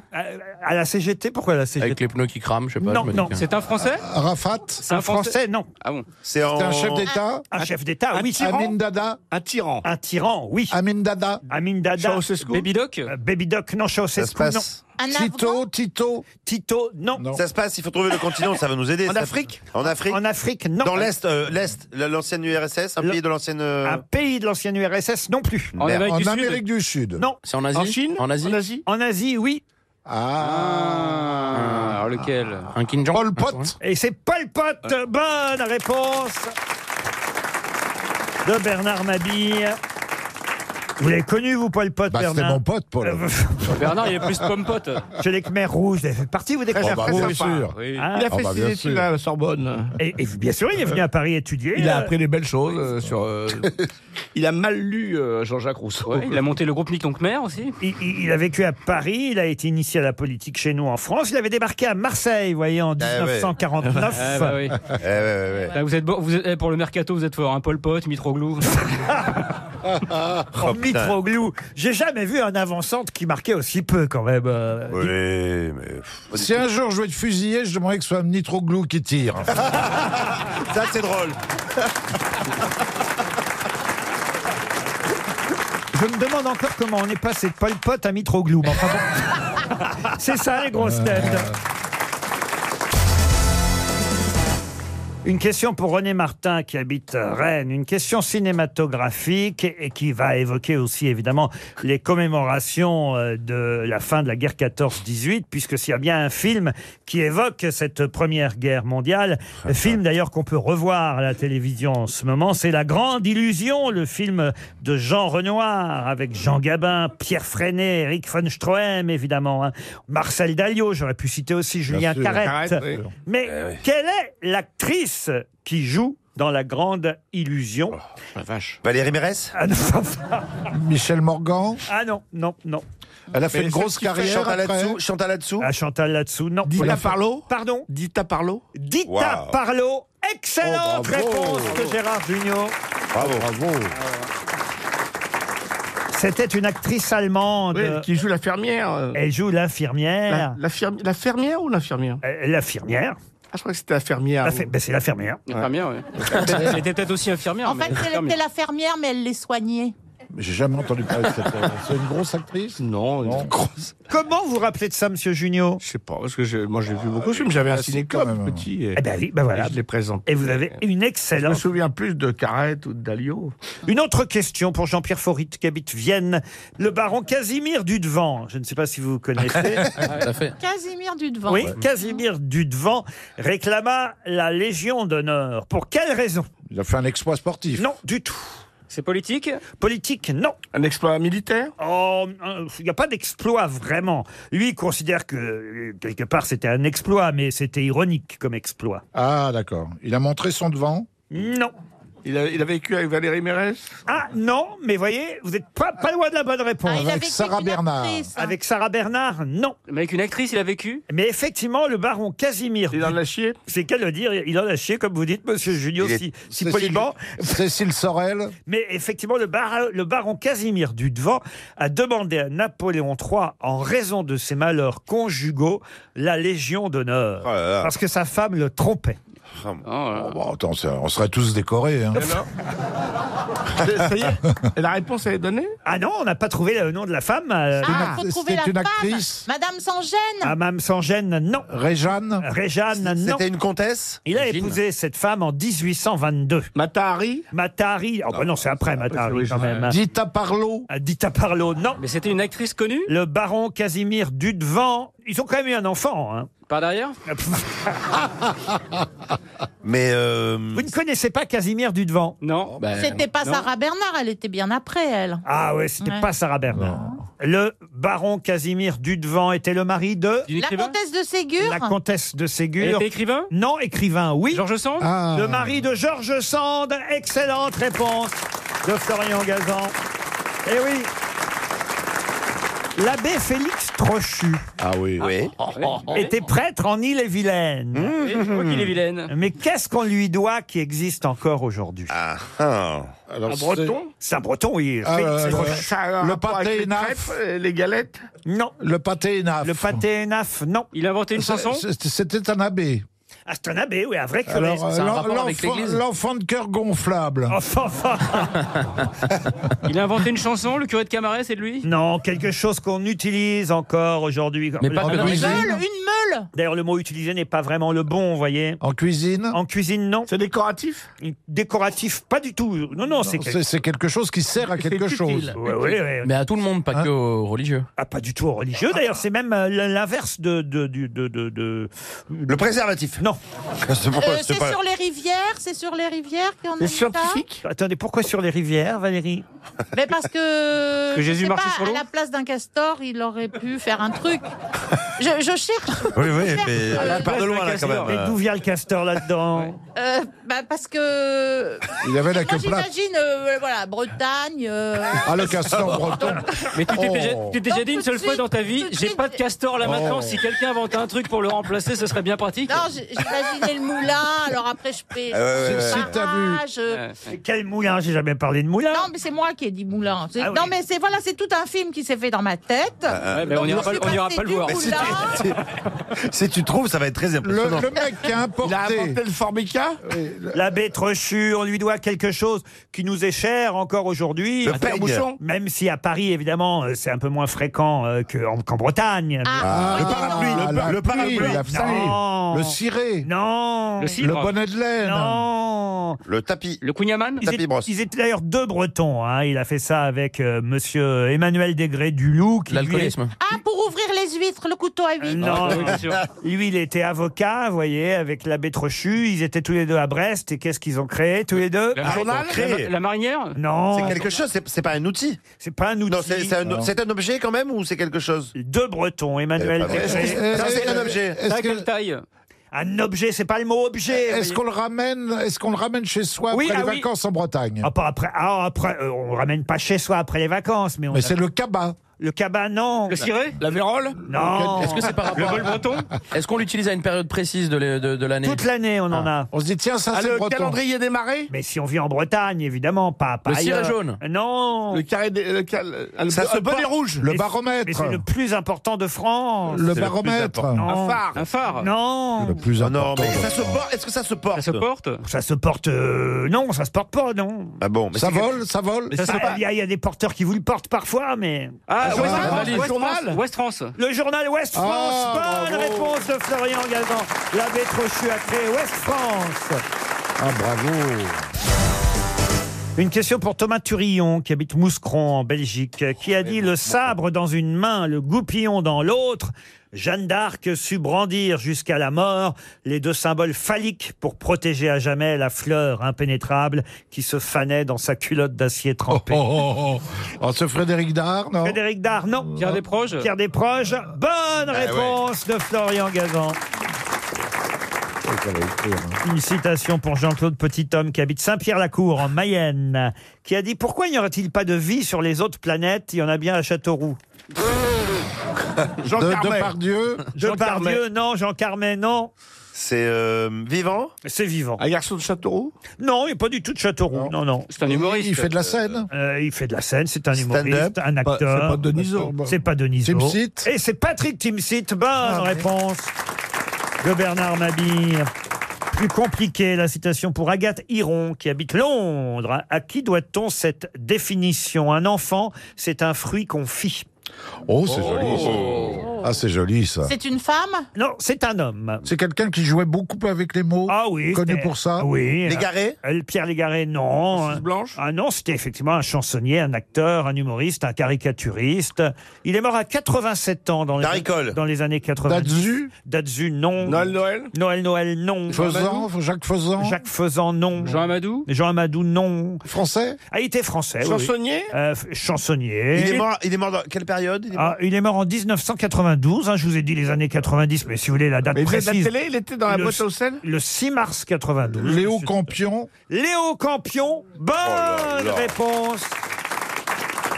S3: À la CGT, pourquoi la CGT
S5: Avec les pneus qui crament, je sais pas.
S3: Non,
S5: je me dis
S3: non.
S5: que-
S7: C'est un Français
S4: Ah, Arafat
S3: C'est un Français, non. Ah,
S7: Ah bon
S6: C'est
S4: C'était un chef d'État
S3: Un chef d'État, oui.
S4: Amin Dada
S8: Un tyran.
S3: Un tyran, oui.
S4: Amin Dada
S3: Amin Dada. Euh,
S8: Ceausescu Baby
S7: Doc
S3: Baby Doc, non, Ceausescu,
S6: Ça se
S3: non.
S6: passe.
S4: Tito, Tito.
S3: Tito, non.
S6: Ça se passe, il faut trouver le continent, ça va nous aider.
S3: En
S6: ça.
S3: Afrique
S6: En Afrique
S3: En Afrique, non.
S6: Dans l'Est, euh, l'Est, la- l'ancienne URSS, un pays de l'ancienne. euh,
S3: Un pays de l'ancienne URSS, non plus.
S6: En Merde. Amérique du Sud
S4: du Sud.
S3: Non.
S5: C'est en Asie
S3: En Chine
S5: En Asie,
S3: En Asie, oui.
S7: Ah, alors lequel
S5: Un Kim Jong
S4: Pol Pot.
S3: Et c'est Pol Pot. Bonne réponse de Bernard Mabille. Vous l'avez connu, vous, Pol Pot,
S4: Bah,
S3: Bernard Euh,
S4: c'était mon pote, Paul.
S7: Bernard, il est
S3: [LAUGHS]
S7: plus pompote.
S3: Chez les Khmers rouges, vous avez fait partie, vous, des
S8: Très
S4: Oh,
S3: Khmers
S4: bah,
S8: sympa,
S3: rouges
S8: bien sûr. Oui.
S3: Ah.
S8: Il a fait ses études à la Sorbonne.
S3: Et, et bien sûr, il est venu à Paris étudier.
S8: Il a
S3: Euh,
S8: appris des belles choses euh, sur.
S3: [LAUGHS]
S8: euh, il a mal lu euh, Jean-Jacques Rousseau.
S7: Ouais, il a monté le groupe Nick ton Khmer aussi.
S3: Il, il- il a vécu à Paris, il a été initié à la politique chez nous en France, il avait débarqué à Marseille, vous voyez,
S4: Ah,
S3: en
S6: ouais.
S3: 1949.
S7: Ah bah
S6: eh,
S7: oui.
S6: ouais, ouais, ouais.
S7: Là, vous êtes bon, vous êtes- eh, pour le mercato, vous êtes fort, un Pol Pot, Mitroglou. Oh,
S3: En Mitroglou. J'ai jamais vu un avant-centre qui marquait aussi peu, quand même. euh.
S6: Oui, mais.
S4: Si un jour je vais être fusillé, je demanderais que ce soit un nitroglou qui tire.
S6: [LAUGHS] Ça, c'est drôle.
S3: Je me demande encore comment on est passé de Pol Pot à Mitroglou. mais enfin bon. C'est ça, les grosses têtes. Une question pour René Martin qui habite Rennes, une question cinématographique et qui va évoquer aussi évidemment les commémorations euh, de la fin de la guerre 14-18, puisque s'il y a bien un film qui évoque cette première guerre mondiale,
S4: Ah,
S3: film d'ailleurs qu'on peut revoir à la télévision en ce moment, c'est La Grande Illusion, le film de Jean Renoir avec Jean Gabin, Pierre Freinet, Eric von Stroheim évidemment, hein. Marcel Dalliot, j'aurais pu citer aussi Julien
S4: sûr.
S3: Carrette. Eh
S4: Carrette, oui.
S3: Mais quelle est l'actrice l'actrice qui joue dans La Grande Illusion. Oh, la vache.
S6: Valérie Mérès
S3: Ah non, [LAUGHS]
S4: Michel Morgan
S3: Ah non, non, non. Ah,
S4: Elle a fait Mais une celle grosse qui fait carrière Chantal après Latsou-
S6: Chantal là-dessous
S3: Chantal là-dessous, non.
S4: Dita
S3: Parlo Pardon
S8: Dita Parlo
S3: Dita
S6: Waouh.
S4: Oh,
S3: Parlo Excellente réponse de Gérard Junior.
S6: Bravo, bravo.
S3: C'était une actrice allemande.
S8: Oui, qui joue l'infirmière. euh.
S3: Elle joue l'infirmière. Euh,
S8: La, la fermi- la fermière ou l'infirmière
S3: L'infirmière.
S8: Ah, je crois que c'était l'infirmière.
S3: La fer-
S7: bah,
S3: ben, c'est
S9: [LAUGHS]
S3: l'infirmière.
S7: L'infirmière, [LAUGHS] oui. Elle était peut-être aussi infirmière.
S9: En
S7: mais
S9: fait, elle était
S7: infirmière.
S9: la fermière, mais elle les soignait.
S4: J'ai jamais entendu parler de cette. euh, C'est une grosse actrice
S8: Non, une grosse.
S3: Comment vous rappelez de ça, monsieur Junio
S8: Je sais pas, parce que je- moi j'ai vu
S4: Euh,
S8: beaucoup de films. J'avais un
S3: classique
S8: cinéclub Ah, petit. Et,
S3: Eh ben oui, ben voilà.
S8: et je les présente.
S3: Et vous avez une excellente.
S8: Je me souviens plus de Carrette ou de Dalio.
S3: Une autre question pour Jean-Pierre Faurit qui habite Vienne. Le baron Casimir Dudevant, je ne sais pas si vous [LAUGHS]
S9: [LAUGHS]
S3: connaissez.
S9: Casimir Dudevant.
S3: Oui, Casimir Dudevant réclama la Légion d'honneur. Pour quelle raison
S4: Il a fait un exploit sportif.
S3: Non, du tout.
S7: C'est politique
S3: Politique, non.
S8: Un exploit militaire
S3: Oh, euh, il n'y a pas d'exploit vraiment. Lui il considère que euh, quelque part c'était un exploit, mais c'était ironique comme exploit.
S4: Ah, d'accord. Il a montré son devant
S3: Non.
S8: Il a, il a vécu avec Valérie Mérès
S3: Ah non, mais voyez, vous n'êtes pas, pas loin de la bonne réponse.
S4: Ah, il a Avec vécu Sarah qu'une Bernard. actrice, hein.
S3: Avec Sarah Bernard, non.
S7: Mais avec une actrice, il a vécu
S3: Mais effectivement, le baron Casimir.
S8: Il en a chié
S3: C'est qu'à le dire, il en a chié, comme vous dites, monsieur Junio,
S4: Il est-
S3: si, si
S4: Cécile-
S3: poliment.
S4: Cécile Sorel
S3: Mais effectivement, le, bar- le baron Casimir du Devant a demandé à Napoléon III, en raison de ses malheurs conjugaux, la Légion
S8: Oh
S3: d'honneur. Parce que sa femme le trompait.
S5: Ah,
S4: Oh, bah, attends, ça- on serait tous décorés. hein.
S8: Ça y est, la réponse elle est donnée
S3: Ah non, on n'a pas trouvé le nom de la femme. euh,
S9: Ah, faut trouver la femme. Madame Sangène.
S3: Ah, Mme Sangène, non.
S4: Réjeanne
S3: Réjeanne, non.
S6: C'était une comtesse
S3: Il a épousé cette femme en 1822.
S8: Matahari
S3: Matahari. Oh, bah non, c'est après
S7: Ah,
S3: Matahari quand même.
S4: Dita Parlo
S3: Ah, Dita Parlo, non.
S7: Mais c'était une actrice connue
S3: Le baron Casimir Dudevant. Ils ont quand même eu un enfant. hein. [LAUGHS]
S7: Par derrière
S6: Mais euh, Oh, ben,
S3: Vous ne connaissez pas Casimir Dudevant
S7: Non.
S3: Ben,
S9: C'était pas Sarah Bernard, elle était bien après, elle.
S3: Ah ouais, c'était
S9: Ouais.
S3: pas Sarah Bernard. Le baron Casimir Dudevant était le mari de
S9: La comtesse de Ségur.
S3: la comtesse de
S7: Elle
S3: Ségur.
S7: était écrivain
S3: Non, écrivain, oui.
S7: Georges Sand
S4: Ah.
S3: Le mari de Georges Sand. Excellente réponse de Florian Gazan. Eh oui. L'abbé Félix Trochu
S6: Ah oui. Oui.
S3: était prêtre en Île-et-Vilaine.
S7: Oh. Mmh. Oui, Je crois qu'il est vilaine.
S3: Mais qu'est-ce qu'on lui doit qui existe encore aujourd'hui
S6: Ah, ah.
S4: Alors,
S8: En
S4: c'est-
S8: breton
S3: C'est un breton, oui.
S4: Ah,
S3: Félix
S4: euh,
S3: Trochu.
S8: Ça a un
S4: Le
S8: rapport
S4: pâté
S8: avec les
S4: naf.
S8: crêpes, euh, les galettes
S3: Non.
S4: Le pâté et naf.
S3: Le pâté naf, non.
S7: Il a inventé une chanson
S4: C'est- c'est- C'était un abbé.
S3: Ah, c'est un abbé, oui, un vrai curé.
S4: Alors, euh,
S5: ça a un
S4: l'en-
S5: rapport avec
S4: l'enfant-
S5: l'Église
S4: l'enfant de cœur gonflable.
S3: Enfin, enfin.
S7: [LAUGHS] Il a inventé une chanson, le curé de Camaret, c'est de lui
S3: Non, quelque chose qu'on utilise encore aujourd'hui.
S5: Mais
S6: Ah,
S5: pas de
S9: Une
S5: cuisine.
S9: meule, une meule.
S3: D'ailleurs, le mot utilisé n'est pas vraiment le bon, vous voyez.
S4: En cuisine
S3: En cuisine, non.
S8: C'est décoratif
S3: Décoratif, pas du tout. Non, non, c'est.
S4: C'est c'est quelque chose qui sert à quelque
S8: utile.
S4: chose. Hein
S3: Ouais, ouais, ouais.
S5: Mais à tout le monde, pas que aux religieux.
S3: Ah, pas du tout religieux. D'ailleurs, c'est même euh, l'inverse de, de, du- de, de, de-
S6: Le préservatif.
S3: Non.
S6: C'est
S9: Euh,
S6: pourquoi-
S9: c'est
S6: c'est pas-
S9: sur les rivières, c'est sur les rivières qu'on a
S8: C'est
S9: mis ça.
S8: scientifique
S3: Attendez, pourquoi sur les rivières, Valérie
S9: Mais parce que, je
S7: Jésus
S9: sais
S7: marchait
S9: pas,
S7: sur l'eau
S9: à la place d'un castor, il aurait pu faire un truc. Je, je cherche.
S6: Oui, oui,
S9: Faire-
S6: mais
S9: euh,
S6: elle part de loin là quand même.
S3: Mais d'où vient le castor là-dedans
S9: Euh, bah, parce que
S4: Il avait la
S9: moi
S4: queue plate.
S9: j'imagine, euh, voilà, Bretagne. euh,
S4: Ah, le
S7: [LAUGHS]
S4: castor breton.
S7: Mais tu t'es
S4: Oh.
S7: déjà, tu t'es déjà
S9: Donc,
S7: dit une
S9: tout
S7: seule
S9: de
S7: fois
S9: suite,
S7: dans ta vie,
S9: tout de
S7: j'ai
S9: suite,
S7: pas de castor là maintenant, si quelqu'un inventait un truc pour le remplacer, ce serait bien pratique.
S9: Non, j- j'imaginais le moulin, alors après je fais
S6: ouais,
S9: le
S4: ouais, ouais.
S9: barrage, euh,
S7: Ouais.
S3: Mais Quel moulin J'ai jamais parlé de moulin.
S9: Non, mais c'est moi qui ai dit moulin. C'est-
S3: Ah oui.
S9: Non, mais c'est voilà, c'est tout un film qui s'est fait dans ma tête.
S7: Ouais, mais on n'ira pas, on ira pas le voir.
S9: Mais
S6: Si tu, si tu trouves, ça va être très impressionnant.
S4: Le, le mec qui a
S8: Il a
S4: importé.
S8: inventé le formica
S4: Oui, le-
S3: L'abbé Trochu, on lui doit quelque chose qui nous est cher encore aujourd'hui.
S6: Le peigne.
S8: bouchon
S3: Même si à Paris, évidemment, euh, c'est un peu moins fréquent euh, que- en- qu'en Bretagne.
S9: Ah,
S6: le
S9: oui,
S6: parapluie,
S9: non.
S6: le, pa- le parapluie.
S4: la pluie,
S3: Non.
S4: le ciré,
S3: Mais- Non
S7: Le
S4: le
S7: cidre,
S4: bonnet de laine.
S3: Non
S6: Le tapis.
S7: le cunyaman,
S3: ils,
S6: Tapis
S3: étaient-
S6: brosse.
S3: ils étaient d'ailleurs deux Bretons. hein. Il a fait ça avec euh, Monsieur Emmanuel Degré du Loup. qui, lui,
S5: L'alcoolisme.
S9: Ah, pour ouvrir les huîtres, le couteau à
S3: Euh,
S9: huîtres.
S3: non,
S7: oui, bien sûr.
S3: [LAUGHS] lui, il était avocat, vous voyez, avec l'abbé Trochu. Ils étaient tous les deux à Brest. Et qu'est-ce qu'ils ont créé, tous les deux
S7: Ah, la,
S6: journal
S7: la, la marinière
S3: Non,
S6: C'est quelque chose, c'est c'est pas un outil.
S3: c'est pas un outil.
S6: Non, c'est c'est un, c'est un objet quand même ou c'est quelque chose Eh ben,
S3: Deux Bretons, Emmanuel
S6: C'est pas vrai.
S3: Degré.
S6: Ça, c'est un objet.
S4: Est-ce
S7: Ça,
S4: que-
S7: quelle taille
S3: Un objet, c'est pas le mot objet.
S4: Est-ce qu'on le ramène Est-ce qu'on le ramène chez soi
S3: Oui,
S4: après
S3: ah
S4: les
S3: oui.
S4: vacances en Bretagne
S3: Ah, pas après, ah, après euh, on ramène pas chez soi après les vacances, mais on.
S4: Mais c'est le cabas.
S3: Le cabas, non.
S5: Le ciré
S3: La vérole Non.
S5: Est-ce que c'est par rapport à- Est-ce qu'on l'utilise à une période précise de l'e- de- de l'année
S3: Toute l'année, on en a.
S4: On se dit, tiens, ça,
S5: Ah, c'est le breton. calendrier
S3: des marées Mais si on vit en Bretagne, évidemment, pas, pas
S5: Le ciré
S3: ailleurs.
S5: jaune
S3: Non
S8: Le carré des- le cal- le-
S3: Ça
S8: le
S3: se
S8: bonnet
S3: porte-
S8: rouge.
S3: Mais- mais c'est le plus important de France.
S4: Le C'est le plus baromètre. important.
S3: Non.
S8: Un phare. Un phare. Ah,
S3: Ah Non.
S4: Le plus important.
S6: mais ça se porte. Est-ce que ça se porte
S3: Ça se porte Ça se porte. euh, non, ça se porte pas, non.
S6: Ah bon, mais
S4: Ça
S6: c'est-
S4: vole, ça vole.
S3: Ça se- Il y, a- il y a des porteurs qui vous le portent parfois, mais.
S7: Ah,
S3: Ça
S7: West
S3: va.
S7: France, West France, West France.
S3: Le journal Ouest France.
S7: Ah,
S3: Bonne
S7: bravo.
S3: réponse de Florian Gazan. L'abbé Trochu a créé Ouest France.
S4: Ah, bravo.
S3: Une question pour Thomas Turillon, qui habite Mouscron, en Belgique, qui a dit « Le sabre dans une main, le goupillon dans l'autre. Jeanne d'Arc sut brandir jusqu'à la mort les deux symboles phalliques pour protéger à jamais la fleur impénétrable qui se fanait dans sa culotte d'acier trempé.
S4: Oh, oh, oh. Oh, ce Frédéric Dard, non
S3: Frédéric Dard, non.
S7: Pierre Desproges
S3: Pierre Desproges. Bonne
S4: Eh
S3: réponse de Florian Gazan. Une citation pour Jean-Claude Petit-Homme qui habite Saint-Pierre-la-Cour en Mayenne, qui a dit Pourquoi n'y aurait-il pas de vie sur les autres planètes Il y en a bien à Châteauroux.
S4: Jean De- Carmet. Depardieu
S3: Jean Depardieu, non. Jean Carmet, non.
S6: C'est euh, vivant
S3: C'est vivant.
S8: Un garçon de Châteauroux
S3: Non, il n'est pas du tout de Châteauroux. Non, non.
S7: C'est un humoriste.
S4: Il fait de la scène
S3: Euh, il fait de la scène, c'est un
S4: Stand-up.
S3: humoriste, un
S4: Pas-
S3: acteur.
S4: c'est pas Denisot.
S3: C'est pas Denisot.
S4: Timsit.
S3: Et c'est Patrick Timsit. Bonne
S4: Ah,
S3: réponse de Bernard Mabille. Plus compliqué, la citation pour Agathe Hiron, qui habite Londres. À qui doit-on cette définition Un enfant, c'est un fruit confit.
S4: Oh, c'est joli,
S7: Oh.
S4: ça. Ah, c'est joli, ça.
S9: C'est une femme
S3: Non, c'est un homme.
S4: C'est quelqu'un qui jouait beaucoup avec les mots.
S3: Ah oui.
S4: Connu
S3: c'était-
S4: pour ça.
S3: Oui.
S4: Légaré
S3: Euh, le Pierre Légaré, non. Blanche Ah non, c'était effectivement un chansonnier, un acteur, un humoriste, un caricaturiste. Il est mort à 87 ans dans les, dans les années 80.
S4: Dazu
S3: Dazu, non. Noël Noël Noël Noël, non.
S4: Faisan, Jacques Faisan.
S3: Jacques Faisan, non. Jean Amadou Jean Amadou, non.
S4: Français
S3: Ah, il était français. oui, oui.
S8: Chansonnier
S3: Euh, f- Chansonnier.
S6: Il est mort. Il est mort dans quelle période il est
S3: Ah, il est mort en 1992, hein, je vous ai dit les années 90, mais si vous voulez la date
S8: Mais il faisait de
S3: précise.
S8: la télé, il était dans la
S3: le-
S8: boîte aux sel
S3: Le 6 mars 92.
S4: Léo
S3: monsieur-
S4: Campion.
S3: Léo Campion, bonne
S8: là.
S3: réponse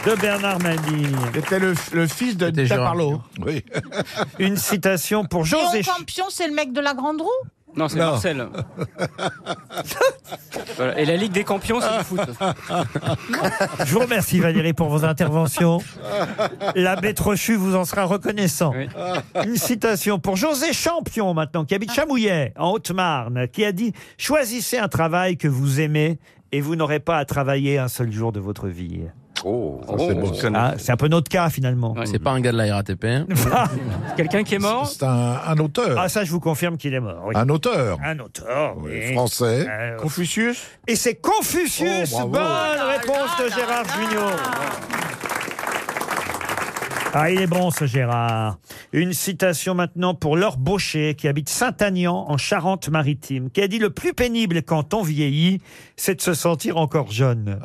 S3: de Bernard Mabille.
S8: C'était le, le fils de Dita
S3: Gérard
S8: Parlo.
S4: Oui.
S3: Une citation pour José.
S9: Léon Campion, c'est le mec de la Grande Roue
S7: Non, c'est
S3: Non.
S4: [LAUGHS]
S7: Marcel. Voilà. Et la Ligue des Campions, c'est du foot.
S3: [LAUGHS] Je vous remercie Valérie pour vos interventions. L'abbé Trochu vous en sera reconnaissant. Une citation pour José Champion maintenant, qui habite Chamouillet, en Haute-Marne, qui a dit « Choisissez un travail que vous aimez et vous n'aurez pas à travailler un seul jour de votre vie.
S6: Oh,
S3: c'est beau. Ah, c'est un peu notre Ah cas finalement.
S5: C'est pas un gars de la RATP.
S3: [LAUGHS] Quelqu'un qui est mort
S4: C'est un, un auteur.
S3: Ah ça, je vous confirme qu'il est mort. oui.
S4: Un auteur.
S3: Un auteur, oui.
S4: Français.
S3: Euh,
S4: Confucius.
S3: Et c'est Confucius.
S4: Oh, bravo.
S3: Bonne réponse de Gérard Junior. Ah, il est bon ce Gérard. Une citation maintenant pour Laure Baucher, qui habite Saint-Agnan en Charente-Maritime, qui a dit Le plus pénible quand on vieillit, c'est de se sentir encore
S8: [LAUGHS]
S3: jeune.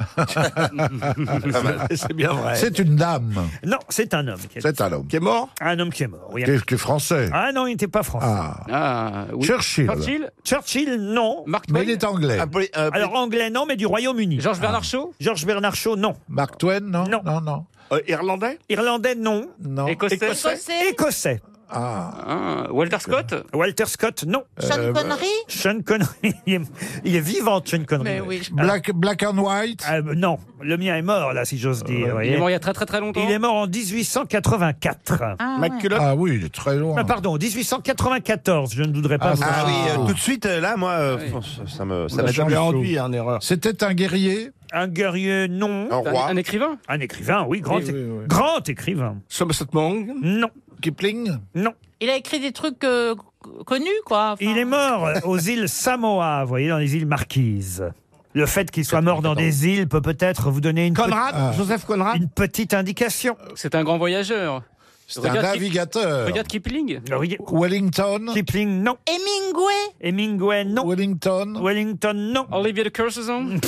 S3: [LAUGHS]
S8: C'est bien vrai.
S4: C'est une dame.
S3: Non, c'est un homme. qui est-
S4: C'est un homme.
S8: Qui est mort
S3: Un homme qui est mort. oui.
S4: Qui est, qui est français.
S3: Ah non, il n'était pas français.
S4: Ah.
S7: Ah, oui.
S4: Churchill.
S7: Churchill
S3: Churchill, non.
S4: Mais il est anglais.
S3: Alors anglais, non, mais du Royaume-Uni.
S7: Georges Bernard Shaw
S3: Georges Bernard Shaw, non.
S4: Mark Twain, non
S3: Non.
S4: Non, non.
S8: Irlandais
S3: Irlandais, non.
S4: Non.
S7: Écossais
S9: Écossais
S3: Écossais.
S4: Ah. Euh, bah,
S7: Ah, Walter Scott
S3: Walter Scott, non.
S9: Sean Euh, Connery
S3: Sean Connery. [LAUGHS] Il est, il est vivant, Sean Connery.
S9: Mais oui.
S4: Black, black and White.
S3: Ah, euh, non, le mien est mort, là, si j'ose dire. vous
S7: Euh, Il
S3: voyez.
S7: est mort il y a très très très longtemps.
S3: Il est mort en 1884.
S9: Ah, ouais.
S8: McCulloch
S4: Ah oui, il est très loin.
S3: Ah, pardon, 1894, je ne voudrais pas.
S4: Ah,
S3: vous-
S6: Ah oui, euh,
S4: Ah.
S6: tout de suite, euh, là, moi, euh, ça- ça me. Ça
S8: Je l'ai
S6: m'étonne.
S3: hein,
S8: enduit en erreur.
S4: C'était un guerrier.
S3: Un guerrier, non.
S6: Un roi.
S7: Un écrivain
S3: Un écrivain, oui, grand,
S8: Oui,
S3: é-
S8: oui, oui.
S3: grand écrivain.
S8: Somerset Maugham
S3: Non,
S4: Kipling.
S3: non.
S9: Il a écrit des trucs euh, connus, quoi. Enfin,
S3: Il est mort euh, aux îles Samoa, vous voyez, dans les îles Marquises. Le fait qu'il soit mort dans des îles peut peut-être vous donner une, pe-
S8: Conrad Joseph Conrad
S3: une petite indication.
S7: C'est un grand voyageur.
S4: C'était un
S7: Regarde Kip-
S4: navigateur.
S7: Regarde Kipling.
S3: Alors, il-
S4: Wellington.
S3: Kipling, non.
S9: Hemingway
S3: Hemingway, non.
S4: Wellington.
S3: Wellington, non.
S7: Olivier
S3: [LAUGHS]
S7: de Curzon.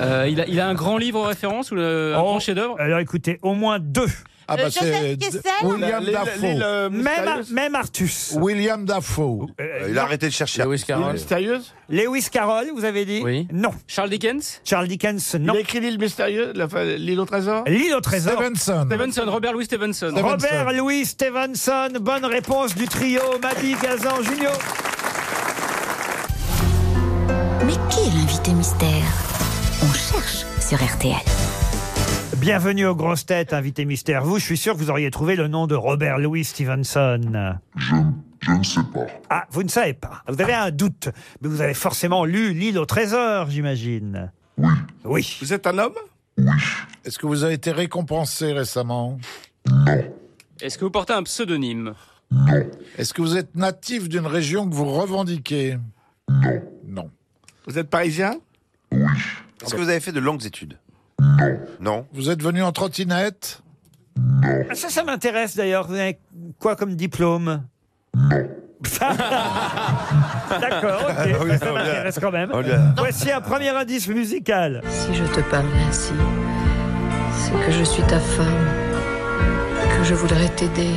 S7: Euh, il, a, il a un grand livre en référence ou le, un
S3: Oh.
S7: grand chef-d'œuvre
S3: Alors écoutez, au moins deux.
S4: Ah bah, c'est William
S7: euh,
S4: Dafoe.
S3: Même, même Artus.
S4: William Dafoe.
S6: Il a arrêté de chercher. Lewis
S3: Carroll.
S8: Mystérieuse
S3: Lewis Carroll, vous avez dit Oui. Non.
S7: Charles Dickens
S3: Charles Dickens, non.
S8: Il a écrit L'île mystérieuse, la- enfin, L'île au trésor
S3: L'île au trésor.
S7: Stevenson, Robert Louis Stevenson.
S3: Robert Louis Stevenson, bonne réponse du trio Madi Gazan Junior.
S17: Mais qui est l'invité mystère On cherche sur RTL.
S3: Bienvenue aux grosses têtes, invité mystère. Vous, je suis sûr que vous auriez trouvé le nom de Robert Louis Stevenson.
S10: Je ne sais pas.
S3: Ah, vous ne savez pas. Vous avez un doute. Mais vous avez forcément lu L'île au trésor, j'imagine. Oui.
S8: Vous êtes un homme
S4: Est-ce que vous avez été récompensé récemment
S7: Est-ce que vous portez un pseudonyme
S4: Est-ce que vous êtes natif d'une région que vous revendiquez Non.
S8: Vous êtes parisien
S6: Est-ce que vous avez fait de longues études Non.
S4: Vous êtes venu en trottinette
S3: Ah, Ça, ça m'intéresse d'ailleurs. Vous avez quoi comme diplôme [LAUGHS] D'accord, ok.
S6: Ah oui,
S3: ça
S6: on l'a.
S3: m'intéresse quand même.
S6: On l'a.
S3: Voici un premier indice musical.
S22: Si je te parle ainsi, c'est que je suis ta femme, que je voudrais t'aider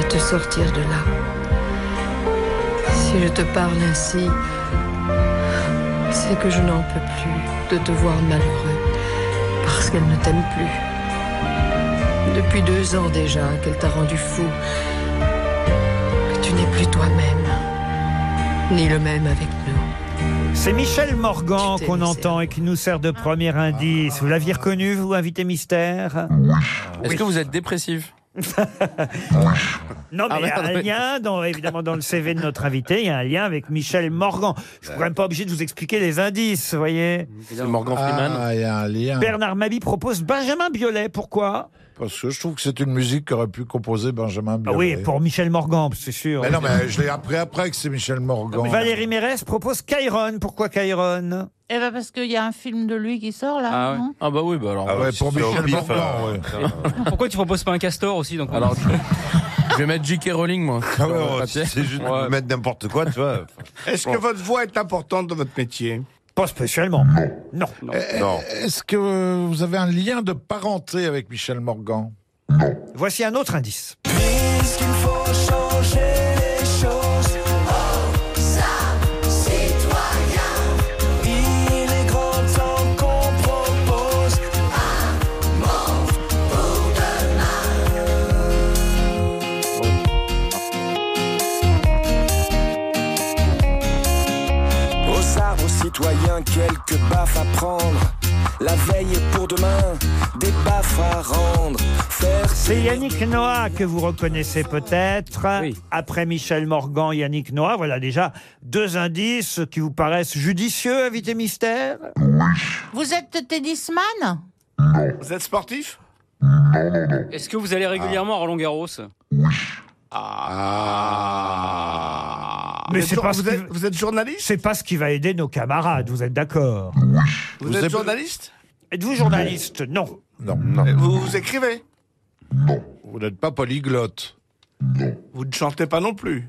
S22: à te sortir de là. Si je te parle ainsi, c'est que je n'en peux plus de te voir malheureux, parce qu'elle ne t'aime plus. Depuis deux ans déjà qu'elle t'a rendu fou, que tu n'es plus toi-même, ni le même avec nous.
S3: C'est Michel Morgan qu'on entend et qui nous sert de premier indice. Vous l'aviez reconnu, vous, invité mystère
S5: Est-ce que vous
S3: [LAUGHS]
S5: êtes dépressif
S3: Non, mais
S5: Ah,
S3: il y a
S5: merde,
S3: un
S5: oui.
S3: lien, dans, évidemment, dans le CV de notre invité, il y a un lien avec Michel Morgan. Je ne suis quand même pas obligé de vous expliquer les indices, vous voyez
S5: Morgan
S4: Ah, il y a un lien.
S3: Bernard Mabi propose Benjamin Biolay. Pourquoi
S4: Parce que je trouve que c'est une musique qu'aurait pu composer Benjamin
S3: Ah
S4: Biolay.
S3: Oui, pour Michel Morgan, c'est sûr.
S4: Mais non, mais je l'ai appris après que c'est Michel Morgan.
S3: Ah Valérie Mérès propose Kyron. Pourquoi Kyron
S9: Eh ben parce qu'il y a un film de lui qui sort là. non
S5: Ah bah oui, bah alors.
S4: ouais,
S5: si
S4: pour
S5: c'est au
S4: Michel
S5: pif,
S4: Morgan,
S5: euh,
S4: ouais.
S7: [LAUGHS] Pourquoi tu proposes pas un castor aussi donc
S5: Alors, je vais mettre J.K. Rowling, moi.
S4: Ah
S5: sur le papier.
S6: Ah, C'est juste de mettre n'importe quoi, tu vois.
S8: Est-ce que
S6: Bon.
S8: votre voix est importante dans votre métier
S3: Pas spécialement. Non.
S6: Non.
S4: Eh, Est-ce que vous avez un lien de parenté avec Michel Morgan
S3: Voici un autre indice.
S1: Puisqu'il faut changer les choses. Oh, ça, citoyen. Il est grand temps qu'on propose un monde pour demain. Aux arbres, aux citoyens, quelques baffes à prendre. La veille est pour demain, des baffes à rendre. Faire
S3: C'est Yannick Noah que vous reconnaissez peut-être. Après Michel Morgan, Yannick Noah, voilà déjà deux indices qui vous paraissent judicieux, invité mystère.
S9: Vous êtes tennisman
S8: Vous êtes sportif
S7: Est-ce que vous allez régulièrement à Roland Garros
S3: Mais
S8: Vous
S3: Ah. c'est
S8: êtes
S3: pas ce
S8: jour- vous
S3: qui-
S8: êtes- vous êtes journaliste
S3: C'est pas ce qui va aider nos camarades, vous êtes d'accord
S8: Vous, êtes, journaliste
S3: Êtes-vous journaliste Non.
S4: Non, non.
S8: Vous, vous écrivez
S4: Vous n'êtes pas polyglotte.
S8: Vous ne chantez pas non plus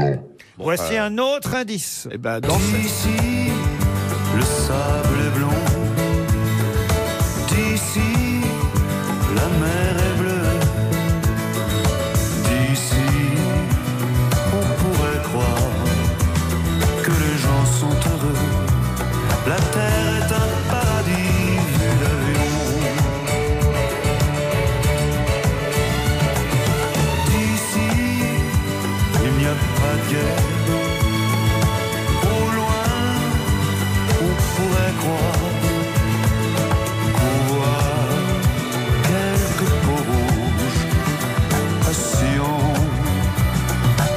S8: euh,
S3: Voici un autre indice.
S8: Eh ben, dansez.
S1: D'ici, le sable est blond. D'ici, la mer est bleue. D'ici, on pourrait croire que les gens sont heureux. La terre est un paradis vu d'avion. D'ici, il n'y a pas de guerre. Au loin, on pourrait croire qu'on voit quelques peaux rouges à Sion.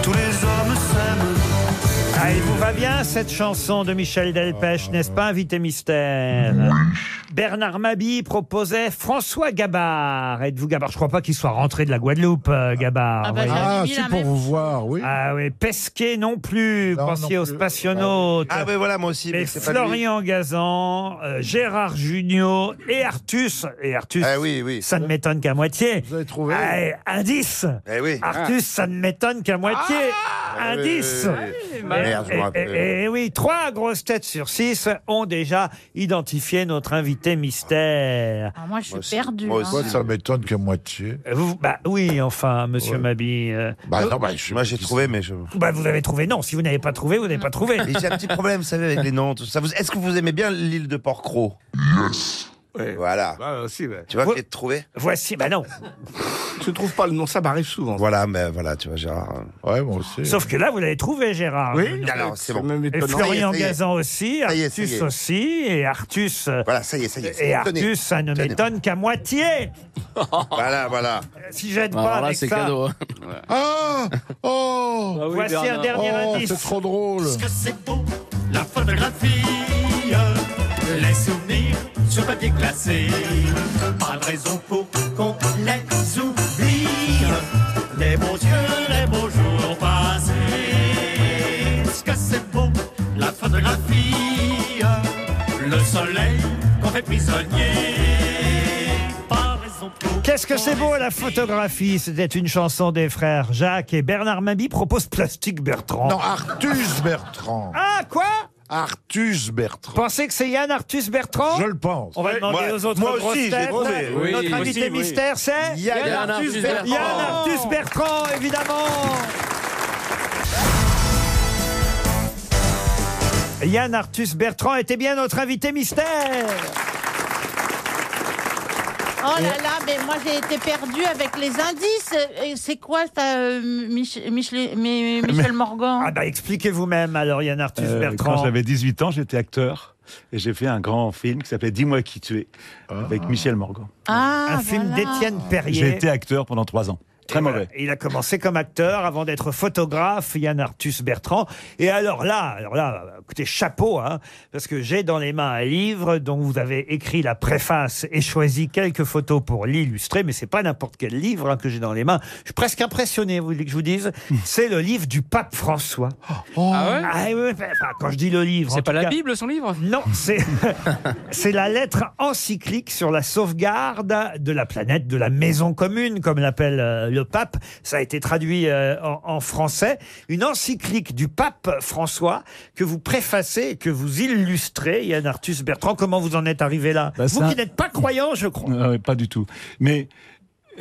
S1: Tous les hommes s'aiment.
S3: Ah, il vous va bien cette chanson de Michel
S6: Ah,
S3: Delpech, n'est-ce pas, invité mystère Bernard Mabi proposait François Gabard. Êtes-vous Gabard Je crois pas qu'il soit rentré de la Guadeloupe, euh, Gabard.
S4: Ah, bah,
S3: voyez.
S4: j'avais Ah, mis c'est la pour même. vous voir, oui.
S3: Ah oui, Pesquet non plus, pensiez
S6: non
S3: aux
S6: plus.
S3: spationautes.
S6: Ah oui, voilà, moi aussi, mais
S3: Mais
S6: c'est pas lui.
S3: Florian Gazan, euh, Gérard Junior et Artus. Et Artus, ça ne m'étonne qu'à moitié. Vous
S4: avez trouvé
S3: Indice
S6: Eh oui.
S3: Artus, ça ne m'étonne qu'à moitié. Ah, Eh,
S6: Ah,
S3: Indice.
S6: oui, oui, oui, oui.
S3: Et-
S6: Merde, je me
S3: et-
S6: rappelle.
S3: et- Et, eh, oui, trois grosses têtes sur six ont déjà identifié notre invité mystère.
S9: Ah, moi, je suis perdue.
S4: Moi,
S9: hein.
S4: ça m'étonne que moitié.
S3: Vous, bah oui, enfin, monsieur
S4: Ouais.
S3: Mabille. euh,
S4: Bah
S3: vous-
S4: non, bah, je-
S6: Moi, j'ai trouvé, mais je.
S3: bah, vous avez trouvé, non. Si vous n'avez pas trouvé, vous n'avez pas trouvé.
S6: Et J'ai un petit problème, vous savez, avec les noms, tout ça. Vous- Est-ce que vous aimez bien l'île de Porquerolles Voilà.
S3: Bah,
S6: Tu vois, j'ai trouvé.
S3: Voici, bah non.
S6: Je trouve pas le nom, ça m'arrive souvent. Voilà, mais voilà, tu vois, Gérard.
S4: Ouais, moi aussi.
S3: Sauf que là, vous l'avez trouvé, Gérard.
S6: Oui,
S3: Le nom.
S6: alors, c'est bon.
S3: Et Florian Gazan aussi, Artus aussi, et Artus. euh,
S6: Voilà, ça y est, ça y est.
S3: Et
S6: Tenez.
S3: Artus, ça ne m'étonne qu'à moitié.
S6: [LAUGHS] Voilà, voilà.
S3: Si j'aide
S6: Bah,
S3: pas avec ça.
S4: Ah Oh
S3: Ah oui, Voici un Bernard. dernier
S4: Oh,
S3: indice.
S4: C'est trop drôle.
S11: Qu'est-ce que c'est beau, la photographie Les souvenirs sur papier glacé Pas de raison pour qu'on les oublie Les beaux yeux, les beaux jours passés Qu'est-ce que c'est beau, la photographie Le soleil qu'on fait prisonnier Pas raison pour
S3: Qu'est-ce que c'est beau la photographie C'était une chanson des frères Jacques et Bernard Mabi propose Plastique Bertrand.
S4: Non, Artus Bertrand.
S3: Ah, quoi
S4: Artus Bertrand.
S3: Pensez que c'est Yann Artus Bertrand
S4: Je le pense.
S3: On va demander
S4: Moi-
S3: aux autres
S4: moi
S3: grosses
S4: aussi, j'ai
S3: têtes.
S4: trouvé.
S3: Notre
S4: Oui,
S3: notre
S4: moi
S3: invité
S4: aussi, oui.
S3: mystère, c'est
S4: Yann Yann Arthus Arthus Bertrand. Bertrand.
S3: Yann Arthus Bertrand, évidemment. Yann Arthus Bertrand était bien notre invité mystère.
S9: Oh là là, mais moi j'ai été perdue avec les indices. Et C'est quoi ça, euh, Mich- Michel, mais- Michel Morgan
S3: Ah bah expliquez vous-même alors Yann Arthus
S12: Euh,
S3: Bertrand.
S12: quand j'avais 18 ans, j'étais acteur et j'ai fait un grand film qui s'appelait Dis-moi qui tu es avec Michel Morgan.
S9: Ah,
S3: un film
S12: voilà.
S3: d'Étienne Perrier.
S12: J'ai été acteur pendant trois ans. Très mauvais.
S3: Et Il a commencé comme acteur avant d'être photographe, Yann Arthus Bertrand. Et alors là, alors là, écoutez, chapeau, hein, parce que j'ai dans les mains un livre dont vous avez écrit la préface et choisi quelques photos pour l'illustrer, mais c'est pas n'importe quel livre hein, que j'ai dans les mains. Je suis presque impressionné, vous voulez que je vous dise.
S12: Hmm.
S3: C'est le livre du pape François.
S12: Oh.
S7: Ah ouais
S3: oui, enfin, quand je dis le livre.
S7: C'est
S3: en
S7: pas
S3: tout
S7: la
S3: cas-
S7: Bible, son livre
S3: Non, c'est [LAUGHS] c'est la lettre encyclique sur la sauvegarde de la planète, de la maison commune, comme l'appelle euh, le pape. Ça a été traduit euh, en, en français. Une encyclique du pape François que vous préfacez, et que vous illustrez. Yann Arthus Bertrand, comment vous en êtes arrivé là
S12: Bah,
S3: Vous
S12: ça-
S3: qui n'êtes pas croyant, je crois.
S12: Euh, pas du tout. Mais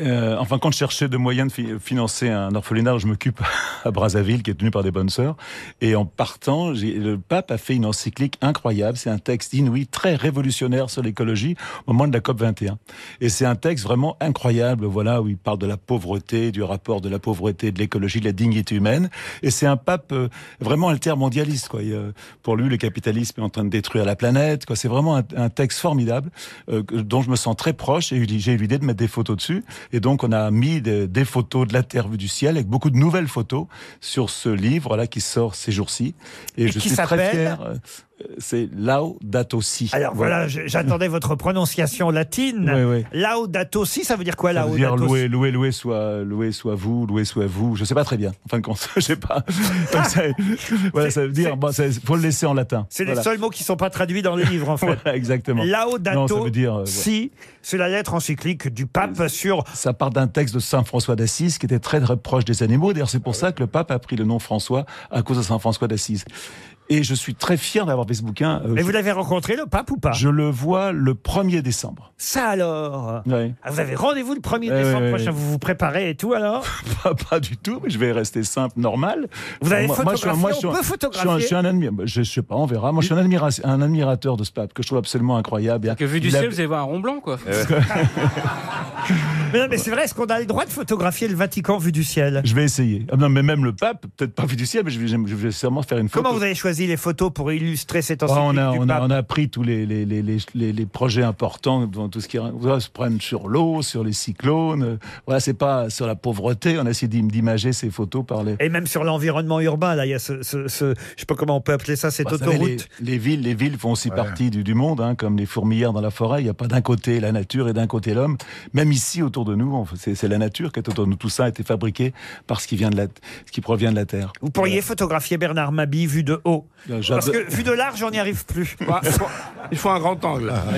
S12: euh, enfin, quand je cherchais de moyens de fi- financer un orphelinat, je m'occupe [LAUGHS] à Brazzaville, qui est tenu par des bonnes sœurs. Et en partant, j'ai- le pape a fait une encyclique incroyable. C'est un texte inouï, très révolutionnaire sur l'écologie, au moment de la COP 21. Et c'est un texte vraiment incroyable, voilà, où il parle de la pauvreté, du rapport de la pauvreté, de l'écologie, de la dignité humaine. Et c'est un pape euh, vraiment altermondialiste, quoi. Et, euh, pour lui, le capitalisme est en train de détruire la planète, quoi. C'est vraiment un, un texte formidable euh, que- dont je me sens très proche. Et eu- j'ai eu l'idée de mettre des photos dessus. Et donc, on a mis des, des photos de la Terre vue du ciel avec beaucoup de nouvelles photos sur ce livre là qui sort ces jours-ci. Et, je
S3: qui
S12: suis très
S3: s'appelle
S12: fier. euh, C'est Laudato Si.
S3: Alors voilà, je- j'attendais votre prononciation latine.
S12: Oui, oui.
S3: Laudato si, ça veut dire quoi
S12: Ça veut dire
S3: laudato si
S12: louer, louer, louer, soit, louer, soit vous, louer, soit vous. Je sais pas très bien. En fin de compte, [LAUGHS] je
S3: [LAUGHS]
S12: sais pas. Comme ça, voilà, ça veut dire. Bon, ça- faut le laisser en latin.
S3: C'est
S12: Voilà.
S3: les seuls mots qui sont pas traduits
S12: [LAUGHS]
S3: dans le livre, en fait.
S12: Voilà, exactement.
S3: Laudato
S12: Non, ça veut dire, euh, ouais.
S3: si, c'est la lettre encyclique du pape sur.
S12: Ça part d'un texte de saint François d'Assise qui était très très proche des animaux. D'ailleurs, c'est pour ça que le pape a pris le nom François à cause de saint François d'Assise. Et je suis très fier d'avoir fait ce bouquin. Euh,
S3: Mais
S12: je-
S3: vous l'avez rencontré, le pape, ou pas
S12: Je le vois le 1er décembre.
S3: Ça alors
S12: Ouais.
S3: Ah, Vous avez rendez-vous le 1er
S12: Ouais,
S3: décembre
S12: ouais,
S3: prochain,
S12: ouais.
S3: vous vous préparez et tout alors
S12: [LAUGHS] pas, pas du tout, mais je vais rester simple, normal.
S3: Vous avez
S12: Moi- moi, je suis un- moi, je suis un-
S3: photographié, on peut
S12: je suis un- Je suis un admirateur, je sais pas, on verra. Moi, je suis un, admira- un admirateur de ce pape que je trouve absolument incroyable.
S7: Que vu du
S12: Il a- [LAUGHS]
S7: ciel, vous allez voir un rond blanc, quoi.
S3: Mais non, mais c'est vrai, est-ce qu'on a le droit de photographier le Vatican vu du ciel
S12: Je vais essayer. Ah non, mais même le pape, peut-être pas vu du ciel, mais je vais, je vais sûrement faire une photo.
S3: Comment vous avez choisi les photos pour illustrer cette
S12: Ah,
S3: encyclique
S12: on, a,
S3: du
S12: on, a,
S3: pape
S12: on a pris tous les, les, les, les, les- les projets importants, dans tout ce qui on va se prendre sur l'eau, sur les cyclones. euh, Voilà, c'est pas sur la pauvreté. On a essayé d'im- d'imager ces photos par les.
S3: Et même sur l'environnement urbain, là, il y a ce, ce- ce- je sais pas comment on peut appeler ça, cette
S12: Bah, vous savez,
S3: autoroute.
S12: les, les villes, les villes font aussi partie du, du monde, hein, comme les fourmilières dans la forêt. Il n'y a pas d'un côté la nature et d'un côté l'homme. Même ici, autour autour de nous. On- C'est c'est la nature qui est autour de nous. Tout ça a été fabriqué par ce qui, vient de la, ce qui provient de la Terre.
S3: Vous pourriez photographier Bernard Mabi vu de haut.
S12: Bah,
S3: Parce que vu de large, on n'y arrive plus.
S8: Il faut un grand angle.
S12: Ah,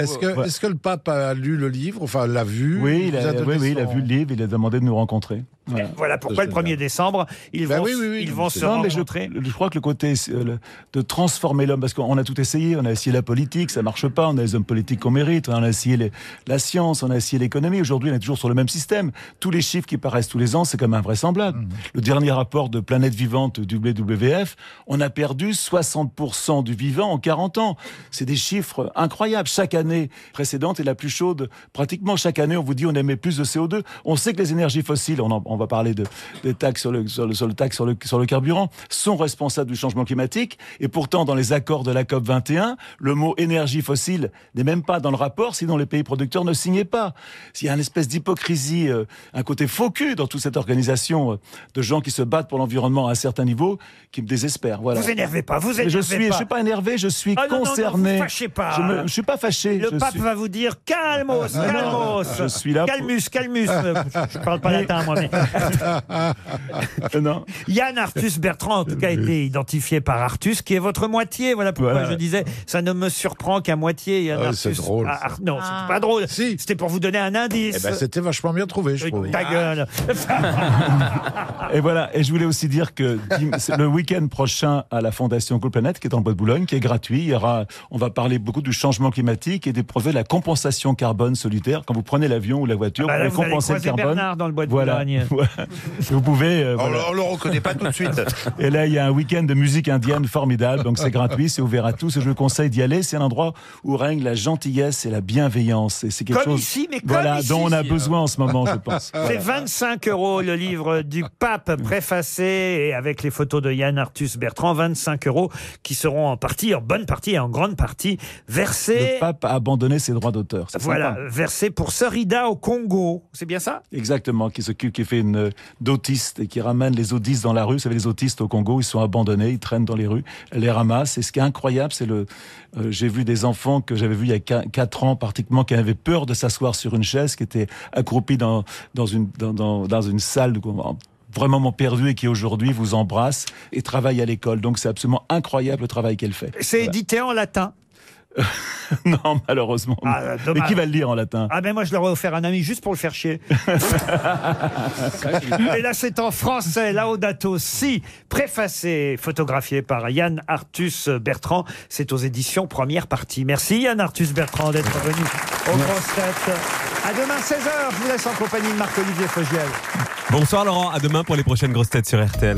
S4: Est-ce que, est-ce que le pape a lu le livre, enfin l'a vu
S12: Oui, il
S4: vous
S12: a,
S4: donné
S12: oui, oui, il a
S4: son-
S12: vu le livre, il a demandé de nous rencontrer. Voilà.
S3: Voilà pourquoi le 1er décembre, ils
S12: Bah
S3: vont, ils vont se
S12: Non, mais je,
S3: rencontrer.
S12: je crois que le côté euh, le- de transformer l'homme, parce qu'on a tout essayé, on a essayé la politique, ça marche pas, on a les hommes politiques qu'on mérite, on a essayé les- la science, on a essayé l'économie. Aujourd'hui, on est toujours sur le même système. Tous les chiffres qui paraissent tous les ans, c'est comme invraisemblable.
S3: Mmh.
S12: Le dernier rapport de Planète Vivante du WWF, on a perdu 60% du vivant en 40 ans. C'est des chiffres incroyables. Chaque année précédente est la plus chaude. Pratiquement chaque année, on vous dit on émet plus de CO2. On sait que les énergies fossiles, on, en- on va parler de, des taxes sur le, sur le, sur le taxe sur le, sur le carburant, sont responsables du changement climatique. Et pourtant, dans les accords de la COP 21, le mot énergie fossile n'est même pas dans le rapport, sinon les pays producteurs ne signaient pas. Il y a une espèce d'hypocrisie, euh, un côté faux cul dans toute cette organisation euh, de gens qui se battent pour l'environnement à un certain niveau, qui me désespère. Voilà.
S3: Vous énervez pas, vous
S12: Mais
S3: énervez
S12: je suis,
S3: pas.
S12: Je suis pas énervé, je suis
S3: Ah non, non, non, vous
S12: concerné.
S3: fâchez pas.
S12: Je ne suis pas fâché.
S3: Le
S12: je
S3: pape
S12: suis-
S3: va vous dire calmos,
S12: Ah, non,
S3: calmos.
S12: je suis là pour- Ah.
S3: Calmus, calmus. Euh, je ne
S7: [LAUGHS]
S3: parle [LAUGHS] pas
S12: Mais-
S3: latin, moi, mais.
S12: non.
S3: Yann Artus Bertrand, en tout cas, a été identifié par Artus, qui est votre moitié. Voilà pourquoi
S12: Voilà.
S3: je disais, ça ne me surprend qu'à moitié. Yann
S4: Ah oui, c'est
S3: Arthus.
S4: drôle,
S3: Ah,
S4: ça.
S3: Ar- non, c'était pas drôle. C'était pour vous donner un indice.
S4: Eh ben, c'était vachement bien trouvé, je trouve. Ah.
S3: Ta
S4: [LAUGHS]
S3: gueule.
S12: Et voilà, et je voulais aussi dire que dim- c'est le week-end prochain à la Fondation Cool Planet, qui est en Bois de Boulogne, qui est gratuit, il y aura, on va parler beaucoup du changement climatique et des projets de la compensation carbone solitaire. Quand vous prenez l'avion ou la voiture,
S3: Ah bah là,
S12: vous
S3: vous
S12: pouvez
S3: allez
S12: compenser le
S3: croiser
S12: carbone.
S3: Bernard dans le Bois de
S12: Voilà.
S3: Boulogne.
S12: [LAUGHS] Voilà. vous pouvez. euh,
S6: On
S12: voilà.
S6: le- on le reconnaît pas tout
S3: [LAUGHS]
S6: de suite.
S12: Et là, il y a un week-end de musique indienne formidable, donc c'est gratuit, c'est ouvert à tous. Et je vous conseille d'y aller. C'est un endroit où règne la gentillesse et la bienveillance. Et c'est quelque
S3: Comme
S12: chose
S3: ici, mais comme
S12: voilà,
S3: ici. euh.
S12: dont on a besoin en ce moment, je pense.
S3: [LAUGHS] C'est
S12: Voilà.
S3: 25 euros le livre du pape préfacé et avec les photos de Yann Arthus Bertrand, 25 euros qui seront en partie, en bonne partie et en grande partie versés.
S12: Le pape a abandonné ses droits d'auteur. C'est
S3: Voilà,
S12: sympa.
S3: versés pour Sorida au Congo. C'est bien ça
S12: Exactement, qui s'occupe, qui fait une d'autiste et qui ramène les autistes dans la rue. Vous savez, les autistes au Congo, ils sont abandonnés, ils traînent dans les rues, elle les ramasse. Et ce qui est incroyable, c'est le. euh, J'ai vu des enfants que j'avais vus il y a 4 ans, pratiquement, qui avaient peur de s'asseoir sur une chaise, qui étaient accroupis dans, dans, une, dans, dans, dans une salle. en- vraiment perdue et qui aujourd'hui vous embrasse et travaille à l'école. Donc c'est absolument incroyable le travail qu'elle fait.
S3: C'est édité en latin.
S12: [LAUGHS] Non, malheureusement.
S3: Ah,
S12: Mais
S3: dommage.
S12: qui va le lire en latin
S3: Ah ben moi je l'aurais offert à un ami juste pour le faire
S12: [LAUGHS]
S3: chier. [LAUGHS] Et là c'est en français, Laudato Si, préfacé, photographié par Yann Artus Bertrand. C'est aux éditions première partie. Merci Yann Artus Bertrand d'être venu aux grosses têtes. À demain 16h, je vous laisse en compagnie de Marc-Olivier Fogiel.
S13: Bonsoir Laurent, à demain pour les prochaines grosses têtes sur RTL.